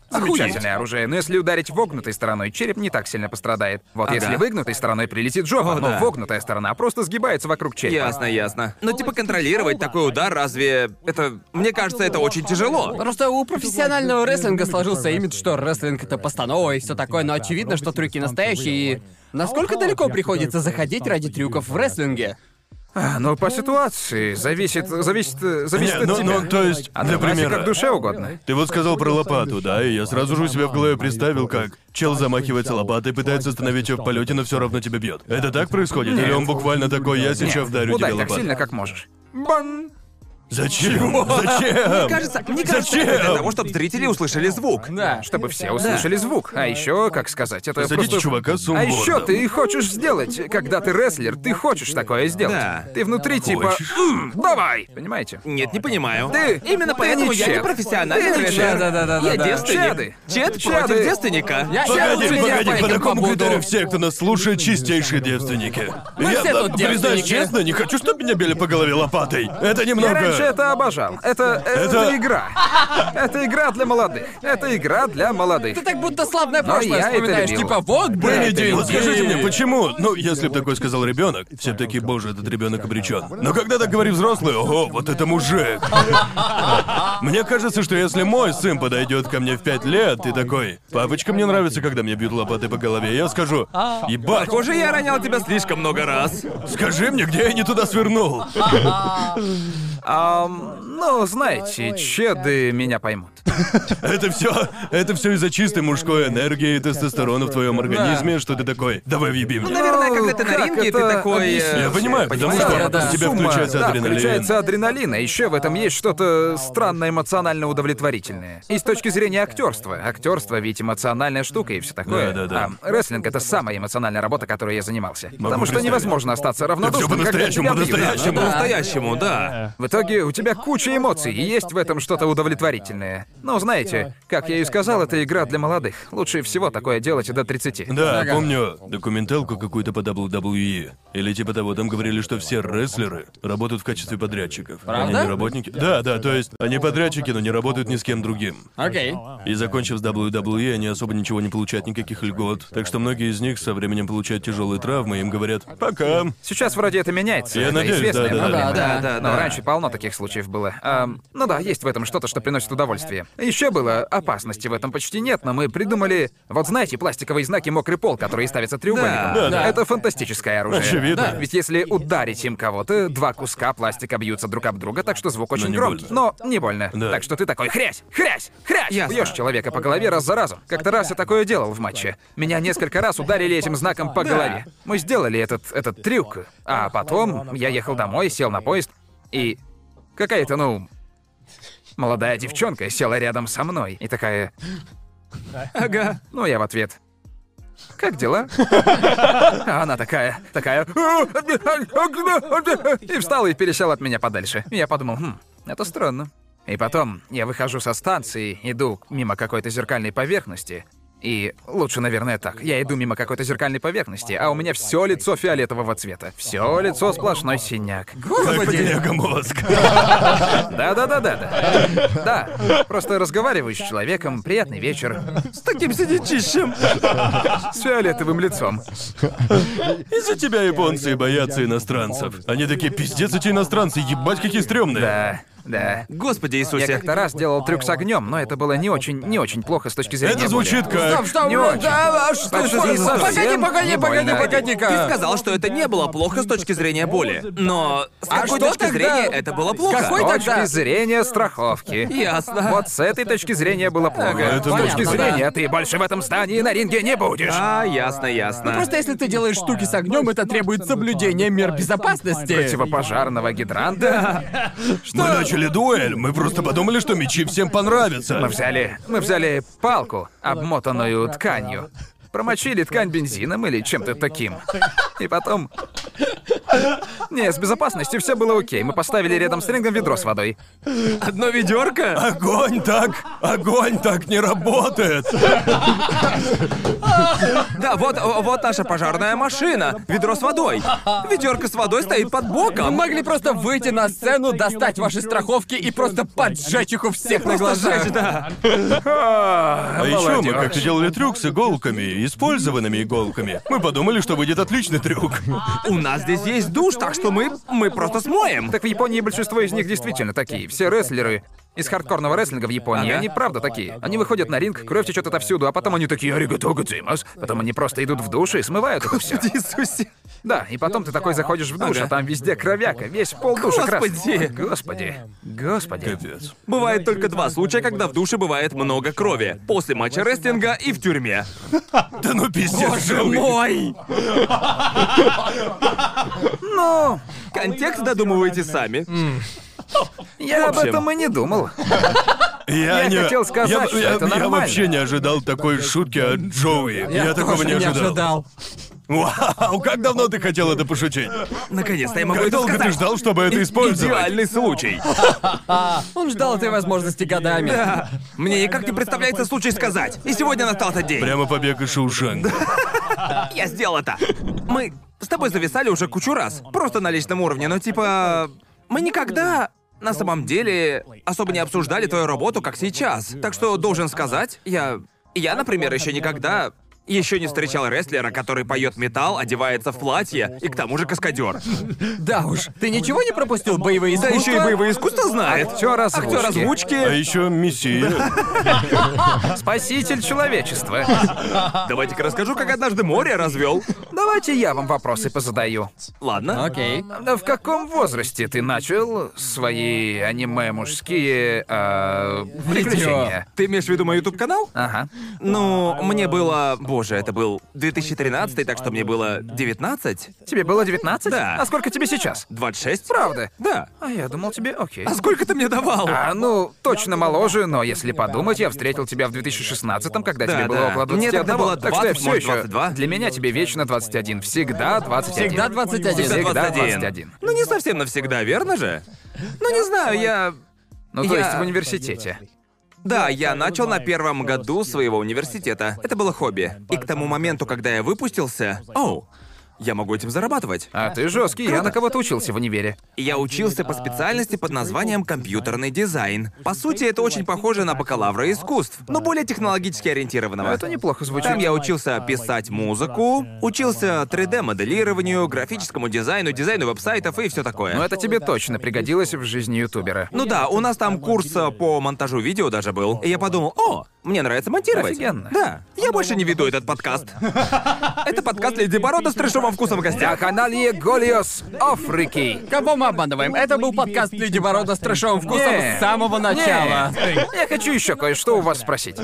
Замечательное оружие, но если ударить вогнутой стороной, череп не так сильно пострадает. Вот если да. выгнутой стороной прилетит жопа, но да. вогнутая сторона просто сгибается вокруг черепа. Ясно, ясно. Но типа контролировать такой удар разве... Это... Мне кажется, это очень тяжело. Просто у профессионального рестлинга сложился имидж, что рестлинг это постанова и все такое, но очевидно, что трюки настоящие. И насколько далеко приходится заходить ради трюков в рестлинге? А, ну по ситуации зависит, зависит, э, зависит Не, от ну, тебя. ну, то есть, А для давайте примера. как душе угодно. Ты вот сказал про лопату, да, и я сразу же у себя в голове представил, как чел замахивается лопатой, пытается остановить ее в полете, но все равно тебя бьет. Это так происходит? Или он буквально такой, я сейчас вдарю Ударь тебя так лопатой? сильно, как можешь. Бан! Зачем? Зачем? Кажется, мне кажется, это для Зачем? того, чтобы зрители услышали звук. Да. Чтобы все услышали звук. А еще, как сказать, это Посадите просто... чувака с А умбоном. еще ты хочешь сделать, когда ты рестлер, ты хочешь такое сделать. Да. Ты внутри типа, Хочешь? «М, давай, понимаете? Нет, не понимаю. Ты- Именно ты поэтому не я не чет. профессиональный Ты не рестлер. чет. Да-да-да-да-да. Я девственник. Чеды. Чет Чеды. против девственника. Я- Погоди, Сейчас у меня погоди, по пойдет такому по критерию буду. все, кто нас слушает, чистейшие девственники. Мы я, все да, тут признаюсь девственники. честно, не хочу, чтобы меня били по голове лопатой. Это Я немного... раньше это обожал. Это, э, это... Это- игра. Это игра для молодых. Это игра для молодых. Ты так будто славное Но прошлое я это вспоминаешь, любил. типа вот бы. Были это деньги. Вот скажите идея. мне, почему? Ну, если бы такой сказал ребенок, все бы такие, боже, этот ребенок обречен. Но когда так говорит взрослый, ого, вот это мужик. Мне кажется, что если мой сын подойдет ко мне в пять лет и такой, папочка, мне нравится, когда мне бьют лопатой по голове, я скажу, ебать, Похоже, я ронял тебя слишком много раз. скажи мне, где я не туда свернул. Ам, ну, знаете, чеды меня поймут. Это все, это все из-за чистой мужской энергии и тестостерона в твоем организме, что ты такой, давай въеби мне. Наверное, Ну, когда ты на как ринге, ты это такой... э, Я понимаю, потому Понимаешь? что Да, да. у тебя Сумма, включается да, адреналин. включается адреналин, а еще в этом есть что-то странно эмоционально удовлетворительное. И с точки зрения актерства. Актерство ведь эмоциональная штука и все такое. Да, да, да. А рестлинг это самая эмоциональная работа, которой я занимался. потому что представить. невозможно остаться равнодушным, когда по-настоящему, тебя бьют. по-настоящему. Чем по-настоящему, да. В итоге у тебя куча эмоций, и есть в этом что-то удовлетворительное. Но знаете, как я и сказал, это игра для молодых. Лучше всего такое делать до 30. Да, помню документалку какую-то по WWE. Или типа того, там говорили, что все рестлеры работают в качестве подрядчиков. Они Правда? не работники. Да, да, то есть они подрядчики, но не работают ни с кем другим. Окей. И закончив с WWE, они особо ничего не получают, никаких льгот. Так что многие из них со временем получают тяжелые травмы, и им говорят «пока». Сейчас вроде это меняется. Я это надеюсь, известная да-да-да. проблема. Да, да, Но да. раньше полно таких случаев было. Ам, ну да, есть в этом что-то, что приносит удовольствие. Еще было, опасности в этом почти нет, но мы придумали, вот знаете, пластиковые знаки мокрый пол, которые ставятся треугольником. Да, да. Это фантастическое оружие. Очевидно. Да, Ведь если ударить им кого-то, два куска пластика бьются друг об друга, так что звук очень не громкий. больно. Но не больно. Да. Так что ты такой хрясь, хрясь, хрясь! Ясно. Бьешь человека по голове раз за разом. Как-то раз я такое делал в матче. Меня несколько раз ударили этим знаком по голове. Мы сделали этот, этот трюк. А потом я ехал домой, сел на поезд, и какая-то, ну, молодая девчонка села рядом со мной. И такая, Ага. ну, я в ответ. Как дела? А она такая, такая... И встала и пересела от меня подальше. Я подумал, хм, это странно. И потом я выхожу со станции, иду мимо какой-то зеркальной поверхности. И лучше, наверное, так. Я иду мимо какой-то зеркальной поверхности, а у меня все лицо фиолетового цвета. Все лицо сплошной синяк. Господи! <laughs> Мозг. Да, да, да, да, да. Да. Просто разговариваешь с человеком, приятный вечер. С таким сидячищем. С фиолетовым лицом. Из-за тебя японцы боятся иностранцев. Они такие, пиздец, эти иностранцы, ебать, какие стрёмные. Да, да. Господи Я Иисусе. как-то раз делал трюк с огнем, но это было не очень, не очень плохо с точки зрения. Это боли. звучит Там как... что, Не да, очень. а что Так что это? здесь Погоди, совсем погоди, не погоди, больно. погоди-ка. Ты сказал, что это не было плохо с точки зрения боли. Но с А какой что точки тогда? зрения это было плохо? Какой С тогда? точки зрения страховки. Ясно. Вот с этой точки зрения было плохо. с точки это понятно, да. зрения ты больше в этом стане и на ринге не будешь. А, ясно, ясно. Ну, Просто если ты делаешь штуки с огнем, это требует соблюдения мер безопасности. Противопожарного гидранта. Мы начали дуэль, мы просто подумали, что мечи всем понравятся. Типа, Мы взяли, мы взяли палку, обмотанную тканью. Промочили ткань бензином или чем-то таким. И потом... Не, с безопасностью все было окей. Мы поставили рядом с рингом ведро с водой. Одно ведерко? Огонь так, огонь так не работает. Да, вот, вот наша пожарная машина. Ведро с водой. Ведерко с водой стоит под Вы боком. могли просто выйти на сцену, достать ваши страховки и просто поджечь их у всех на глазах. Жесть, да. А еще мы молодёжь. как-то делали трюк с иголками, использованными иголками. Мы подумали, что выйдет отличный трюк. У нас здесь есть душ, так что мы, мы просто смоем. Так в Японии большинство из них действительно такие. Все рестлеры из хардкорного рестлинга в Японии, Ага. они правда такие. Они выходят на ринг, кровь течет отовсюду, а потом они такие «Аригато гадзимас». Потом они просто идут в душ и смывают это все. Иисусе. Да, и потом ты такой заходишь в душ, Ага. а там везде кровяка, весь пол душа Господи! красный. Господи! Господи! Капец. Бывает только два случая, когда в душе бывает много крови. После матча рестлинга и в тюрьме. Да ну пиздец, Боже Джоуи. мой! Ну, Контекст додумываете сами. я В об общем. этом и не думал. Я, Я не... хотел сказать, я, что я- это я нормально. вообще не ожидал такой шутки от Джоуи. Я, такого тоже не ожидал. Вау, как давно ты хотел это пошутить? Наконец-то я могу Как это долго ты сказать. ждал, чтобы это использовать? Идеальный случай. <laughs> Он ждал этой возможности годами. Да. Мне никак не представляется случай сказать. И сегодня настал этот день. Прямо побег из Шоушенка. Я сделал это. Мы с тобой зависали уже кучу раз. Просто на личном уровне, но типа... Мы никогда на самом деле особо не обсуждали твою работу, как сейчас. Так что должен сказать, я... Я, например, еще никогда еще не встречал рестлера, который поет металл, одевается в платье и к тому же каскадер. Да уж. Ты ничего не пропустил, боевые Да искусства? еще и боевое искусство знает. Актер озвучки. Актер А озвучки. еще Мессия. Спаситель человечества. Давайте-ка расскажу, как однажды море развел. Давайте я вам вопросы позадаю. Ладно. Окей. А В каком возрасте ты начал свои аниме-мужские а, приключения? Ты имеешь в виду мой YouTube-канал? Ага. Ну, мне было... Боже, это был 2013, так что мне было 19? Тебе было 19? Да. А сколько тебе сейчас? 26? Правда? Да. А я думал тебе, окей. А сколько ты мне давал? А, ну, точно моложе, но если подумать, я встретил тебя в 2016-м, когда Да, тебе было да. около 21. Мне тогда было так что я 20, все может, еще... 22. Для меня тебе вечно 21. Всегда 21. Всегда 21. Всегда 21. Ну, не совсем навсегда, верно же? Ну, не знаю, я... Ну, то Я- есть в университете. Да, я начал на первом году своего университета. Это было хобби. И к тому моменту, когда я выпустился... Оу, я могу этим зарабатывать. А ты жесткий, я на кого-то учился в универе. Я учился по специальности под названием компьютерный дизайн. По сути, это очень похоже на бакалавра искусств, но более технологически ориентированного. Это неплохо звучит. Там я учился писать музыку, учился 3D-моделированию, графическому дизайну, дизайну веб-сайтов и все такое. Но Ну, это тебе точно пригодилось в жизни ютубера. Ну да, у нас там курс э, по монтажу видео даже был. И я подумал, о, мне нравится монтировать. Офигенно. Да. Я больше не веду <laughs> этот подкаст. Это подкаст Леди Борода с трешовым вкусом в На гостях. канале Голиос Африки. Кого мы обманываем? Это был подкаст Леди Борода с трэшовым вкусом Не. с самого начала. Не. Я хочу еще кое-что у вас спросить.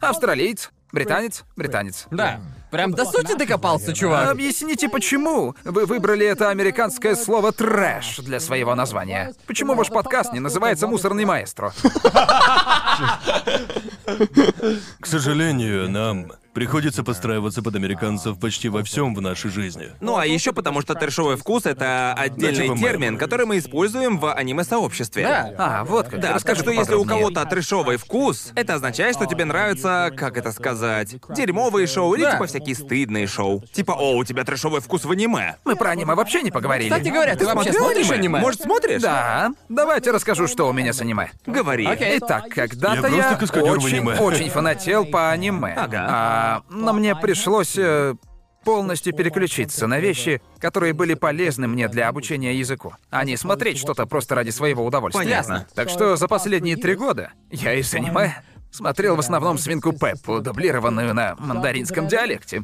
Австралиец, британец, британец. Да. Прям до сути докопался, чувак. Объясните, почему вы выбрали это американское слово «трэш» для своего названия? Почему ваш подкаст не называется «Мусорный маэстро»? К сожалению, нам Приходится подстраиваться под американцев почти во всем в нашей жизни. Ну а еще потому, что трэшовый вкус это отдельный Значит, вы термин, мэр. который мы используем в аниме-сообществе. Да. А, вот как. Да, так Расскажи что если у поподробнее. кого-то трэшовый вкус, это означает, что тебе нравятся, как это сказать, дерьмовые шоу или Да. типа всякие стыдные шоу. Типа, о, у тебя трэшовый вкус в аниме. Мы про аниме вообще не поговорили. Кстати говоря, ты вообще Смотрел смотришь аниме? Может, смотришь? Да, давайте расскажу, что у меня с аниме. Говори. Итак, когда-то Я просто я, каскадёр в очень, аниме. очень фанател по аниме. Ага. А, но мне пришлось э, полностью переключиться на вещи, которые были полезны мне для обучения языку, а не смотреть что-то просто ради своего удовольствия. Понятно. Так что за последние три года я из аниме смотрел в основном свинку Пеппу, дублированную на мандаринском диалекте.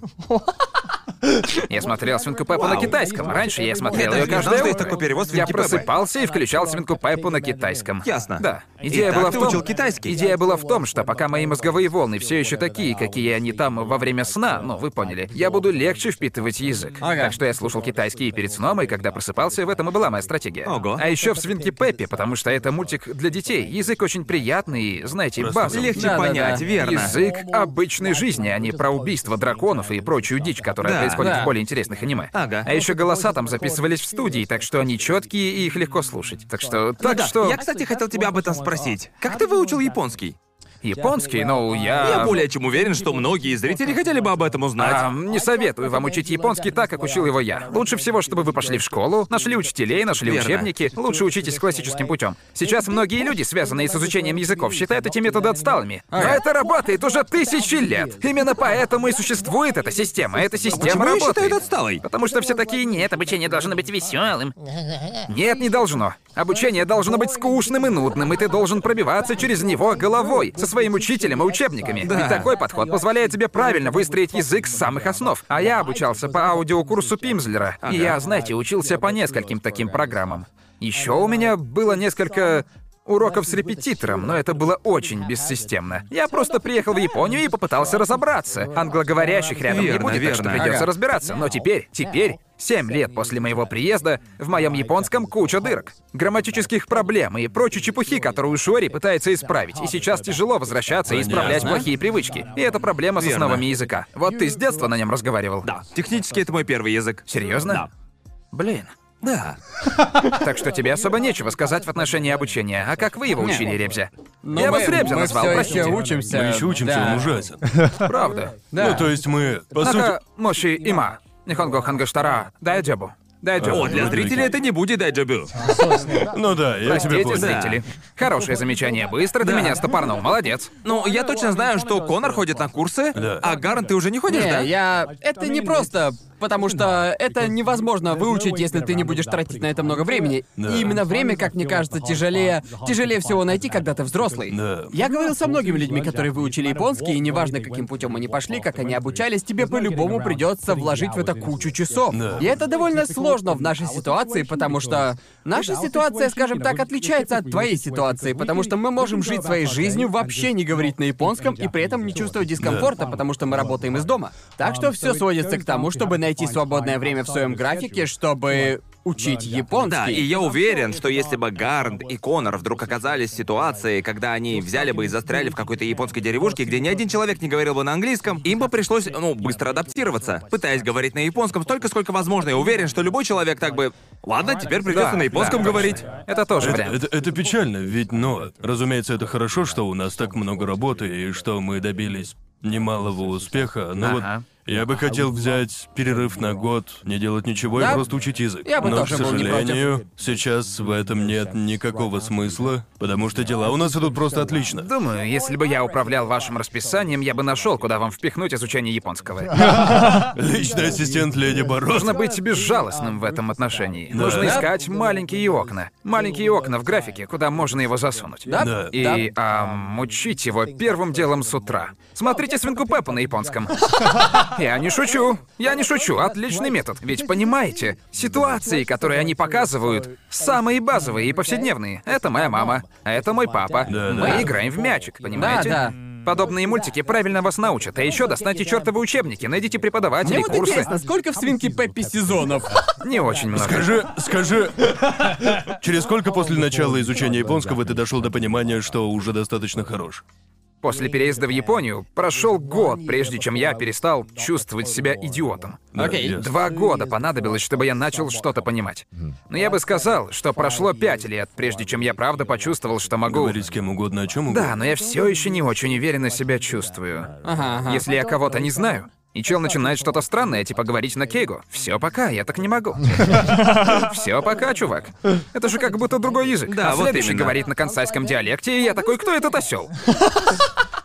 Я смотрел свинку Пеппу на китайском. Раньше я смотрел Я ее даже не знал, каждое что утро. есть такой перевод Я «Свинки Пеппы». просыпался и включал свинку Пеппу на китайском. Ясно. Да. Идея Итак, была ты в том, учил китайский. Идея была в том, что пока мои мозговые волны все еще такие, какие они там во время сна, ну вы поняли, я буду легче впитывать язык. Ага. Так что я слушал китайский и перед сном, и когда просыпался, в этом и была моя стратегия. Ого. А еще в свинке Пеппи, потому что это мультик для детей. Язык очень приятный и, знаете, Просто базовый. Легче Да-да-да. понять, верно. Язык обычной жизни, а не про убийство драконов и прочую дичь, которая Да, происходит да. в более интересных аниме. Ага. А еще голоса там записывались в студии, так что они четкие и их легко слушать. Так что, так Ну Да, что Я, кстати, хотел тебя об этом спросить. Как ты выучил японский? японский, но я. Я более чем уверен, что многие зрители хотели бы об этом узнать. А, не советую вам учить японский так, как учил его я. Лучше всего, чтобы вы пошли в школу, нашли учителей, нашли Верно. учебники. Лучше учитесь классическим путем. Сейчас многие люди, связанные с изучением языков, считают эти методы отсталыми. Но это работает уже тысячи лет. Именно поэтому и существует эта система. Эта система Почему я работает. считаю это отсталой? Потому что все такие нет, обучение должно быть веселым. Нет, не должно. Обучение должно быть скучным и нудным, и ты должен пробиваться через него головой, со своим учителем и учебниками. Да. И такой подход позволяет тебе правильно выстроить язык с самых основ. А я обучался по аудиокурсу Пимзлера, и я, знаете, учился по нескольким таким программам. Еще у меня было несколько уроков с репетитором, но это было очень бессистемно. Я просто приехал в Японию и попытался разобраться. Англоговорящих рядом не Верно, будет, так что верно. придется Ага. разбираться. Но теперь, теперь, семь лет после моего приезда, в моем японском куча дырок, грамматических проблем и прочей чепухи, которую Шори пытается исправить. И сейчас тяжело возвращаться и исправлять плохие привычки. И это проблема с основами языка. Вот ты с детства на нем разговаривал. Да. Технически это мой первый язык. Серьезно? Да. Блин. Да. Так что тебе особо нечего сказать в отношении обучения. А как вы его учили, Ребзя? Но Я Ну, мы, вас Ребзя мы назвал, всё простите. ещё учимся. Мы еще учимся, Э, да. он ужасен. Правда. Да. Ну, то есть мы, по сути... Нака моши има. Нихонго хангаштара. Дай джебу. Дай О, для зрителей это не будет дайджабю. Ну да, я Простите, тебя понял. зрители. Хорошее замечание. Быстро ты меня стопорнул. Молодец. Ну, я точно знаю, что Конор ходит на курсы, Да. а Гарн, ты уже не ходишь, Не, да? я... Это не просто, потому что это невозможно выучить, если ты не будешь тратить на это много времени. Да. И именно время, как мне кажется, тяжелее... Тяжелее всего найти, когда ты взрослый. Да. Я говорил со многими людьми, которые выучили японский, и неважно, каким путем они пошли, как они обучались, тебе по-любому придется вложить в это кучу часов. Да. И это довольно сложно в нашей ситуации, потому что наша ситуация, скажем так, отличается от твоей ситуации, потому что мы можем жить своей жизнью, вообще не говорить на японском и при этом не чувствовать дискомфорта, потому что мы работаем из дома. Так что все сводится к тому, чтобы найти свободное а время в своем графике, чтобы учить японский. Ну Да, и я уверен, что если бы Гарнт и Конор вдруг оказались в ситуации, когда Ну, они взяли бы и застряли в какой-то японской деревушке, где ни один человек не говорил бы на английском, им бы пришлось, ну, быстро адаптироваться, пытаясь говорить на японском столько, сколько возможно. Я уверен, что любой человек так бы... Ладно, теперь придется Да, на японском да, говорить. Это тоже Это, вариант. это- это печально, ведь, но, разумеется, это хорошо, что у нас так много работы и что мы добились немалого успеха, но Ага. вот я бы хотел взять перерыв на год, не делать ничего Да. и просто учить язык. Я бы но, тоже к был не против. сожалению, сейчас в этом нет никакого смысла, потому что дела у нас идут просто отлично. Думаю, если бы я управлял вашим расписанием, я бы нашел, куда вам впихнуть изучение японского. Личный ассистент Леди Борос. Нужно быть безжалостным в этом отношении. Нужно искать маленькие окна. Маленькие окна в графике, куда можно его засунуть. Да. И ам, учить его первым делом с утра. Смотрите свинку Пеппу на японском. <laughs> Я не шучу. Я не шучу. Отличный метод. Ведь понимаете, ситуации, которые они показывают, самые базовые и повседневные. Это моя мама, а это мой папа. Да, да. Мы играем в мячик, понимаете? да. Подобные мультики правильно вас научат. А еще достаньте чертовы учебники, найдите преподавателей, Мне вот курсы. интересно, сколько в свинке Пеппи сезонов? Не очень много. Скажи, скажи, через сколько после начала изучения японского ты дошел до понимания, что уже достаточно хорош? После переезда в Японию прошел год, прежде чем я перестал чувствовать себя идиотом. Окей. ясно. Два года понадобилось, чтобы я начал что-то понимать. Но я бы сказал, что прошло пять лет, прежде чем я правда почувствовал, что могу... Говорить с кем угодно о чем угодно. Да, но я все еще не очень уверенно себя чувствую. Ага, ага. Если я кого-то не знаю, и чел начинает что-то странное, типа говорить на кейгу. Все пока, я так не могу. Все пока, чувак. Это же как будто другой язык. Да, а вот следующий именно. говорит на консайском диалекте, и я такой, кто этот осел? <laughs>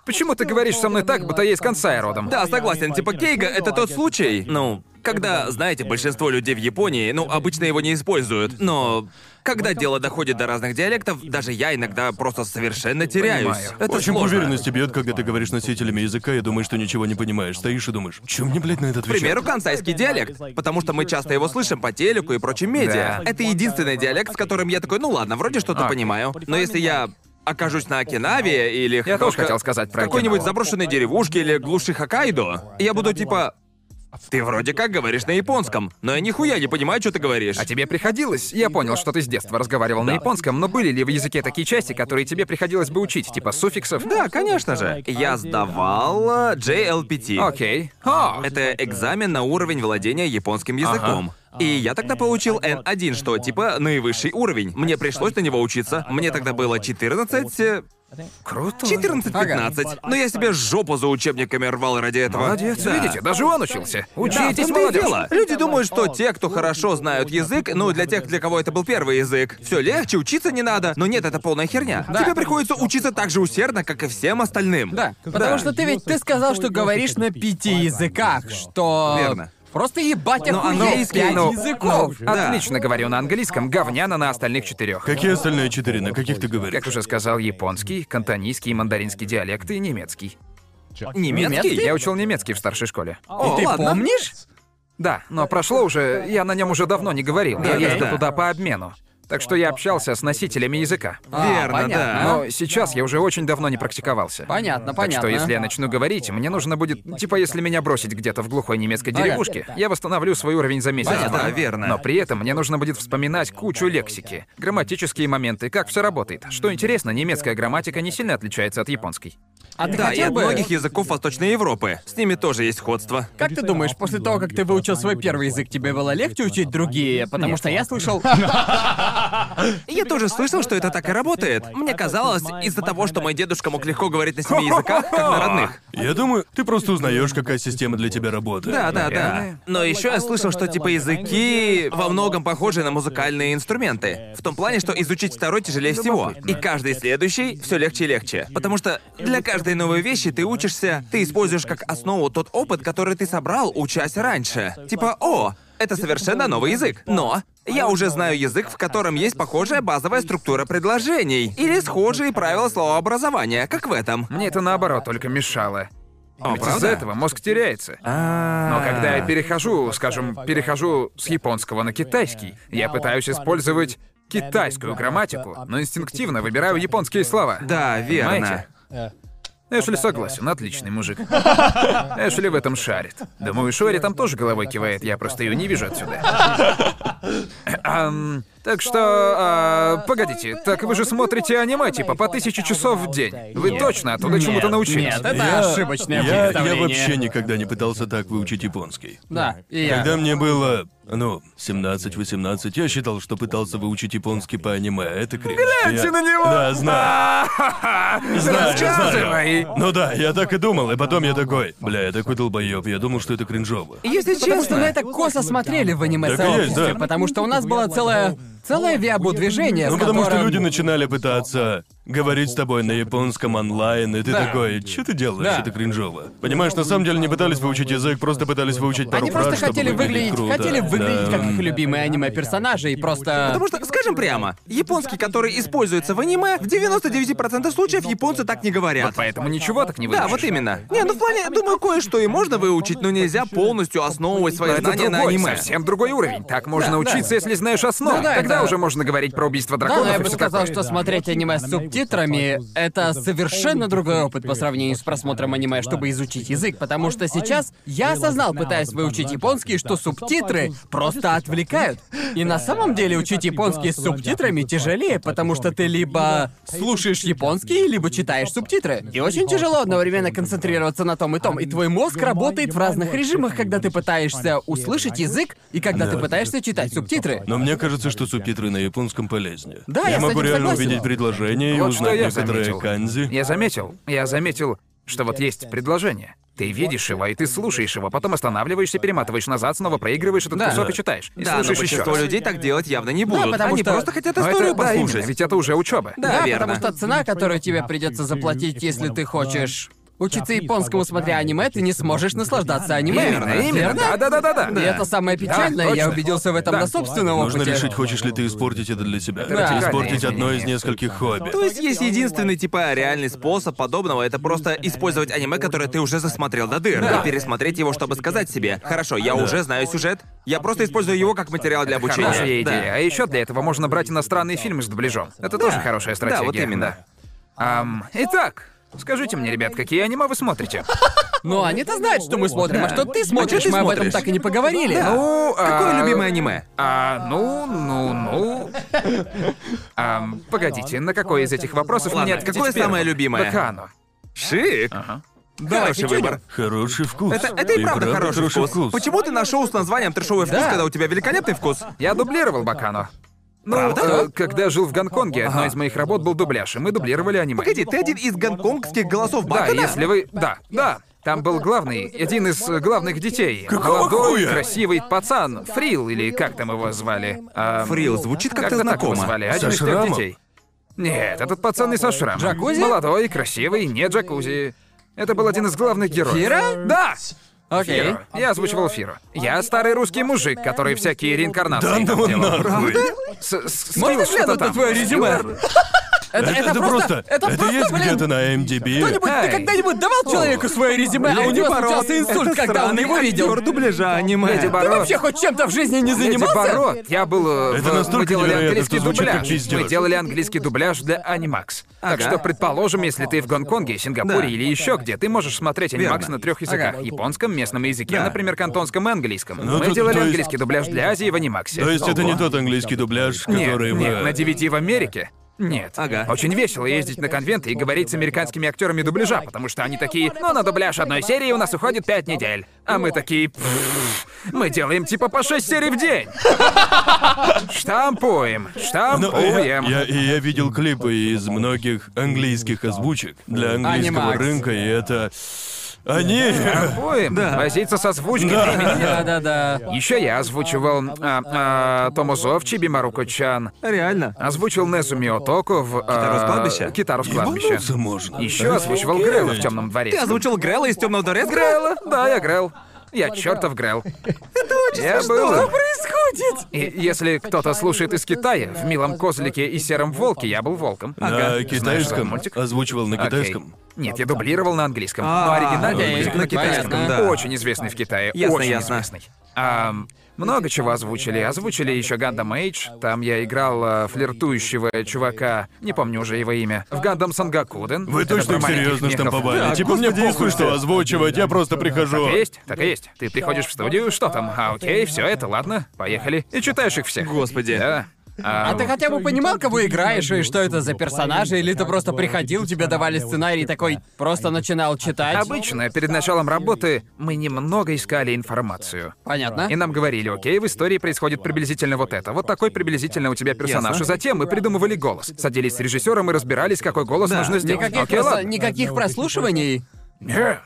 Почему ты говоришь со мной так, будто я из конца родом? Да, согласен. Типа Кейга — это тот случай, ну, когда, знаете, большинство людей в Японии, ну, обычно его не используют, но когда дело доходит до разных диалектов, даже я иногда просто совершенно теряюсь. Понимаю. Это Очень сложно. уверенности бьет, когда ты говоришь носителями языка и думаешь, что ничего не понимаешь. Стоишь и думаешь, чем мне, блядь, на это К отвечать? примеру, кансайский диалект, потому что мы часто его слышим по телеку и прочим медиа. Да. Это единственный диалект, с которым я такой, ну ладно, вроде что-то А. понимаю. Но если я окажусь на Окинаве или Я тоже Хокка- хотел сказать про какой-нибудь Окинаву. заброшенной деревушке или глуши Хоккайдо, я буду типа ты вроде как говоришь на японском, но я нихуя не понимаю, что ты говоришь. А тебе приходилось? Я понял, что ты с детства разговаривал на японском, но были ли в языке такие части, которые тебе приходилось бы учить, типа суффиксов? Да, конечно же. Я сдавал э, JLPT. Окей. О, Это экзамен на уровень владения японским языком. И я тогда получил N1, что типа наивысший уровень. Мне пришлось на него учиться. Мне тогда было 14, э, круто. 14-15. Но я себе жопу за учебниками рвал ради этого. Молодец. Да. Видите, даже он учился. Да, в Учитесь, том-то и молодежь. дело. Люди думают, что те, кто хорошо знают язык, ну для тех, для кого это был первый язык, все легче, учиться не надо. Но нет, это полная херня. Да. Тебе приходится учиться так же усердно, как и всем остальным. Да, потому что ты ведь ты сказал, что говоришь на пяти языках, что... Верно. Просто ебать Но оно- охуеть, пять ну, языков. ну, Да. Отлично говорю на английском, говняно на остальных четырех. Какие остальные четыре, на каких ты говоришь? Как уже сказал, японский, кантонийский, мандаринский диалекты и немецкий. Немецкий? Я учил немецкий в старшей школе. О, Ты ну, ладно. помнишь? Да, но прошло уже, я на нем уже давно не говорил. Да, Я да, ездил да. туда по обмену. Так что я общался с носителями языка. А, Верно, понятно. да. Но сейчас я уже очень давно не практиковался. Понятно, понятно. Так что если я начну говорить, мне нужно будет, типа, если меня бросить где-то в глухой немецкой Ага. деревушке, я восстановлю свой уровень за месяц. Понятно, Два. да, верно. Но при этом мне нужно будет вспоминать кучу лексики, грамматические моменты, как все работает. Что интересно, немецкая грамматика не сильно отличается от японской. А ты Да, и хотел от бы... многих языков Восточной Европы. С ними тоже есть сходство. Как ты думаешь, после того, как ты выучил свой первый язык, тебе было легче учить другие? Потому что я <laughs> слышал... Я тоже слышал, что это так и работает. Мне казалось, из-за того, что мой дедушка мог легко говорить на семи языках, как на родных. Я думаю, ты просто узнаешь, какая система для тебя работает. Да, да, да. Наверное. Но еще я слышал, что типа языки во многом похожи на музыкальные инструменты. В том плане, что изучить второй тяжелее всего. И каждый следующий все легче и легче. Потому что для каждой новой вещи ты учишься, ты используешь как основу тот опыт, который ты собрал, учась раньше. Типа, о, это совершенно новый язык. Но я уже знаю язык, в котором есть похожая базовая структура предложений или схожие правила словообразования, как в этом. Мне это наоборот только мешало. Ведь правда? из-за этого мозг теряется. А, Но когда я перехожу, скажем, перехожу с японского на китайский, я пытаюсь использовать китайскую грамматику, но инстинктивно выбираю японские слова. Да, верно. Понимаете? Эшли согласен, отличный мужик. Эшли в этом шарит. Думаю, Шори там тоже головой кивает, я просто ее не вижу отсюда. Ам, так что, а, погодите, так вы же смотрите аниме типа по тысяче часов в день. Вы точно оттуда чему-то научились? Нет, <laughs> это Я- ошибочное я, я представление. вообще никогда не пытался так выучить японский. Да, и я. Когда мне было, ну, 17-18, я считал, что пытался выучить японский по аниме. Это кринж. Гляньте Я- на него! Да, знаю. Знаю, Рассказывай! знаю. Ну да, я так и думал, и потом я такой, бля, я такой долбоёб, я думал, что это кринжово. Если Потому что честно, А на это косо смотрели в аниме Так и есть, сообществе, да. потому что у нас было целое... Целое виабу движение, Ну, потому что люди начинали пытаться говорить с тобой на японском онлайн, и ты Да. такой, что ты делаешь, Да. это кринжово. Понимаешь, на самом деле не пытались выучить язык, просто пытались выучить пару Они просто фраз, чтобы хотели выглядеть, круто. хотели выглядеть Да. как их любимые аниме персонажи и просто. Потому что, скажем прямо, японский, который используется в аниме, в 99% случаев японцы так не говорят. Поэтому ничего так не выучишь. Да, вот именно. Не, ну в плане, думаю, кое-что и можно выучить, но нельзя полностью основывать Но свои А это знания на другой, аниме. совсем другой уровень. Так можно учиться, если знаешь основу. Ну да, Тогда когда уже можно говорить про убийство Да, драконов но я и бы всё сказал, такое? что смотреть аниме с субтитрами — это совершенно другой опыт по сравнению с просмотром аниме, чтобы изучить язык, потому что сейчас я осознал, пытаясь выучить японский, что субтитры просто отвлекают. И на самом деле учить японский с субтитрами тяжелее, потому что ты либо слушаешь японский, либо читаешь субтитры. И очень тяжело одновременно концентрироваться на том и том, и твой мозг работает в разных режимах, когда ты пытаешься услышать язык и когда ты пытаешься читать субтитры. Но мне кажется, что субтитры на японском полезнее. Да, я я с могу этим реально согласен. увидеть предложение и Вот что узнать я некоторые заметил. канзи. Я заметил, я заметил, что вот есть предложение. Ты видишь его, и ты слушаешь его, потом останавливаешься, перематываешь назад, снова проигрываешь этот Да. кусок и читаешь. И Да, но слушаешь еще. большинство людей так делать явно не будут. потому Они что- просто хотят Но это- историю да, именно, послушать. ведь это уже учеба. Да, Да, верно. потому что цена, которую тебе придется заплатить, если ты хочешь учиться японскому, смотря аниме, ты не сможешь наслаждаться аниме. Именно, именно. Верно? Да, да, да, да, И это самое печальное, я точно. убедился в этом Да. на собственном Нужно опыте. решить, хочешь ли ты испортить это для себя. Да. Испортить одно из нескольких хобби. То есть есть единственный типа реальный способ подобного, это просто использовать аниме, которое ты уже засмотрел до дыр, и пересмотреть его, чтобы сказать себе, хорошо, я уже знаю сюжет, я просто использую его как материал для обучения. Хорошая Да. идея. А еще для этого можно брать иностранные фильмы с дубляжом. Это тоже хорошая стратегия. вот именно. да. Ам, итак, скажите мне, ребят, какие аниме вы смотрите? Но они-то знают, что мы смотрим, а что ты смотришь, ты мы об этом смотришь? так и не поговорили. Да. Ну, а- Какое любимое аниме? А, ну, ну, ну. Ам, погодите, на какой из этих вопросов Ладно, мне ответить какое самое первым? любимое? Вакано. Шик. Хороший выбор. Хороший вкус. Это, это и правда хороший, вкус. Почему ты на шоу с названием «Трешовый вкус», Да. когда у тебя великолепный вкус? Я дублировал Бакану. Ну, э, когда жил в Гонконге, одной из моих работ был дубляж, и мы дублировали аниме. Погоди, ты один из гонконгских голосов Да, Бакана? если вы... Да, да. Там был главный, один из э, главных детей. Какого Молодой, хуя? красивый пацан. Фрил, или как там его звали? Эм, Ам, Фрил, звучит как-то Как-то так его знакомо. звали. Один из Со трех шрамом? детей. Нет, этот пацан не со шрамом. Джакузи? Молодой, красивый, не джакузи. Это был один из главных героев. Фира? Да! Окей. Фиру. Я озвучивал Фиру. Я старый русский мужик, который всякие реинкарнации Да ну делал. нахуй. С- с- скилл что-то Можно глянуть на там. твое резюме? Это, это просто... Это просто, есть блин, где-то на MDB. Кто-нибудь, ты Эй. когда-нибудь давал человеку свое резюме, а у него случался инсульт, когда он его видел? дубляжа аниме. Леди Ты Барон. вообще хоть чем-то в жизни не Леди занимался? Барот, я был... э, Это в- настолько мы делали невероятно, английский что звучит как дубляж. пиздёж. Мы делали английский дубляж для Анимакс. Так Ага. что, предположим, если ты в Гонконге, Сингапуре Да. или еще где, ты можешь смотреть Анимакс Верно. на трех языках. Японском, местном языке, например, кантонском и английском. Ну, мы тут- делали то есть- английский дубляж для Азии в Анимаксе. То есть это не Ого. тот английский дубляж, Нет, который мы... нет, на DVD в Америке. Нет. Ага. Очень весело ездить на конвенты и говорить с американскими актерами дубляжа, потому что они такие, ну, на дубляж одной серии у нас уходит пять недель. А мы такие, «Пф, мы делаем типа по шесть серий в день. Штампуем, Ну, я, штампуем. я- и я видел клипы из многих английских озвучек для английского Анимакс. рынка, и это... Они... Штампуем. Возиться со озвучкой Да. времени нет. Да-да-да. Еще я озвучивал а, а, Томо Зовчи, Бимаруко Чан. Реально. Озвучил Несу Миотоку в... а, «Китару с кладбища»? «Китару с кладбища». Ебануться можно. Еще озвучивал Грэла в темном дворе. Ты озвучил Грела из темного дворец? Грелла, да, я Грел. Я чертов Грел. <laughs> Я был. Происходит! И если кто-то слушает из Китая, в «Милом козлике» и «Сером волке» я был волком. На этот китайском. мультик? Озвучивал на Окей. китайском. Нет, я дублировал на английском. А, Но оригинальный окей, мультик на понятно, китайском. да. Очень известный в Китае. Ясно, очень ясно. известный. Ам, много чего озвучили. Озвучили еще Гандам Эйдж. Там я играл э, флиртующего чувака, не помню уже его имя, в Гандам Сангакуден. Вы точно серьезно штамповали? типа мне похуй, что озвучивать, я просто прихожу. Так и есть, так и есть. Ты приходишь в студию, что там? А, окей, все это, ладно, поехали. И читаешь их всех. Господи. Да. А, А ты хотя бы понимал, кого играешь и что это за персонажи, или ты просто приходил, тебе давали сценарий и такой, просто начинал читать? Обычно перед началом работы мы немного искали информацию. Понятно. И нам говорили, окей, в истории происходит приблизительно вот это, вот такой приблизительно у тебя персонаж. Ясно. И затем мы придумывали голос. Садились с режиссером и разбирались, какой голос нужно сделать. Никаких, окей, прослу- ладно. никаких прослушиваний. Не.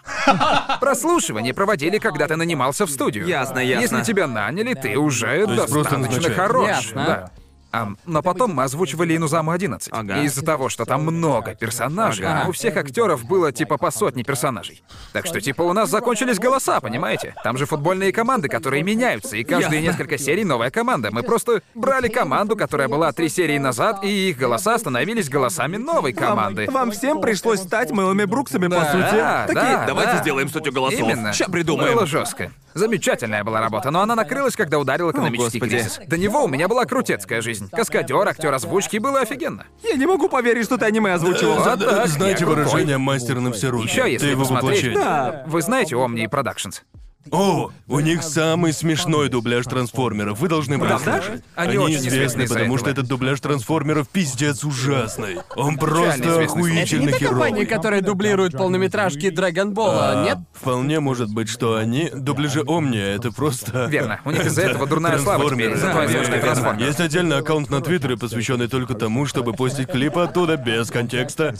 Прослушивание проводили, когда ты нанимался в студию. Ясно, ясно. Если тебя наняли, ты уже есть просто достаточно назначают. хорош. Ясно. Да. Ам, но потом мы озвучивали Инузаму 11. Ага. И из-за того, что там много персонажей, Ага. у всех актеров было типа по сотне персонажей. Так что типа у нас закончились голоса, понимаете? Там же футбольные команды, которые меняются, и каждые несколько серий новая команда. Мы просто брали команду, которая была три серии назад, и их голоса становились голосами новой команды. Вам всем пришлось стать мылыми Бруксами, по сути. Да, Такие, да, давайте да. сделаем сотню голосов. Именно. Ща придумаем. Было жестко. Замечательная была работа, но она накрылась, когда ударил экономический господи. кризис. До него у меня была крутецкая жизнь. Каскадер, актер озвучки, и было офигенно. Я не могу поверить, что ты аниме озвучивал. Вот так, А, Знаете я крутой. выражение «мастер на все руки»? Еще если Ты его посмотреть- воплощение. Да. Вы знаете Omni Productions? О, у них самый смешной дубляж трансформеров. Вы должны были Правда? слышать. Они очень известны из-за потому что этого. этот дубляж трансформеров пиздец ужасный. Он просто известный случай. Это не охуительно та компания, херовый. которая дублирует полнометражки Драгонбола, А, нет? Вполне может быть, что они дубляжи Омния, это просто... Верно. У них из-за этого дурная слава теперь. Трансформеры. из-за Да, твоей озвучки верно, верно. трансформеров. Есть отдельный аккаунт на Твиттере, посвященный только тому, чтобы постить клипы оттуда без контекста.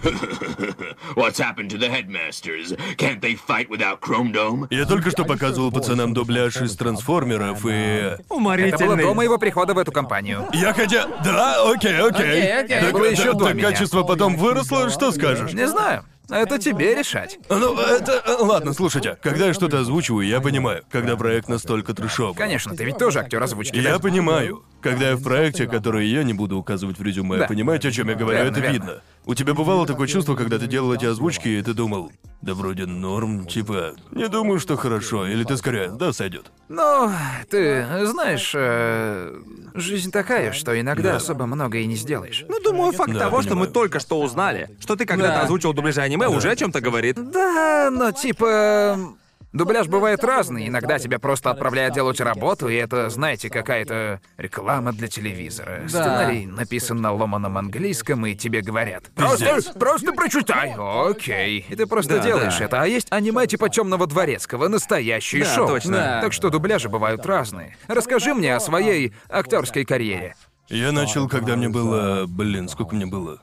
What's happened to the headmasters? Can't they fight without Chrome Dome? Я только что показывал пацанам дубляж из трансформеров и... Это было Уморительный. до моего прихода в эту компанию. Я хотя... Да, окей, окей. Окей, окей. Так, Было так- еще до так меня. качество потом выросло, что скажешь? Не знаю. Это тебе решать. Ну, это... э, Ладно, слушайте. Когда я что-то озвучиваю, я понимаю. Когда проект настолько трешовый. Конечно, ты ведь тоже актер озвучки. да? Я понимаю. Когда я в проекте, который я не буду указывать в резюме, Да. понимаете, о чем я говорю, Верно, это верно. видно. У тебя бывало такое чувство, когда ты делал эти озвучки, и ты думал, да вроде норм, типа, не думаю, что хорошо, или ты скорее, да, сойдет. Ну, ты знаешь, э, жизнь такая, что иногда особо много и не сделаешь. Ну, думаю, факт Да, того, что мы понимаю. только что узнали, что ты когда-то Да. озвучил дубляжи аниме, уже о чем-то говорит. Да, но типа... м, Дубляж бывает разный. Иногда тебя просто отправляют делать работу, и это, знаете, какая-то реклама для телевизора. Сценарий написан на ломаном английском, и тебе говорят. Просто, просто прочитай. Окей. И ты просто Да, делаешь да. это. А есть аниме типа темного дворецкого, настоящее Да, шоу. точно. Да. Так что дубляжи бывают разные. Расскажи мне о своей актерской карьере. Я начал, когда мне было, блин, сколько мне было?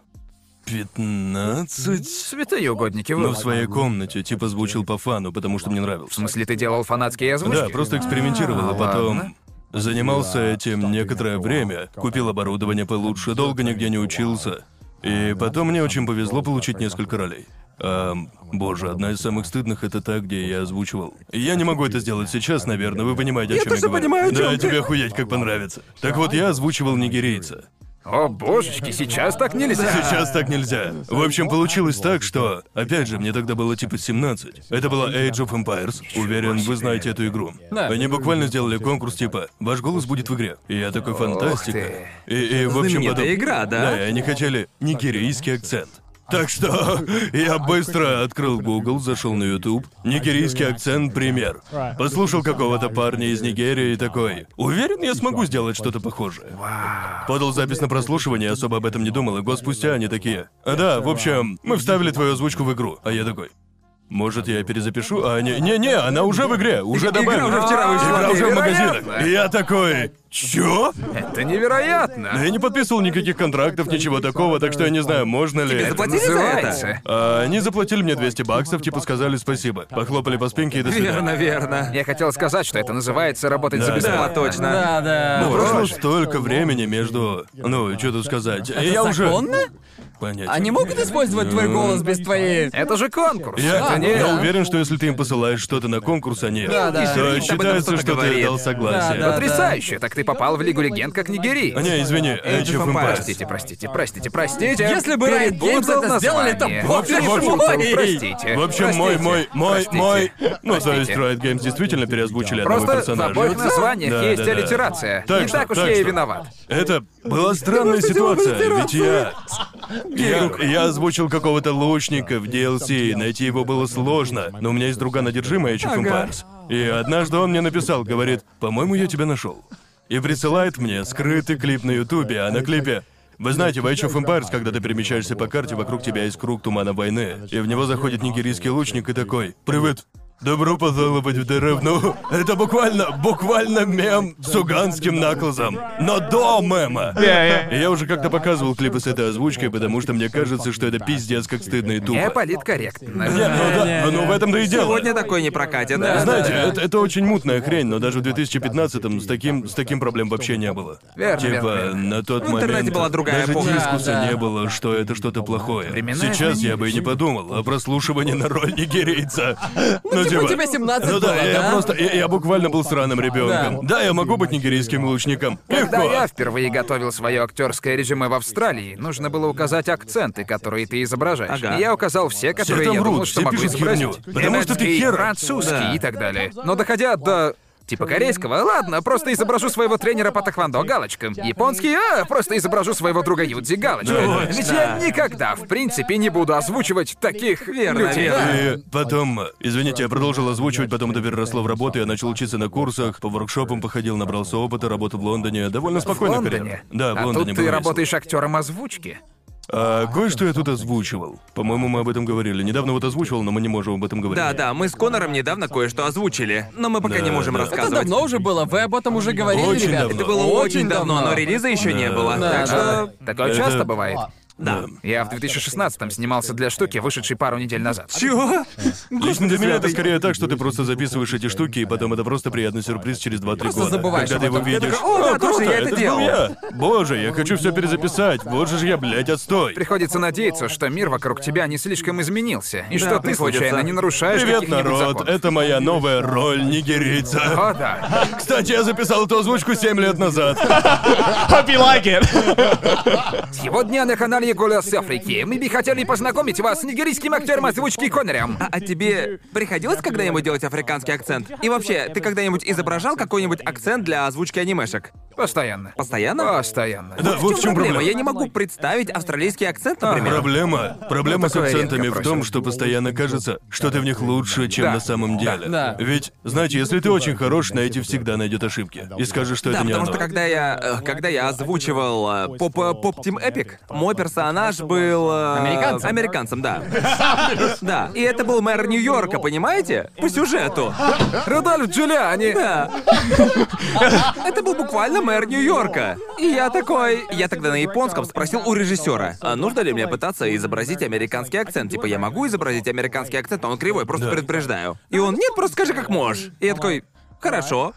15? Святые угодники, вы. Ну, Но Ну, в своей комнате, типа, звучил по фану, потому что мне нравился. В смысле, ты делал фанатские озвучки? Да, просто экспериментировал, а ладно. потом занимался этим некоторое время, купил оборудование получше, долго нигде не учился. И потом мне очень повезло получить несколько ролей. Ам, боже, одна из самых стыдных это та, где я озвучивал. Я не могу это сделать сейчас, наверное, вы понимаете, о чем я тоже говорю. понимаю, о чём Да, ты. тебе охуеть, как понравится. Так вот, я озвучивал нигерийца. О, божечки, сейчас так нельзя. Сейчас так нельзя. В общем, получилось так, что... Опять же, мне тогда было типа 17. Это была Age of Empires. Уверен, вы знаете эту игру. Да. Они буквально сделали конкурс типа «Ваш голос будет в игре». И я такой ты. фантастика. И, и, в общем, Знаменитая потом- игра, да? Да, и они хотели нигерийский акцент. Так что <laughs> я быстро открыл Google, зашел на YouTube. Нигерийский акцент пример. Послушал какого-то парня из Нигерии и такой. Уверен, я смогу сделать что-то похожее. Подал запись на прослушивание, особо об этом не думал, и год спустя они такие. «А, Да, в общем, мы вставили твою озвучку в игру, а я такой. Может, я перезапишу? А не, не, не, она уже в игре, уже добавлена. уже вчера вышла. Игра уже в магазинах. Невероятно. И я такой, чё? Это невероятно. Да я не подписывал никаких контрактов, ничего такого, так что я не знаю, можно ли... заплатили за это? называется. А, они заплатили мне 200 баксов, типа сказали спасибо. Похлопали по спинке и до свидания. Верно, верно. Я хотел сказать, что это называется работать за Да. Да, бесплатно. точно. Да, да. Ну, прошло столько времени между... Ну, что тут сказать. И я уже... Законно? Понятия Они не могут использовать твой голос без твоей... Это же конкурс. Я, Это не- я да. уверен, что если ты им посылаешь что-то на конкурс, они... Да, да. То Шрифт об этом считается, что-то что ты говорит. дал согласие. Да, да. Потрясающе. Так ты попал в Лигу легенд как Нигерий. А, Не, извини, Age of of Empires. Простите, простите, простите, простите. Если бы Riot Games Перепутал это сделали, то название. бог Вообще, ты вообще, мой! вообще, Простите. В общем, мой, мой, мой, Простите. мой... Ну, то Простите. есть Riot Games действительно переозвучили одного Просто в персонажа. обоих названиях Да, есть да, да. аллитерация. Так не что- так уж так я и что. виноват. Это была странная ситуация, ведь я... Я, я озвучил какого-то лучника в DLC, и найти его было сложно, но у меня есть друган одержимый Age of Empires. И однажды он мне написал, говорит, по-моему, я тебя нашел. И присылает мне скрытый клип на Ютубе, а на клипе вы знаете, в Age of Empires, когда ты перемещаешься по карте, вокруг тебя есть круг тумана войны, и в него заходит нигерийский лучник и такой «Привет, добро пожаловать в деревню». Это буквально, буквально мем с уганским наклзом, но до мема. И Я уже как-то показывал клипы с этой озвучкой, потому что мне кажется, что это пиздец как стыдно и Не тупо. Не, политкорректно. ну да, ну в этом-то и дело. Сегодня такой не прокатит. Знаете, это, это очень мутная хрень, но даже в 2015-м с таким, с таким проблем вообще не было. Верно, типа, верно. на тот В интернете момент была другая даже эпоха. дискуса Да, да. не было, что это что-то плохое. Времена Сейчас я бы и не подумал о прослушивании на роль нигерийца. Но типа типа. тебе 17 Ну было, да, я- я просто, я, я буквально был сраным ребенком. Да. я могу быть нигерийским лучником. Когда Легко. я впервые готовил свое актерское резюме в Австралии, нужно было указать акценты, которые ты изображаешь. Ага. И я указал все, Все которые там я думал, врут, что все могу пишут изобразить. херню. Потому что ты Немецкий, хер. французский Да. и так далее. Но доходя до типа корейского, ладно, просто изображу своего тренера по тэквондо, галочка. Японский, а, просто изображу своего друга Юдзи, галочка. Ведь я никогда, в принципе, не буду озвучивать таких Верно, людей. верно. И потом, извините, я продолжил озвучивать, потом это переросло в работу, я начал учиться на курсах, по воркшопам походил, набрался опыта, работал в Лондоне, довольно В спокойно Лондоне. Да, в а Лондоне тут было ты весело. работаешь актером озвучки. А, кое-что я тут озвучивал. По-моему, мы об этом говорили. Недавно вот озвучивал, но мы не можем об этом говорить. Да, да, мы с Конором недавно кое-что озвучили, но мы пока Да, не можем да. Это рассказывать. давно уже было, вы об этом уже говорили, Очень ребята. давно. Это было очень давно, но релиза еще не было. Да, Так что. Такое А, Это- А, часто бывает. Да. Я в 2016-м снимался для штуки, вышедшей пару недель назад. Чего? Лично для меня это скорее так, что ты просто записываешь эти штуки, и потом это просто приятный сюрприз через 2-3 года. забываешь когда ты об его этом. видишь. такой, «О, да, тоже я это это ж делал». был я. Боже, я хочу все перезаписать. Вот же ж я, блядь, отстой. Приходится надеяться, что мир вокруг тебя не слишком изменился, и Да, что ты приходится. случайно не нарушаешь Привет, каких-нибудь народ. законов. Это моя новая роль нигерийца. О, да. Кстати, я записал эту озвучку 7 лет назад. Hope you like it. Сегодня на канале «Голос Африки» мы бы хотели познакомить вас с нигерийским актером озвучки Конором. А тебе приходилось когда-нибудь делать африканский акцент? И вообще, ты когда-нибудь изображал какой-нибудь акцент для озвучки анимешек? Постоянно. Постоянно? Постоянно. Да, вот в чем проблема. А, Я не могу представить австралийский акцент, например. Проблема. Проблема с такое акцентами редко в том, просят. что постоянно кажется, что ты в них лучше, чем Да. на самом деле. Да. Ведь, знаете, если ты очень хорош, на эти всегда найдет ошибки. И скажешь, что Да, это не потому оно. что когда я, э, когда я озвучивал э, поп э, поп Тим Эпик, мой персонаж был э, Американцем? американцем, да. Да, и это был мэр Нью-Йорка, понимаете? По сюжету. Рудольф Джулиани. Да. Это был буквально мэр Нью-Йорка. И я такой... Я тогда на японском спросил у режиссера, а нужно ли мне пытаться изобразить американский акцент? Типа, я могу изобразить американский акцент, но он кривой, просто предупреждаю. И он, нет, просто скажи, как можешь. И я такой, хорошо.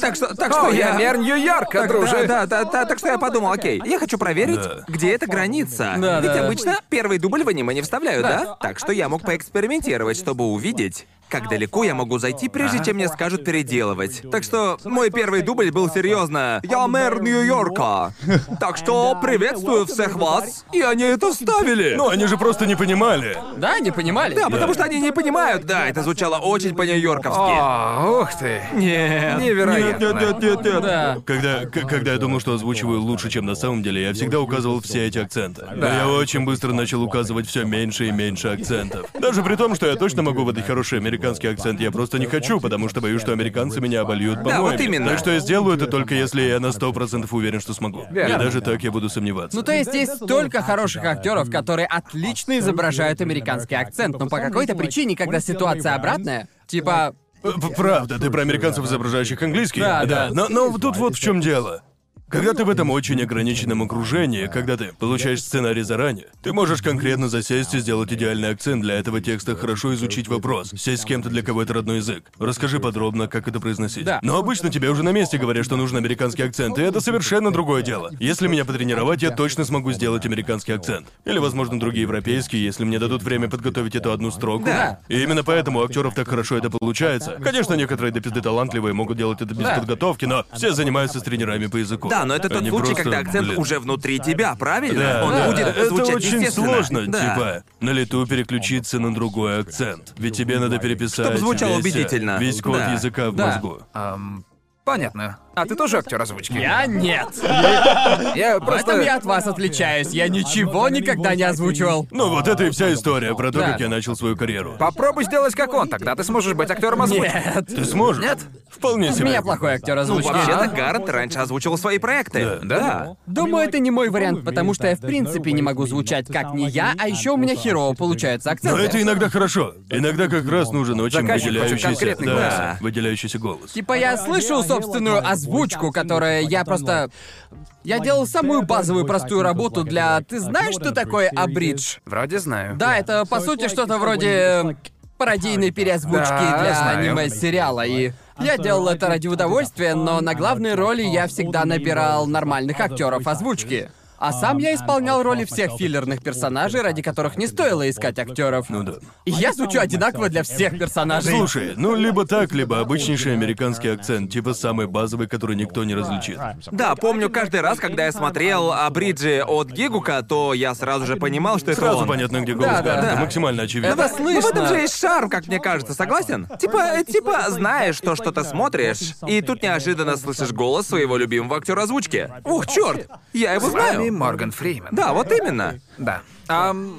Так что, так что О, я я... мэр Нью-Йорка, Так, друже. Да, да, да, да, так что я подумал, окей, я хочу проверить, Да. где эта граница. Да, Ведь да. обычно первый дубль в аниме не вставляют, да. Так что я мог поэкспериментировать, чтобы увидеть, как далеко я могу зайти, прежде чем мне скажут переделывать. Так что мой первый дубль был серьезно. Я мэр Нью-Йорка. Так что приветствую всех вас. И они это вставили. Ну, они же просто не понимали. Да, не понимали? да, потому что они не понимают. Да, это звучало очень по-нью-йорковски. О, ух ты. Нет. Невероятно. нет, нет. Да. Когда, к- когда я думал, что озвучиваю лучше, чем на самом деле, я всегда указывал все эти акценты. Но я очень быстро начал указывать все меньше и меньше акцентов. Даже при том, что я точно могу выдать хороший американский акцент, я просто не хочу, потому что боюсь, что американцы меня обольют Да, вот помоями. именно. Так что я сделаю это только если я на сто процентов уверен, что смогу. Верно. И даже так я буду сомневаться. Ну, то есть есть столько хороших актеров, которые отлично изображают американский акцент, но по какой-то причине, когда ситуация обратная, типа, П- Правда, ты про американцев, изображающих английский. Да, да. Но, но тут вот в чем дело. Когда ты в этом очень ограниченном окружении, когда ты получаешь сценарий заранее, ты можешь конкретно засесть и сделать идеальный акцент для этого текста, хорошо изучить вопрос, сесть с кем-то, для кого это родной язык. Расскажи подробно, как это произносить. Да. Но обычно тебе уже на месте говорят, что нужен американский акцент, и это совершенно другое дело. Если меня потренировать, я точно смогу сделать американский акцент. Или, возможно, другие европейские, если мне дадут время подготовить эту одну строку. Да. И именно поэтому у актеров так хорошо это получается. Конечно, некоторые до пизды талантливые могут делать это без Да. подготовки, но все занимаются с тренерами по языку. Да, но это тот Они случай, просто, когда акцент блин. уже внутри тебя, правильно? Да, Он да, будет да. это звучать очень естественно. сложно, Да. типа на лету переключиться на другой акцент, ведь тебе надо переписать. Чтоб весь, звучало э, убедительно. Весь код Да. языка в Да. мозгу. Эм, понятно. А ты тоже актер озвучки? я «А нет. Я В этом просто... я от вас отличаюсь. Я ничего никогда не озвучивал. Ну вот это и вся история про то, Да. как я начал свою карьеру. Попробуй сделать как он, тогда ты сможешь быть актером озвучки. Нет. Ты сможешь? Нет. Вполне Из себе. меня плохой актер Ну, озвучки. вообще-то Гаррет раньше озвучивал свои проекты. Да? Думаю, это не ну, мой вариант, потому что я в принципе не могу звучать как не я, а еще у меня херово Ну, получаются Но акценты. это иногда хорошо. Иногда как раз нужен очень Заказчик хочет выделяющийся, конкретный да, выделяющийся голос. Типа я слышу собственную озвучку, которая я просто... ну, Я делал самую базовую простую работу для... Ты ну, знаешь, что такое абридж? Вроде знаю. Да, это по сути что-то вроде пародийной переозвучки Да, для знаю. аниме-сериала. И я делал это ради удовольствия, но на главной роли я всегда набирал нормальных актеров озвучки. А сам я исполнял роли всех филлерных персонажей, ради которых не стоило искать актеров. Ну да. И я звучу одинаково для всех персонажей. Слушай, ну либо так, либо обычнейший американский акцент, типа самый базовый, который никто не различит. Да, помню каждый раз, когда я смотрел о Бридже от Гигука, то я сразу же понимал, что это Сразу он. понятно, где голос Да, да, Гарольда, да. максимально очевидно. Это Да, слышно. Но в этом же есть шарм, как мне кажется, согласен? Типа, типа, знаешь то, что ты смотришь, и тут неожиданно слышишь голос своего любимого актера озвучки. Ух, черт! Я его С вами знаю! Морган Фриман. Да, вот именно. Да. Ам,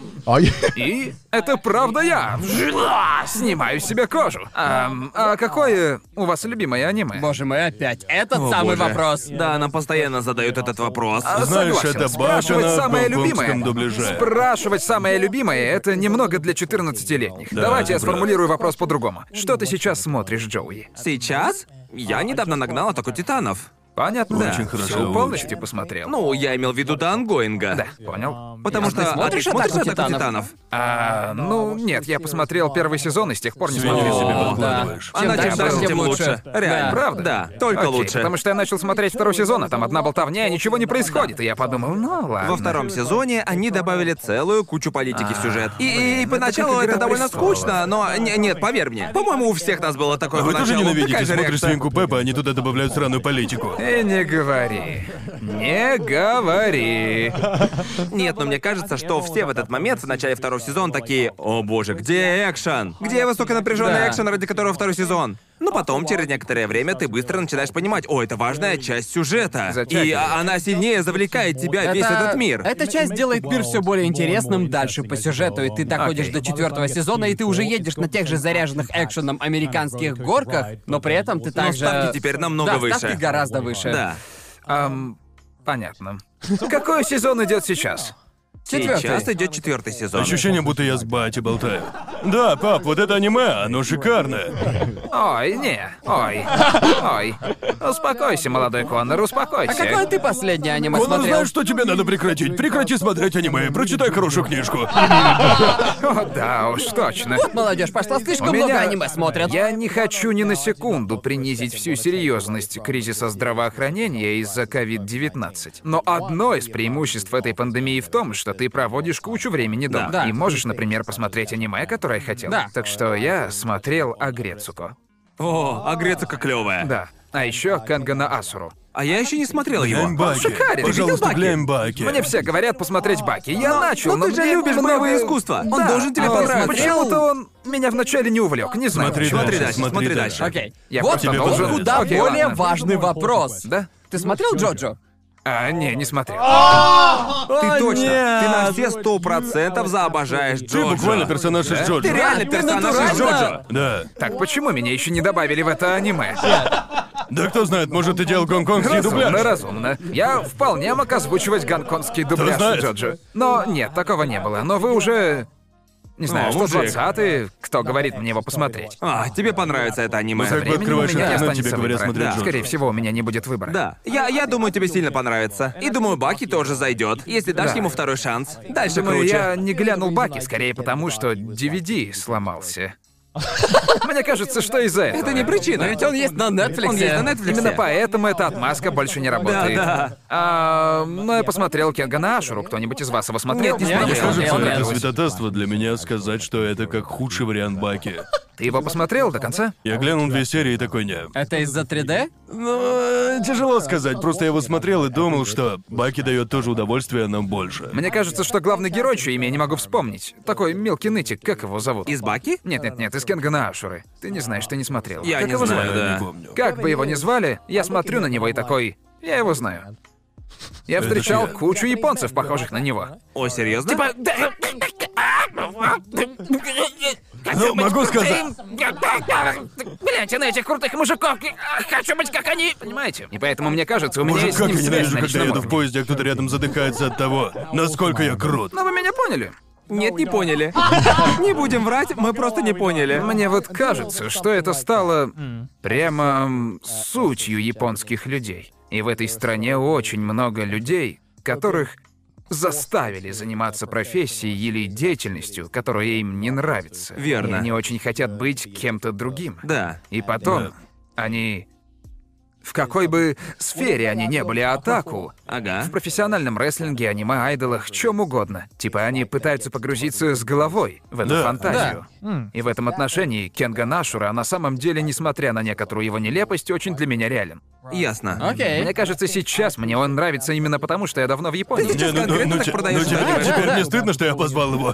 и это правда я. Снимаю с себя кожу. Ам, а какое у вас любимое аниме? Боже мой, опять этот самый боже. вопрос. Да, нам постоянно задают этот вопрос. А, Знаешь, согласен. это Спрашивать башня на самое гонконгском любимое. дубляже. Спрашивать самое любимое — это немного для 14-летних. Давайте я ты прав. сформулирую вопрос по-другому. Что ты сейчас смотришь, Джоуи? Сейчас? Я недавно нагнал атаку титанов. Понятно? Очень хорошо Всё полностью посмотрел. Ну, я имел в виду до ангоинга. да, понял. Потому А что ты а смотришь ты смотришь «Атаку «Атаку титанов»? титанов? А, ну, нет, я посмотрел первый сезон и с тех пор не Свинью себе смотрел. О, подкладываешь. Она дальше, чем дальше, тем тем лучше. Реально. Да. Правда? Да, только Окей, лучше. Потому что я начал смотреть второй сезон, а там одна болтовня, и ничего не происходит. И я подумал, ну ладно. Во втором сезоне они добавили целую кучу политики в сюжет. И, и- и поначалу как «Игра это довольно престолов». скучно, но не- нет, поверь мне. По-моему, у всех нас было такое А вы тоже поначалу. ненавидите, Такая же смотришь реакция. свинку Пеппа, они туда добавляют сраную политику. И не говори. Не говори. Нет, но мне кажется, что все в этот момент в начале второго сезона такие «О боже, где экшен? Где высоконапряженный Да. экшен, ради которого второй сезон?» Но потом, через некоторое время, ты быстро начинаешь понимать, о, это важная часть сюжета. И Затягивает. а, она сильнее завлекает тебя Это- весь этот мир. Эта часть делает мир все более интересным дальше по сюжету, и ты доходишь Окей. до четвертого сезона, и ты уже едешь на тех же заряженных экшеном американских горках, но при этом ты также. ставки теперь намного Да, выше. ставки гораздо выше. Да. Ам, понятно. Какой сезон идет сейчас? Четвертый. Сейчас идет четвертый сезон. Ощущение, будто я с бати болтаю. Да, пап, вот это аниме, оно шикарное. Ой, не, ой, ой. Успокойся, молодой Коннор, успокойся. А какое ты последнее аниме Конор, смотрел? знаешь, что тебе надо прекратить? Прекрати смотреть аниме и прочитай хорошую книжку. О, да уж, точно. Вот молодежь пошла, слишком У А меня- много аниме смотрят. Я не хочу ни на секунду принизить всю серьезность кризиса здравоохранения из-за COVID-19. Но одно из преимуществ этой пандемии в том, что ты проводишь кучу времени дома. Да. И можешь, например, посмотреть аниме, которое хотел. Да. Так что я смотрел Агрецуко. О, а Грецика клевая. Да. А еще Канга на Асуру. А я еще не смотрел его. Глэмбаки. шикарен. Ты Пожалуйста, видел Баки? глэмбаки. Мне все говорят посмотреть Баки. Я начал, но ну но, ты же мне любишь много- боевое искусство. Он Да, должен тебе но понравиться. Почему-то он меня вначале не увлек. Не знаю. Смотри почему. Смотри дальше, дальше, смотри смотри дальше. дальше. Окей. Я вот просто тебе вот понравится. куда Окей, более ладно. важный вопрос. Да? Ты смотрел Джоджо? А, не, не смотрел. Ты точно. Ты на все сто процентов заобожаешь Ты Джоджо. буквально персонаж из Ну, Ты Джорджа. реально ты персонаж из натурально. Джоджо. Да. Так почему меня еще не добавили в это аниме? Да кто знает, может, ты делал гонконгский Разумно, дубляж. разумно. Я вполне мог озвучивать гонконгский знает? дубляж Джоджо. Но нет, такого не было. Но вы уже... Не знаю, А, О, что мужик. 20 кто говорит мне его посмотреть. А, тебе понравится Как это бы аниме. Времени открываешь у меня не окно, останется тебе говорят выбора. смотреть Да. Джоджо. Скорее всего, у меня не будет выбора. Да. Я, я думаю, тебе сильно понравится. И думаю, Баки тоже зайдет. Если дашь Да. ему второй шанс. Дальше Думаю, круче. я не глянул Баки, скорее потому, что DVD сломался. Мне кажется, что из-за этого. Это не причина. Ведь он есть на Netflix. Он есть на Netflix. Именно поэтому эта отмазка больше не работает. Да, А, но я посмотрел Кенгана Ашуру. Кто-нибудь из вас его смотрел? Нет, не Смотрел. Мне смотрел. кажется, он это нравится. святотатство для меня сказать, что это как худший вариант Баки. Ты его посмотрел до конца? Я глянул две серии и такой, не. Это из-за 3D? Ну, э, тяжело сказать, просто я его смотрел и думал, что Баки дает тоже удовольствие, но больше. Мне кажется, что главный герой, чье имя я не могу вспомнить. Такой мелкий нытик, как его зовут? Из Баки? Нет-нет-нет, из Кенгана Ашуры. Ты не знаешь, ты не смотрел. Я как не его знаю, звали? да. не помню. Как бы его ни звали, я смотрю на него и такой, я его знаю. Я встречал Это я. кучу японцев, похожих на него. О, серьезно? Ну, могу сказать... Блять, я на этих крутых мужиков хочу быть как они, понимаете? И поэтому мне кажется, у меня Боже, есть с как ним я связь ненавижу, на когда личном я еду в уровне. поезде, а кто-то рядом задыхается от того, насколько я крут. Но вы меня поняли? Нет, не <laughs> поняли. Не будем врать, мы просто не поняли. Мне вот кажется, что это стало прямо м, сутью японских людей. И в этой стране очень много людей, которых заставили заниматься профессией или деятельностью, которая им не нравится. Верно. И они очень хотят быть кем-то другим. Да. И потом они В какой бы сфере они не были атаку, Ага. в профессиональном рестлинге, аниме, айдолах, чем угодно. Типа они пытаются погрузиться с головой в эту Да. фантазию. И в этом отношении Кенга Нашура на самом деле, несмотря на некоторую его нелепость, очень для меня реален. Ясно. Мне Окей. кажется, сейчас мне он нравится именно потому, что я давно в Японии. Ты сейчас ну, ну, конкретно ну, так те- продаешь ну, теперь, что-нибудь? теперь не стыдно, что я позвал его.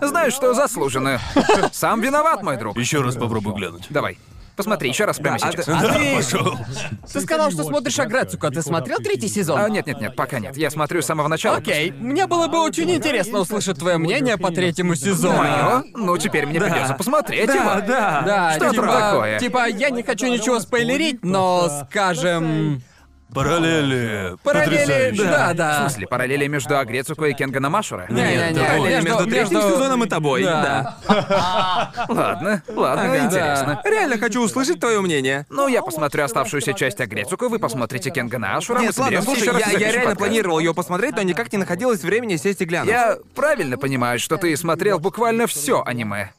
Знаешь, что заслуженно. ну- <laughs> Сам виноват, мой друг. Еще раз попробую глянуть. Давай. Посмотри, еще раз прямо А сейчас. ты- а Да, ты- пошел. Ты сказал, что смотришь Аграцуку, а ты смотрел третий сезон? А, нет, нет, нет, пока нет. Я смотрю с самого начала. Окей. Мне было бы очень интересно услышать твое мнение по третьему сезону. Моё? Ну, теперь мне придется посмотреть Да, его. да. Да, Что там типа, такое? Типа, я не хочу ничего спойлерить, но, скажем, Параллели. параллели... Потрясающе. Да, В да. смысле, параллели между Агрецуко и Кенгана Машура? Не-не-не, Параллели между- между третьим между- сезоном и тобой. Да. Да. Ладно, ладно, Ага. интересно. Реально хочу услышать твое мнение. Ну, я посмотрю оставшуюся часть Агрецуко, вы посмотрите Кенгана Ашура, мы Нет, ладно, соберемся слушай, еще раз и я, я запишем реально подкаст. планировал ее посмотреть, но никак не находилось времени сесть и глянуть. Я правильно понимаю, что ты смотрел буквально все аниме?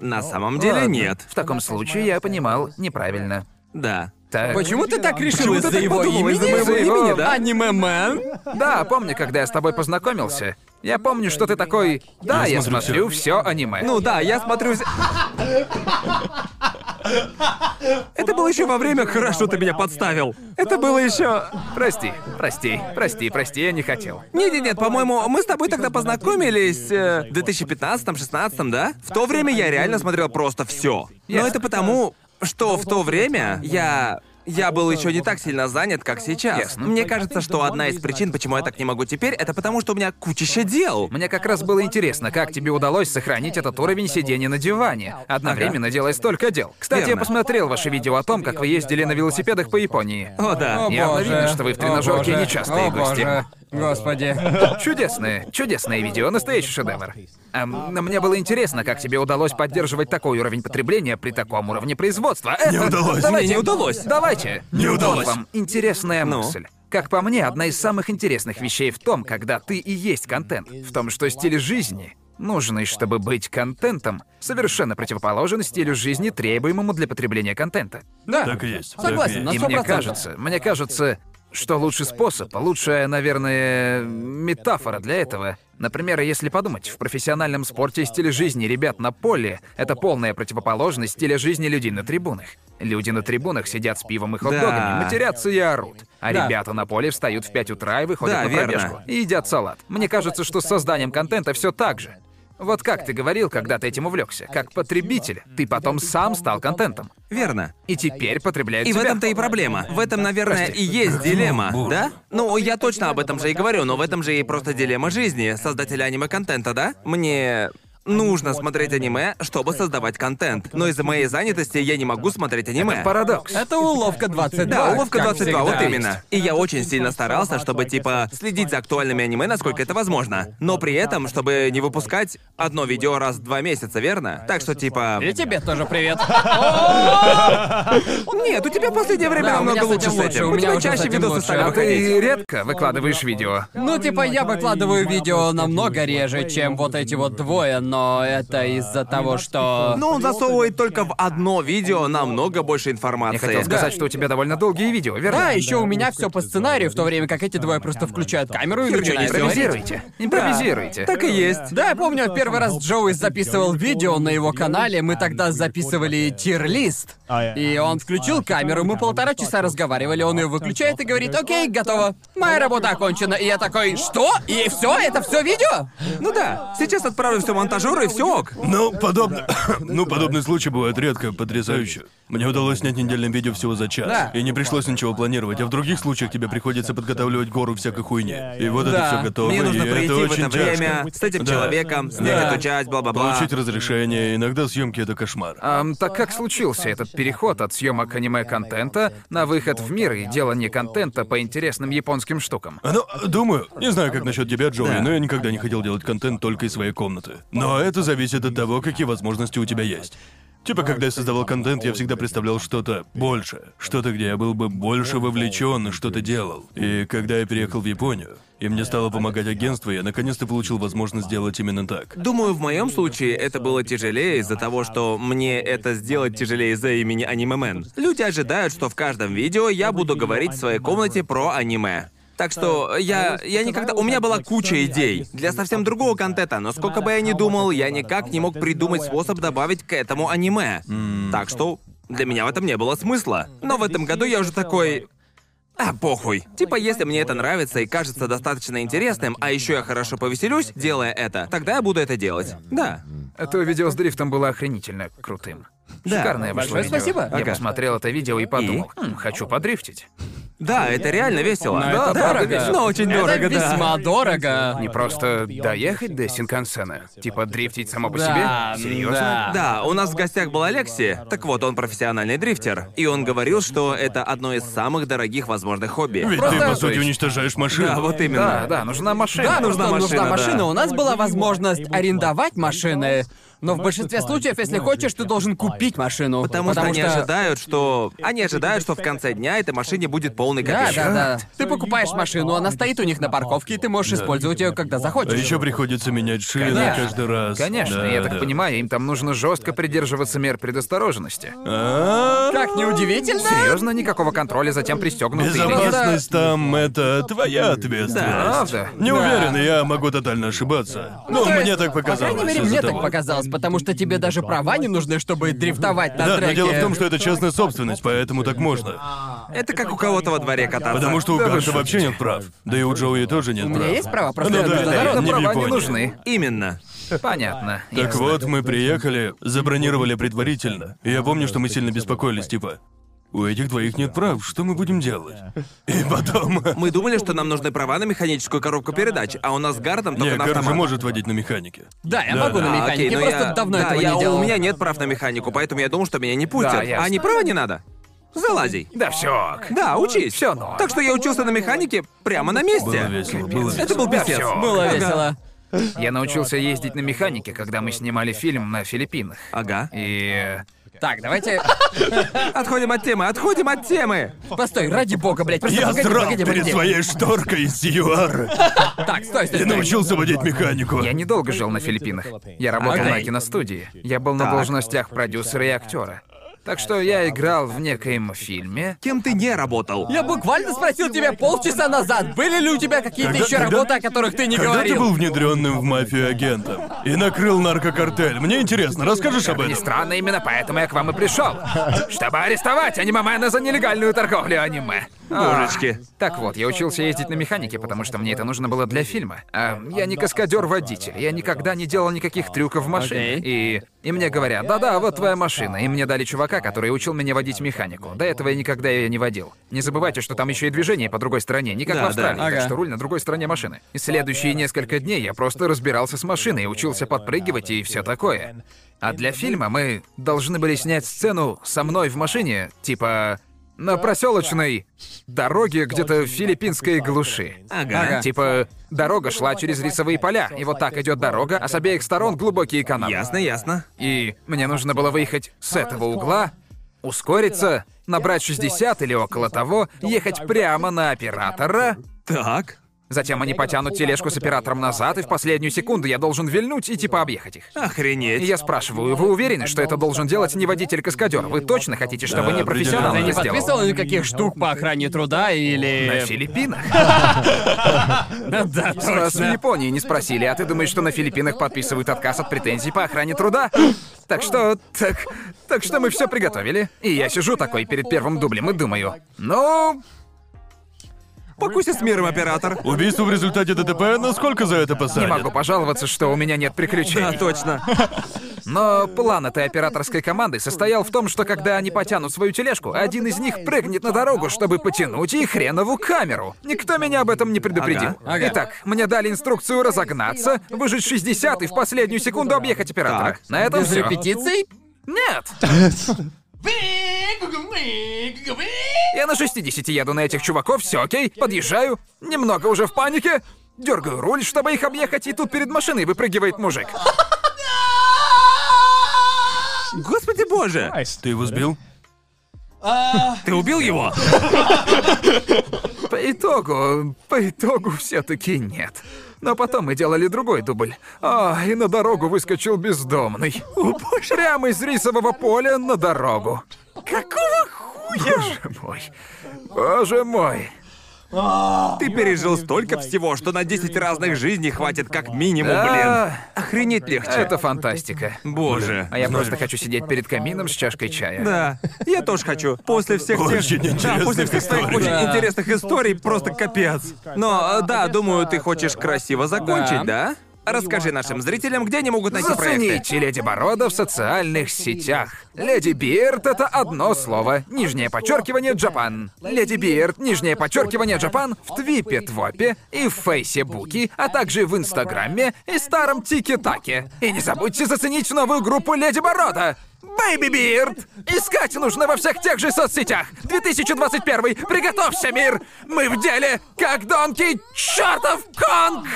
На самом деле Ладно, нет. В таком случае я понимал неправильно. Да. Так. Почему ты так решил Почему ты из-за так его подумал? имени? Из-за моего имени, да? Аниме-мен? Да, помню, когда я с тобой познакомился. Я помню, что ты такой. Да, я, смотрю смотрю все аниме. Ну да, я смотрю... з- Это было еще во время «Хорошо, ты меня подставил». Это было еще... прости, прости, прости, прости, я не хотел. Нет, нет, нет, по-моему, мы с тобой тогда познакомились э, в 2015-16, да? В то время я реально смотрел просто все. Но это потому, что в то время я. Я был еще не так сильно занят, как сейчас. Ясно. Мне кажется, что одна из причин, почему я так не могу теперь, это потому, что у меня кучища дел. Мне как раз было интересно, как тебе удалось сохранить этот уровень сидения на диване, одновременно делая столько дел. Кстати, я Верно. посмотрел ваше видео о том, как вы ездили на велосипедах по Японии. О, да. О, Явно боже. видно, что вы в О, тренажерке боже. нечастые О, гости. боже. Господи. Чудесное, чудесное видео, настоящий шедевр. Эм, но мне было интересно, как тебе удалось поддерживать такой уровень потребления при таком уровне производства. Это- Не удалось. Давайте, Мне не удалось. Давайте. Не Вот удалось. вам интересная Ну? мысль. Как по мне, одна из самых интересных вещей в том, когда ты и есть контент, в том, что стиль жизни, нужный, чтобы быть контентом, совершенно противоположен стилю жизни, требуемому для потребления контента. Да. Так и есть. так и Согласен, на есть. И 100%. мне кажется, мне кажется, что лучший способ, лучшая, наверное, метафора для этого. Например, если подумать, в профессиональном спорте стиль жизни ребят на поле — это полная противоположность стиля жизни людей на трибунах. Люди на трибунах сидят с пивом и хот-догами, Да. матерятся и орут. А Да. ребята на поле встают в 5 утра и выходят Да, на верно. пробежку. И едят салат. Мне кажется, что с созданием контента все так же. Вот как ты говорил, когда ты этим увлекся, как потребитель, ты потом сам стал контентом. Верно. И теперь потребляет И в тебя. этом-то и проблема. В этом, наверное, и есть дилемма, да? Ну, я точно об этом же и говорю, но в этом же и просто дилемма жизни, создателя аниме-контента, да? Мне нужно смотреть аниме, чтобы создавать контент. Но из-за моей занятости я не могу смотреть аниме. Парадокс. Это уловка 22. Да, уловка как 22, вот всегда. именно. И я очень сильно старался, чтобы, типа, следить за актуальными аниме, насколько это возможно. Но при этом, чтобы не выпускать одно видео раз в два месяца, верно? Так что, типа... И тебе тоже привет. Нет, у тебя в последнее время Да, у меня намного с этим лучше с лучше, у этим. У меня тебя уже с чаще этим видосы лучше. стали А выходить. ты редко выкладываешь видео. Ну, типа, я выкладываю видео намного реже, чем вот эти вот двое, но это из-за того, что... Ну, Но Ну, он засовывает только в одно видео намного больше Я информации. хотел сказать, что у тебя довольно долгие видео, верно? А Да, еще у меня все по сценарию, в то время как эти двое просто включают камеру и Херню начинают несёт. говорить. Импровизируйте. Импровизируйте. Так и есть. Э, Да, я помню, первый раз Джоуи записывал видео на его канале, мы тогда записывали тир-лист. И он включил камеру, мы полтора часа разговаривали, он ее выключает и говорит, окей, готово, моя работа окончена. И я такой, что? И все, это все видео? Ну да, сейчас отправлю все монтажеру и все ок. Ну, подобно... <coughs> ну, подобные случаи бывают редко, потрясающе. Мне удалось снять недельное видео всего за час, Да. и не пришлось ничего планировать, а в других случаях тебе приходится подготавливать гору всякой хуйни. И вот это Да. все готово, Мне нужно и Ну, это прийти в очень это время, с этим Да. человеком, снять Да. эту часть, бла-бла-бла. Получить разрешение, иногда съемки это кошмар. Ам, так как случился этот переход от съемок аниме-контента на выход в мир и делание контента по интересным японским штукам? Ну, думаю, не знаю, как насчет тебя, Джоуи, Да. но я никогда не хотел делать контент только из своей комнаты. Но это зависит от того, какие возможности у тебя есть. Типа, когда я создавал контент, я всегда представлял что-то больше. Что-то, где я был бы больше вовлечен и что-то делал. И когда я переехал в Японию, и мне стало помогать агентство, я наконец-то получил возможность сделать именно так. Думаю, в моем случае это было тяжелее из-за того, что мне это сделать тяжелее из-за имени анимемен. Люди ожидают, что в каждом видео я буду говорить в своей комнате про аниме. Так что я, я никогда... У меня была куча идей для совсем другого контента, но сколько бы я ни думал, я никак не мог придумать способ добавить к этому аниме. Так что для меня в этом не было смысла. Но в этом году я уже такой... А, похуй. Типа, если мне это нравится и кажется достаточно интересным, а еще я хорошо повеселюсь, делая это, тогда я буду это делать. Да. Это видео с дрифтом было охренительно крутым. Да. Шикарное вышло Большое видео. спасибо. Я Ага. посмотрел это видео и подумал, «Хм, хочу подрифтить. Да, это реально весело. да, это да, дорого. конечно, очень дорого, это да. весьма дорого. Не просто доехать до Синкансена. Типа дрифтить само по Да, себе? Серьезно? Да, у нас в гостях был Алекси. Так вот, он профессиональный дрифтер. И он говорил, что это одно из самых дорогих возможных хобби. Ведь Просто- ты, по сути, уничтожаешь машину. Да, вот Да, именно. да, нужна машина. Да, нужна нужна машина. машина, да. У нас была возможность арендовать машины, но в большинстве случаев, если хочешь, ты должен купить машину. Потому, что, они ожидают, что... Они ожидают, что в конце дня этой машине будет полный Да, капец. да, да. Ты покупаешь машину, она стоит у них на парковке, и ты можешь использовать ее, когда А захочешь. еще приходится менять шины Конечно. каждый раз. Конечно, Да, я так да. понимаю, им там нужно жестко придерживаться мер предосторожности. А? Как неудивительно? Серьезно, никакого контроля за тем пристегнутый или нет. Безопасность там это твоя ответственность. Правда? Не уверен, я могу тотально ошибаться. Ну, то есть, мне так По показалось. крайней мере, из-за мне того. так показалось, потому что тебе даже права не нужны, чтобы дрифтовать на Да, но треке. дело в том, что это частная собственность, поэтому так можно. Это как у кого-то во дворе кататься. Потому что у Да вы Ганса шутите. вообще нет прав. Да и у Джоуи тоже нет У прав. меня есть права, просто Ну я да, международный. Наверно, не в права не Японии. нужны. Именно. Понятно. Так ясно. вот, мы приехали, забронировали предварительно. И Я помню, что мы сильно беспокоились, типа, у этих двоих нет прав, что мы будем делать? <laughs> И потом... Мы думали, что нам нужны права на механическую коробку передач, а у нас с Гардом только Не, на Гар же автомат. может водить на механике. Да, я Да, могу да. ну на А, механике, окей, но просто я- давно да, этого я- не делал. У меня нет прав на механику, поэтому я думал, что меня не пустят. ясно. а не права не надо? Залази. Да все. Да, учись. Всё ну, а норм. Так что я учился на механике прямо на месте. Было весело, было Это весело. был пиздец. всё. Было Ага. весело. Я научился ездить на механике, когда мы снимали фильм на Филиппинах. Ага. И Так, давайте... Отходим от темы, отходим от темы. Постой, ради бога, блядь, просто Я погоди, срал погоди, перед погоди. своей шторкой из ЮАР. Так, стой, стой, стой. Я научился водить механику. я недолго жил на Филиппинах. Я работал на Окей. киностудии. Я был на должностях продюсера и актера. Так что я играл в некоем фильме. Кем ты не работал? Я буквально спросил тебя полчаса назад, были ли у тебя какие-то Когда- еще когда- работы, о которых ты не Когда ты говорил. был внедренным в мафию агентом и накрыл наркокартель? Мне интересно, расскажешь об Не этом? странно, именно поэтому я к вам и пришел. Чтобы арестовать анимемена за нелегальную торговлю аниме. А, Божечки. Так вот, я учился ездить на механике, потому что мне это нужно было для фильма. А я не каскадер-водитель, я никогда не делал никаких трюков в машине. И, и мне говорят, да-да, вот твоя машина. И мне дали чувака, который учил меня водить механику. До этого я никогда ее не водил. Не забывайте, что там еще и движение по другой стороне, не как Да, в Австралии, да. так Ага. что руль на другой стороне машины. И следующие несколько дней я просто разбирался с машиной, учился подпрыгивать и все такое. А для фильма мы должны были снять сцену со мной в машине, типа на проселочной дороге где-то в филиппинской глуши. Ага. Типа дорога шла через рисовые поля, и вот так идет дорога, а с обеих сторон глубокие канавы. Ясно, ясно. И мне нужно было выехать с этого угла, ускориться, набрать 60 или около того, ехать прямо на оператора, Так. Затем они потянут тележку с оператором назад, и в последнюю секунду я должен вильнуть и типа объехать их. И Охренеть. я спрашиваю, вы уверены, что это должен делать не водитель-каскадер? Вы точно хотите, чтобы Да, не профессионал определенно. это не сделал? подписывал никаких штук по охране труда На или... Филиппинах? Да, Нас в точно. Японии не спросили, а ты думаешь, что на Филиппинах подписывают отказ от претензий по охране труда? Так что, так, так что мы все приготовили. И я сижу такой перед первым дублем и думаю, ну, Покуйся с миром, оператор. Убийство в результате ДТП, насколько за это не посадят? могу пожаловаться, что у меня нет приключений. Да, точно. Но план этой операторской команды состоял в том, что когда они потянут свою тележку, один из них прыгнет на дорогу, чтобы потянуть и хренову камеру. Никто меня об этом не предупредил. Ага. Итак, мне дали инструкцию разогнаться, выжить 60 и в последнюю секунду объехать оператора. Так. На этом Без все. репетиций? Нет! Я на 60 еду на этих чуваков, все окей, подъезжаю, немного уже в панике, дергаю руль, чтобы их объехать, и тут перед машиной выпрыгивает мужик. Господи боже! Ты его сбил? Ты убил его? По итогу, по итогу все-таки нет. Но потом мы делали другой дубль. А, и на дорогу выскочил бездомный. Прямо из рисового поля на дорогу. Какого хуя? Боже мой. Боже мой. Ты пережил столько всего, что на 10 разных жизней хватит как минимум, блин. А, Охренеть легче. это фантастика. Боже. А я просто хочу сидеть перед камином с чашкой чая. Да, я тоже хочу. После всех Очень тех... Да, интересных после всех твоих историй. очень Да. интересных историй просто капец. Но, э, да, думаю, ты хочешь красиво закончить, да? Расскажи нашим зрителям, где они могут найти проекты. Зацените Леди Борода в социальных сетях. Леди Бирд — это одно слово. Нижнее подчеркивание Джапан. Леди Бирд, нижнее подчеркивание Джапан в Твипе Твопе и в Фейсебуке, а также в Инстаграме и старом Тики-Таке. И не забудьте заценить новую группу Леди Борода. Бэйби Бирд! Искать нужно во всех тех же соцсетях! 2021! Приготовься, мир! Мы в деле, как Донки Чёртов Конг!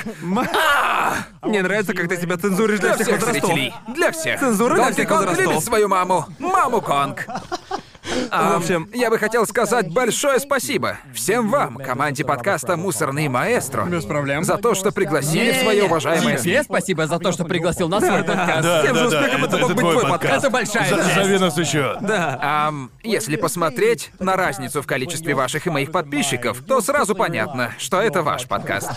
А! Мне нравится, как ты себя цензуришь для всех возрастов. зрителей. Для всех. Цензура для Донки всех Конг возрастов. любит свою маму. Маму Конг. В общем, Я бы хотел сказать большое спасибо всем вам, команде подкаста «Мусорный маэстро». Без проблем. За то, что пригласили свое уважаемое... Тебе спасибо за то, что пригласил на свой подкаст. Да, тем же да, успехом да, это мог быть твой подкаст. Это большая За- честь. Зови нас еще. Ам, если посмотреть на разницу в количестве ваших и моих подписчиков, то сразу понятно, что это ваш подкаст.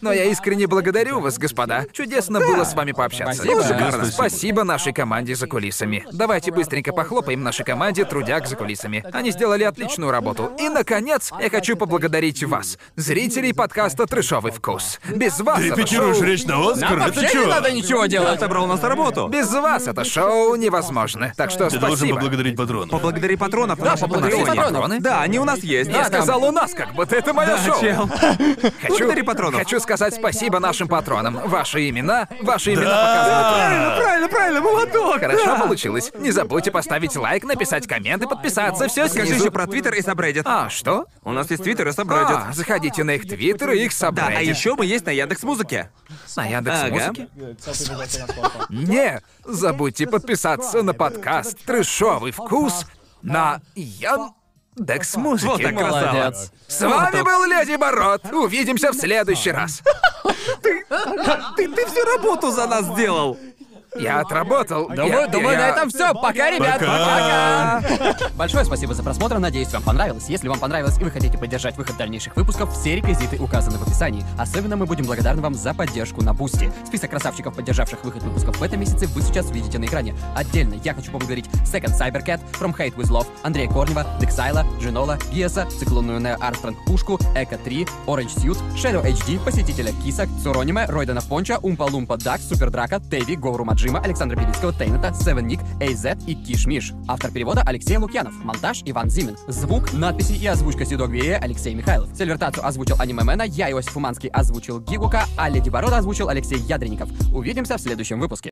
Но я искренне благодарю вас, господа. Чудесно было с вами пообщаться. Спасибо. Ну, шикарно. Да, спасибо. Спасибо нашей команде за кулисами. Давайте быстренько похлопаем нашей команде трудяк за кулисами. Они сделали отличную работу. И, наконец, я хочу поблагодарить вас, зрителей подкаста «Трешовый вкус». Без вас Ты это репетируешь шоу- речь на Оскар? Нам Это вообще не надо что? ничего Я делать. собрал нас на работу. Без вас это шоу невозможно. Так что Ты должен спасибо. поблагодарить патрона. Благодари патронов. Да, поблагодари патронов. Да, они у нас есть. Я Да, там. сказал у нас, как будто это мое шоу. Чел. Хочу, Благодари патронов. хочу сказать спасибо нашим патронам. Ваши имена, ваши имена Правильно, правильно, правильно, молоток. показывают. Хорошо да. получилось. Не забудьте поставить лайк, написать коммент и подписаться. Все Скажи снизу. еще про Твиттер и Сабреддит. А, что? У нас есть Твиттер и Сабреддит. А, заходите на их твиттер и их Да, а собрать. еще мы есть на Яндекс Музыке. На Яндекс Ага. Музыке? Не забудьте подписаться на подкаст «Трешовый вкус» на Яндекс Музыке. Вот так красава. Молодец. С вами был Леди Бород. Увидимся в следующий раз. Ты, ты всю работу за нас сделал. Я отработал. Думаю, Я- думаю, на я- этом все. Пока, ребят. Пока. пока. Большое спасибо за просмотр. Надеюсь, вам понравилось. Если вам понравилось и вы хотите поддержать выход дальнейших выпусков, все реквизиты указаны в описании. Особенно мы будем благодарны вам за поддержку на Бусти. Список красавчиков, поддержавших выход выпусков в этом месяце, вы сейчас видите на экране. Отдельно я хочу поблагодарить Second Cybercat, From Hate With Love, Андрея Корнева, Дексайла, Женола, Гиаса, Циклонную Нео Армстронг Пушку, Эко 3, Orange Suit, Shadow HD, Посетителя Киса, Цурониме, Ройдена Понча, Умпа Лумпа Дак, Супер Драка, Теви, Гору Маджима, Александра Белицкого, Тейната, Севен Ник, AZ и Киш Миш. Автор перевода Алексей Лукьянов, монтаж Иван Зимин, звук, надписи и озвучка Седок Гвея Алексей Михайлов. Сильвертацию озвучил Аниме Мэна, я, Иосиф Уманский, озвучил Гигука, а Леди Борода озвучил Алексей Ядренников. Увидимся в следующем выпуске.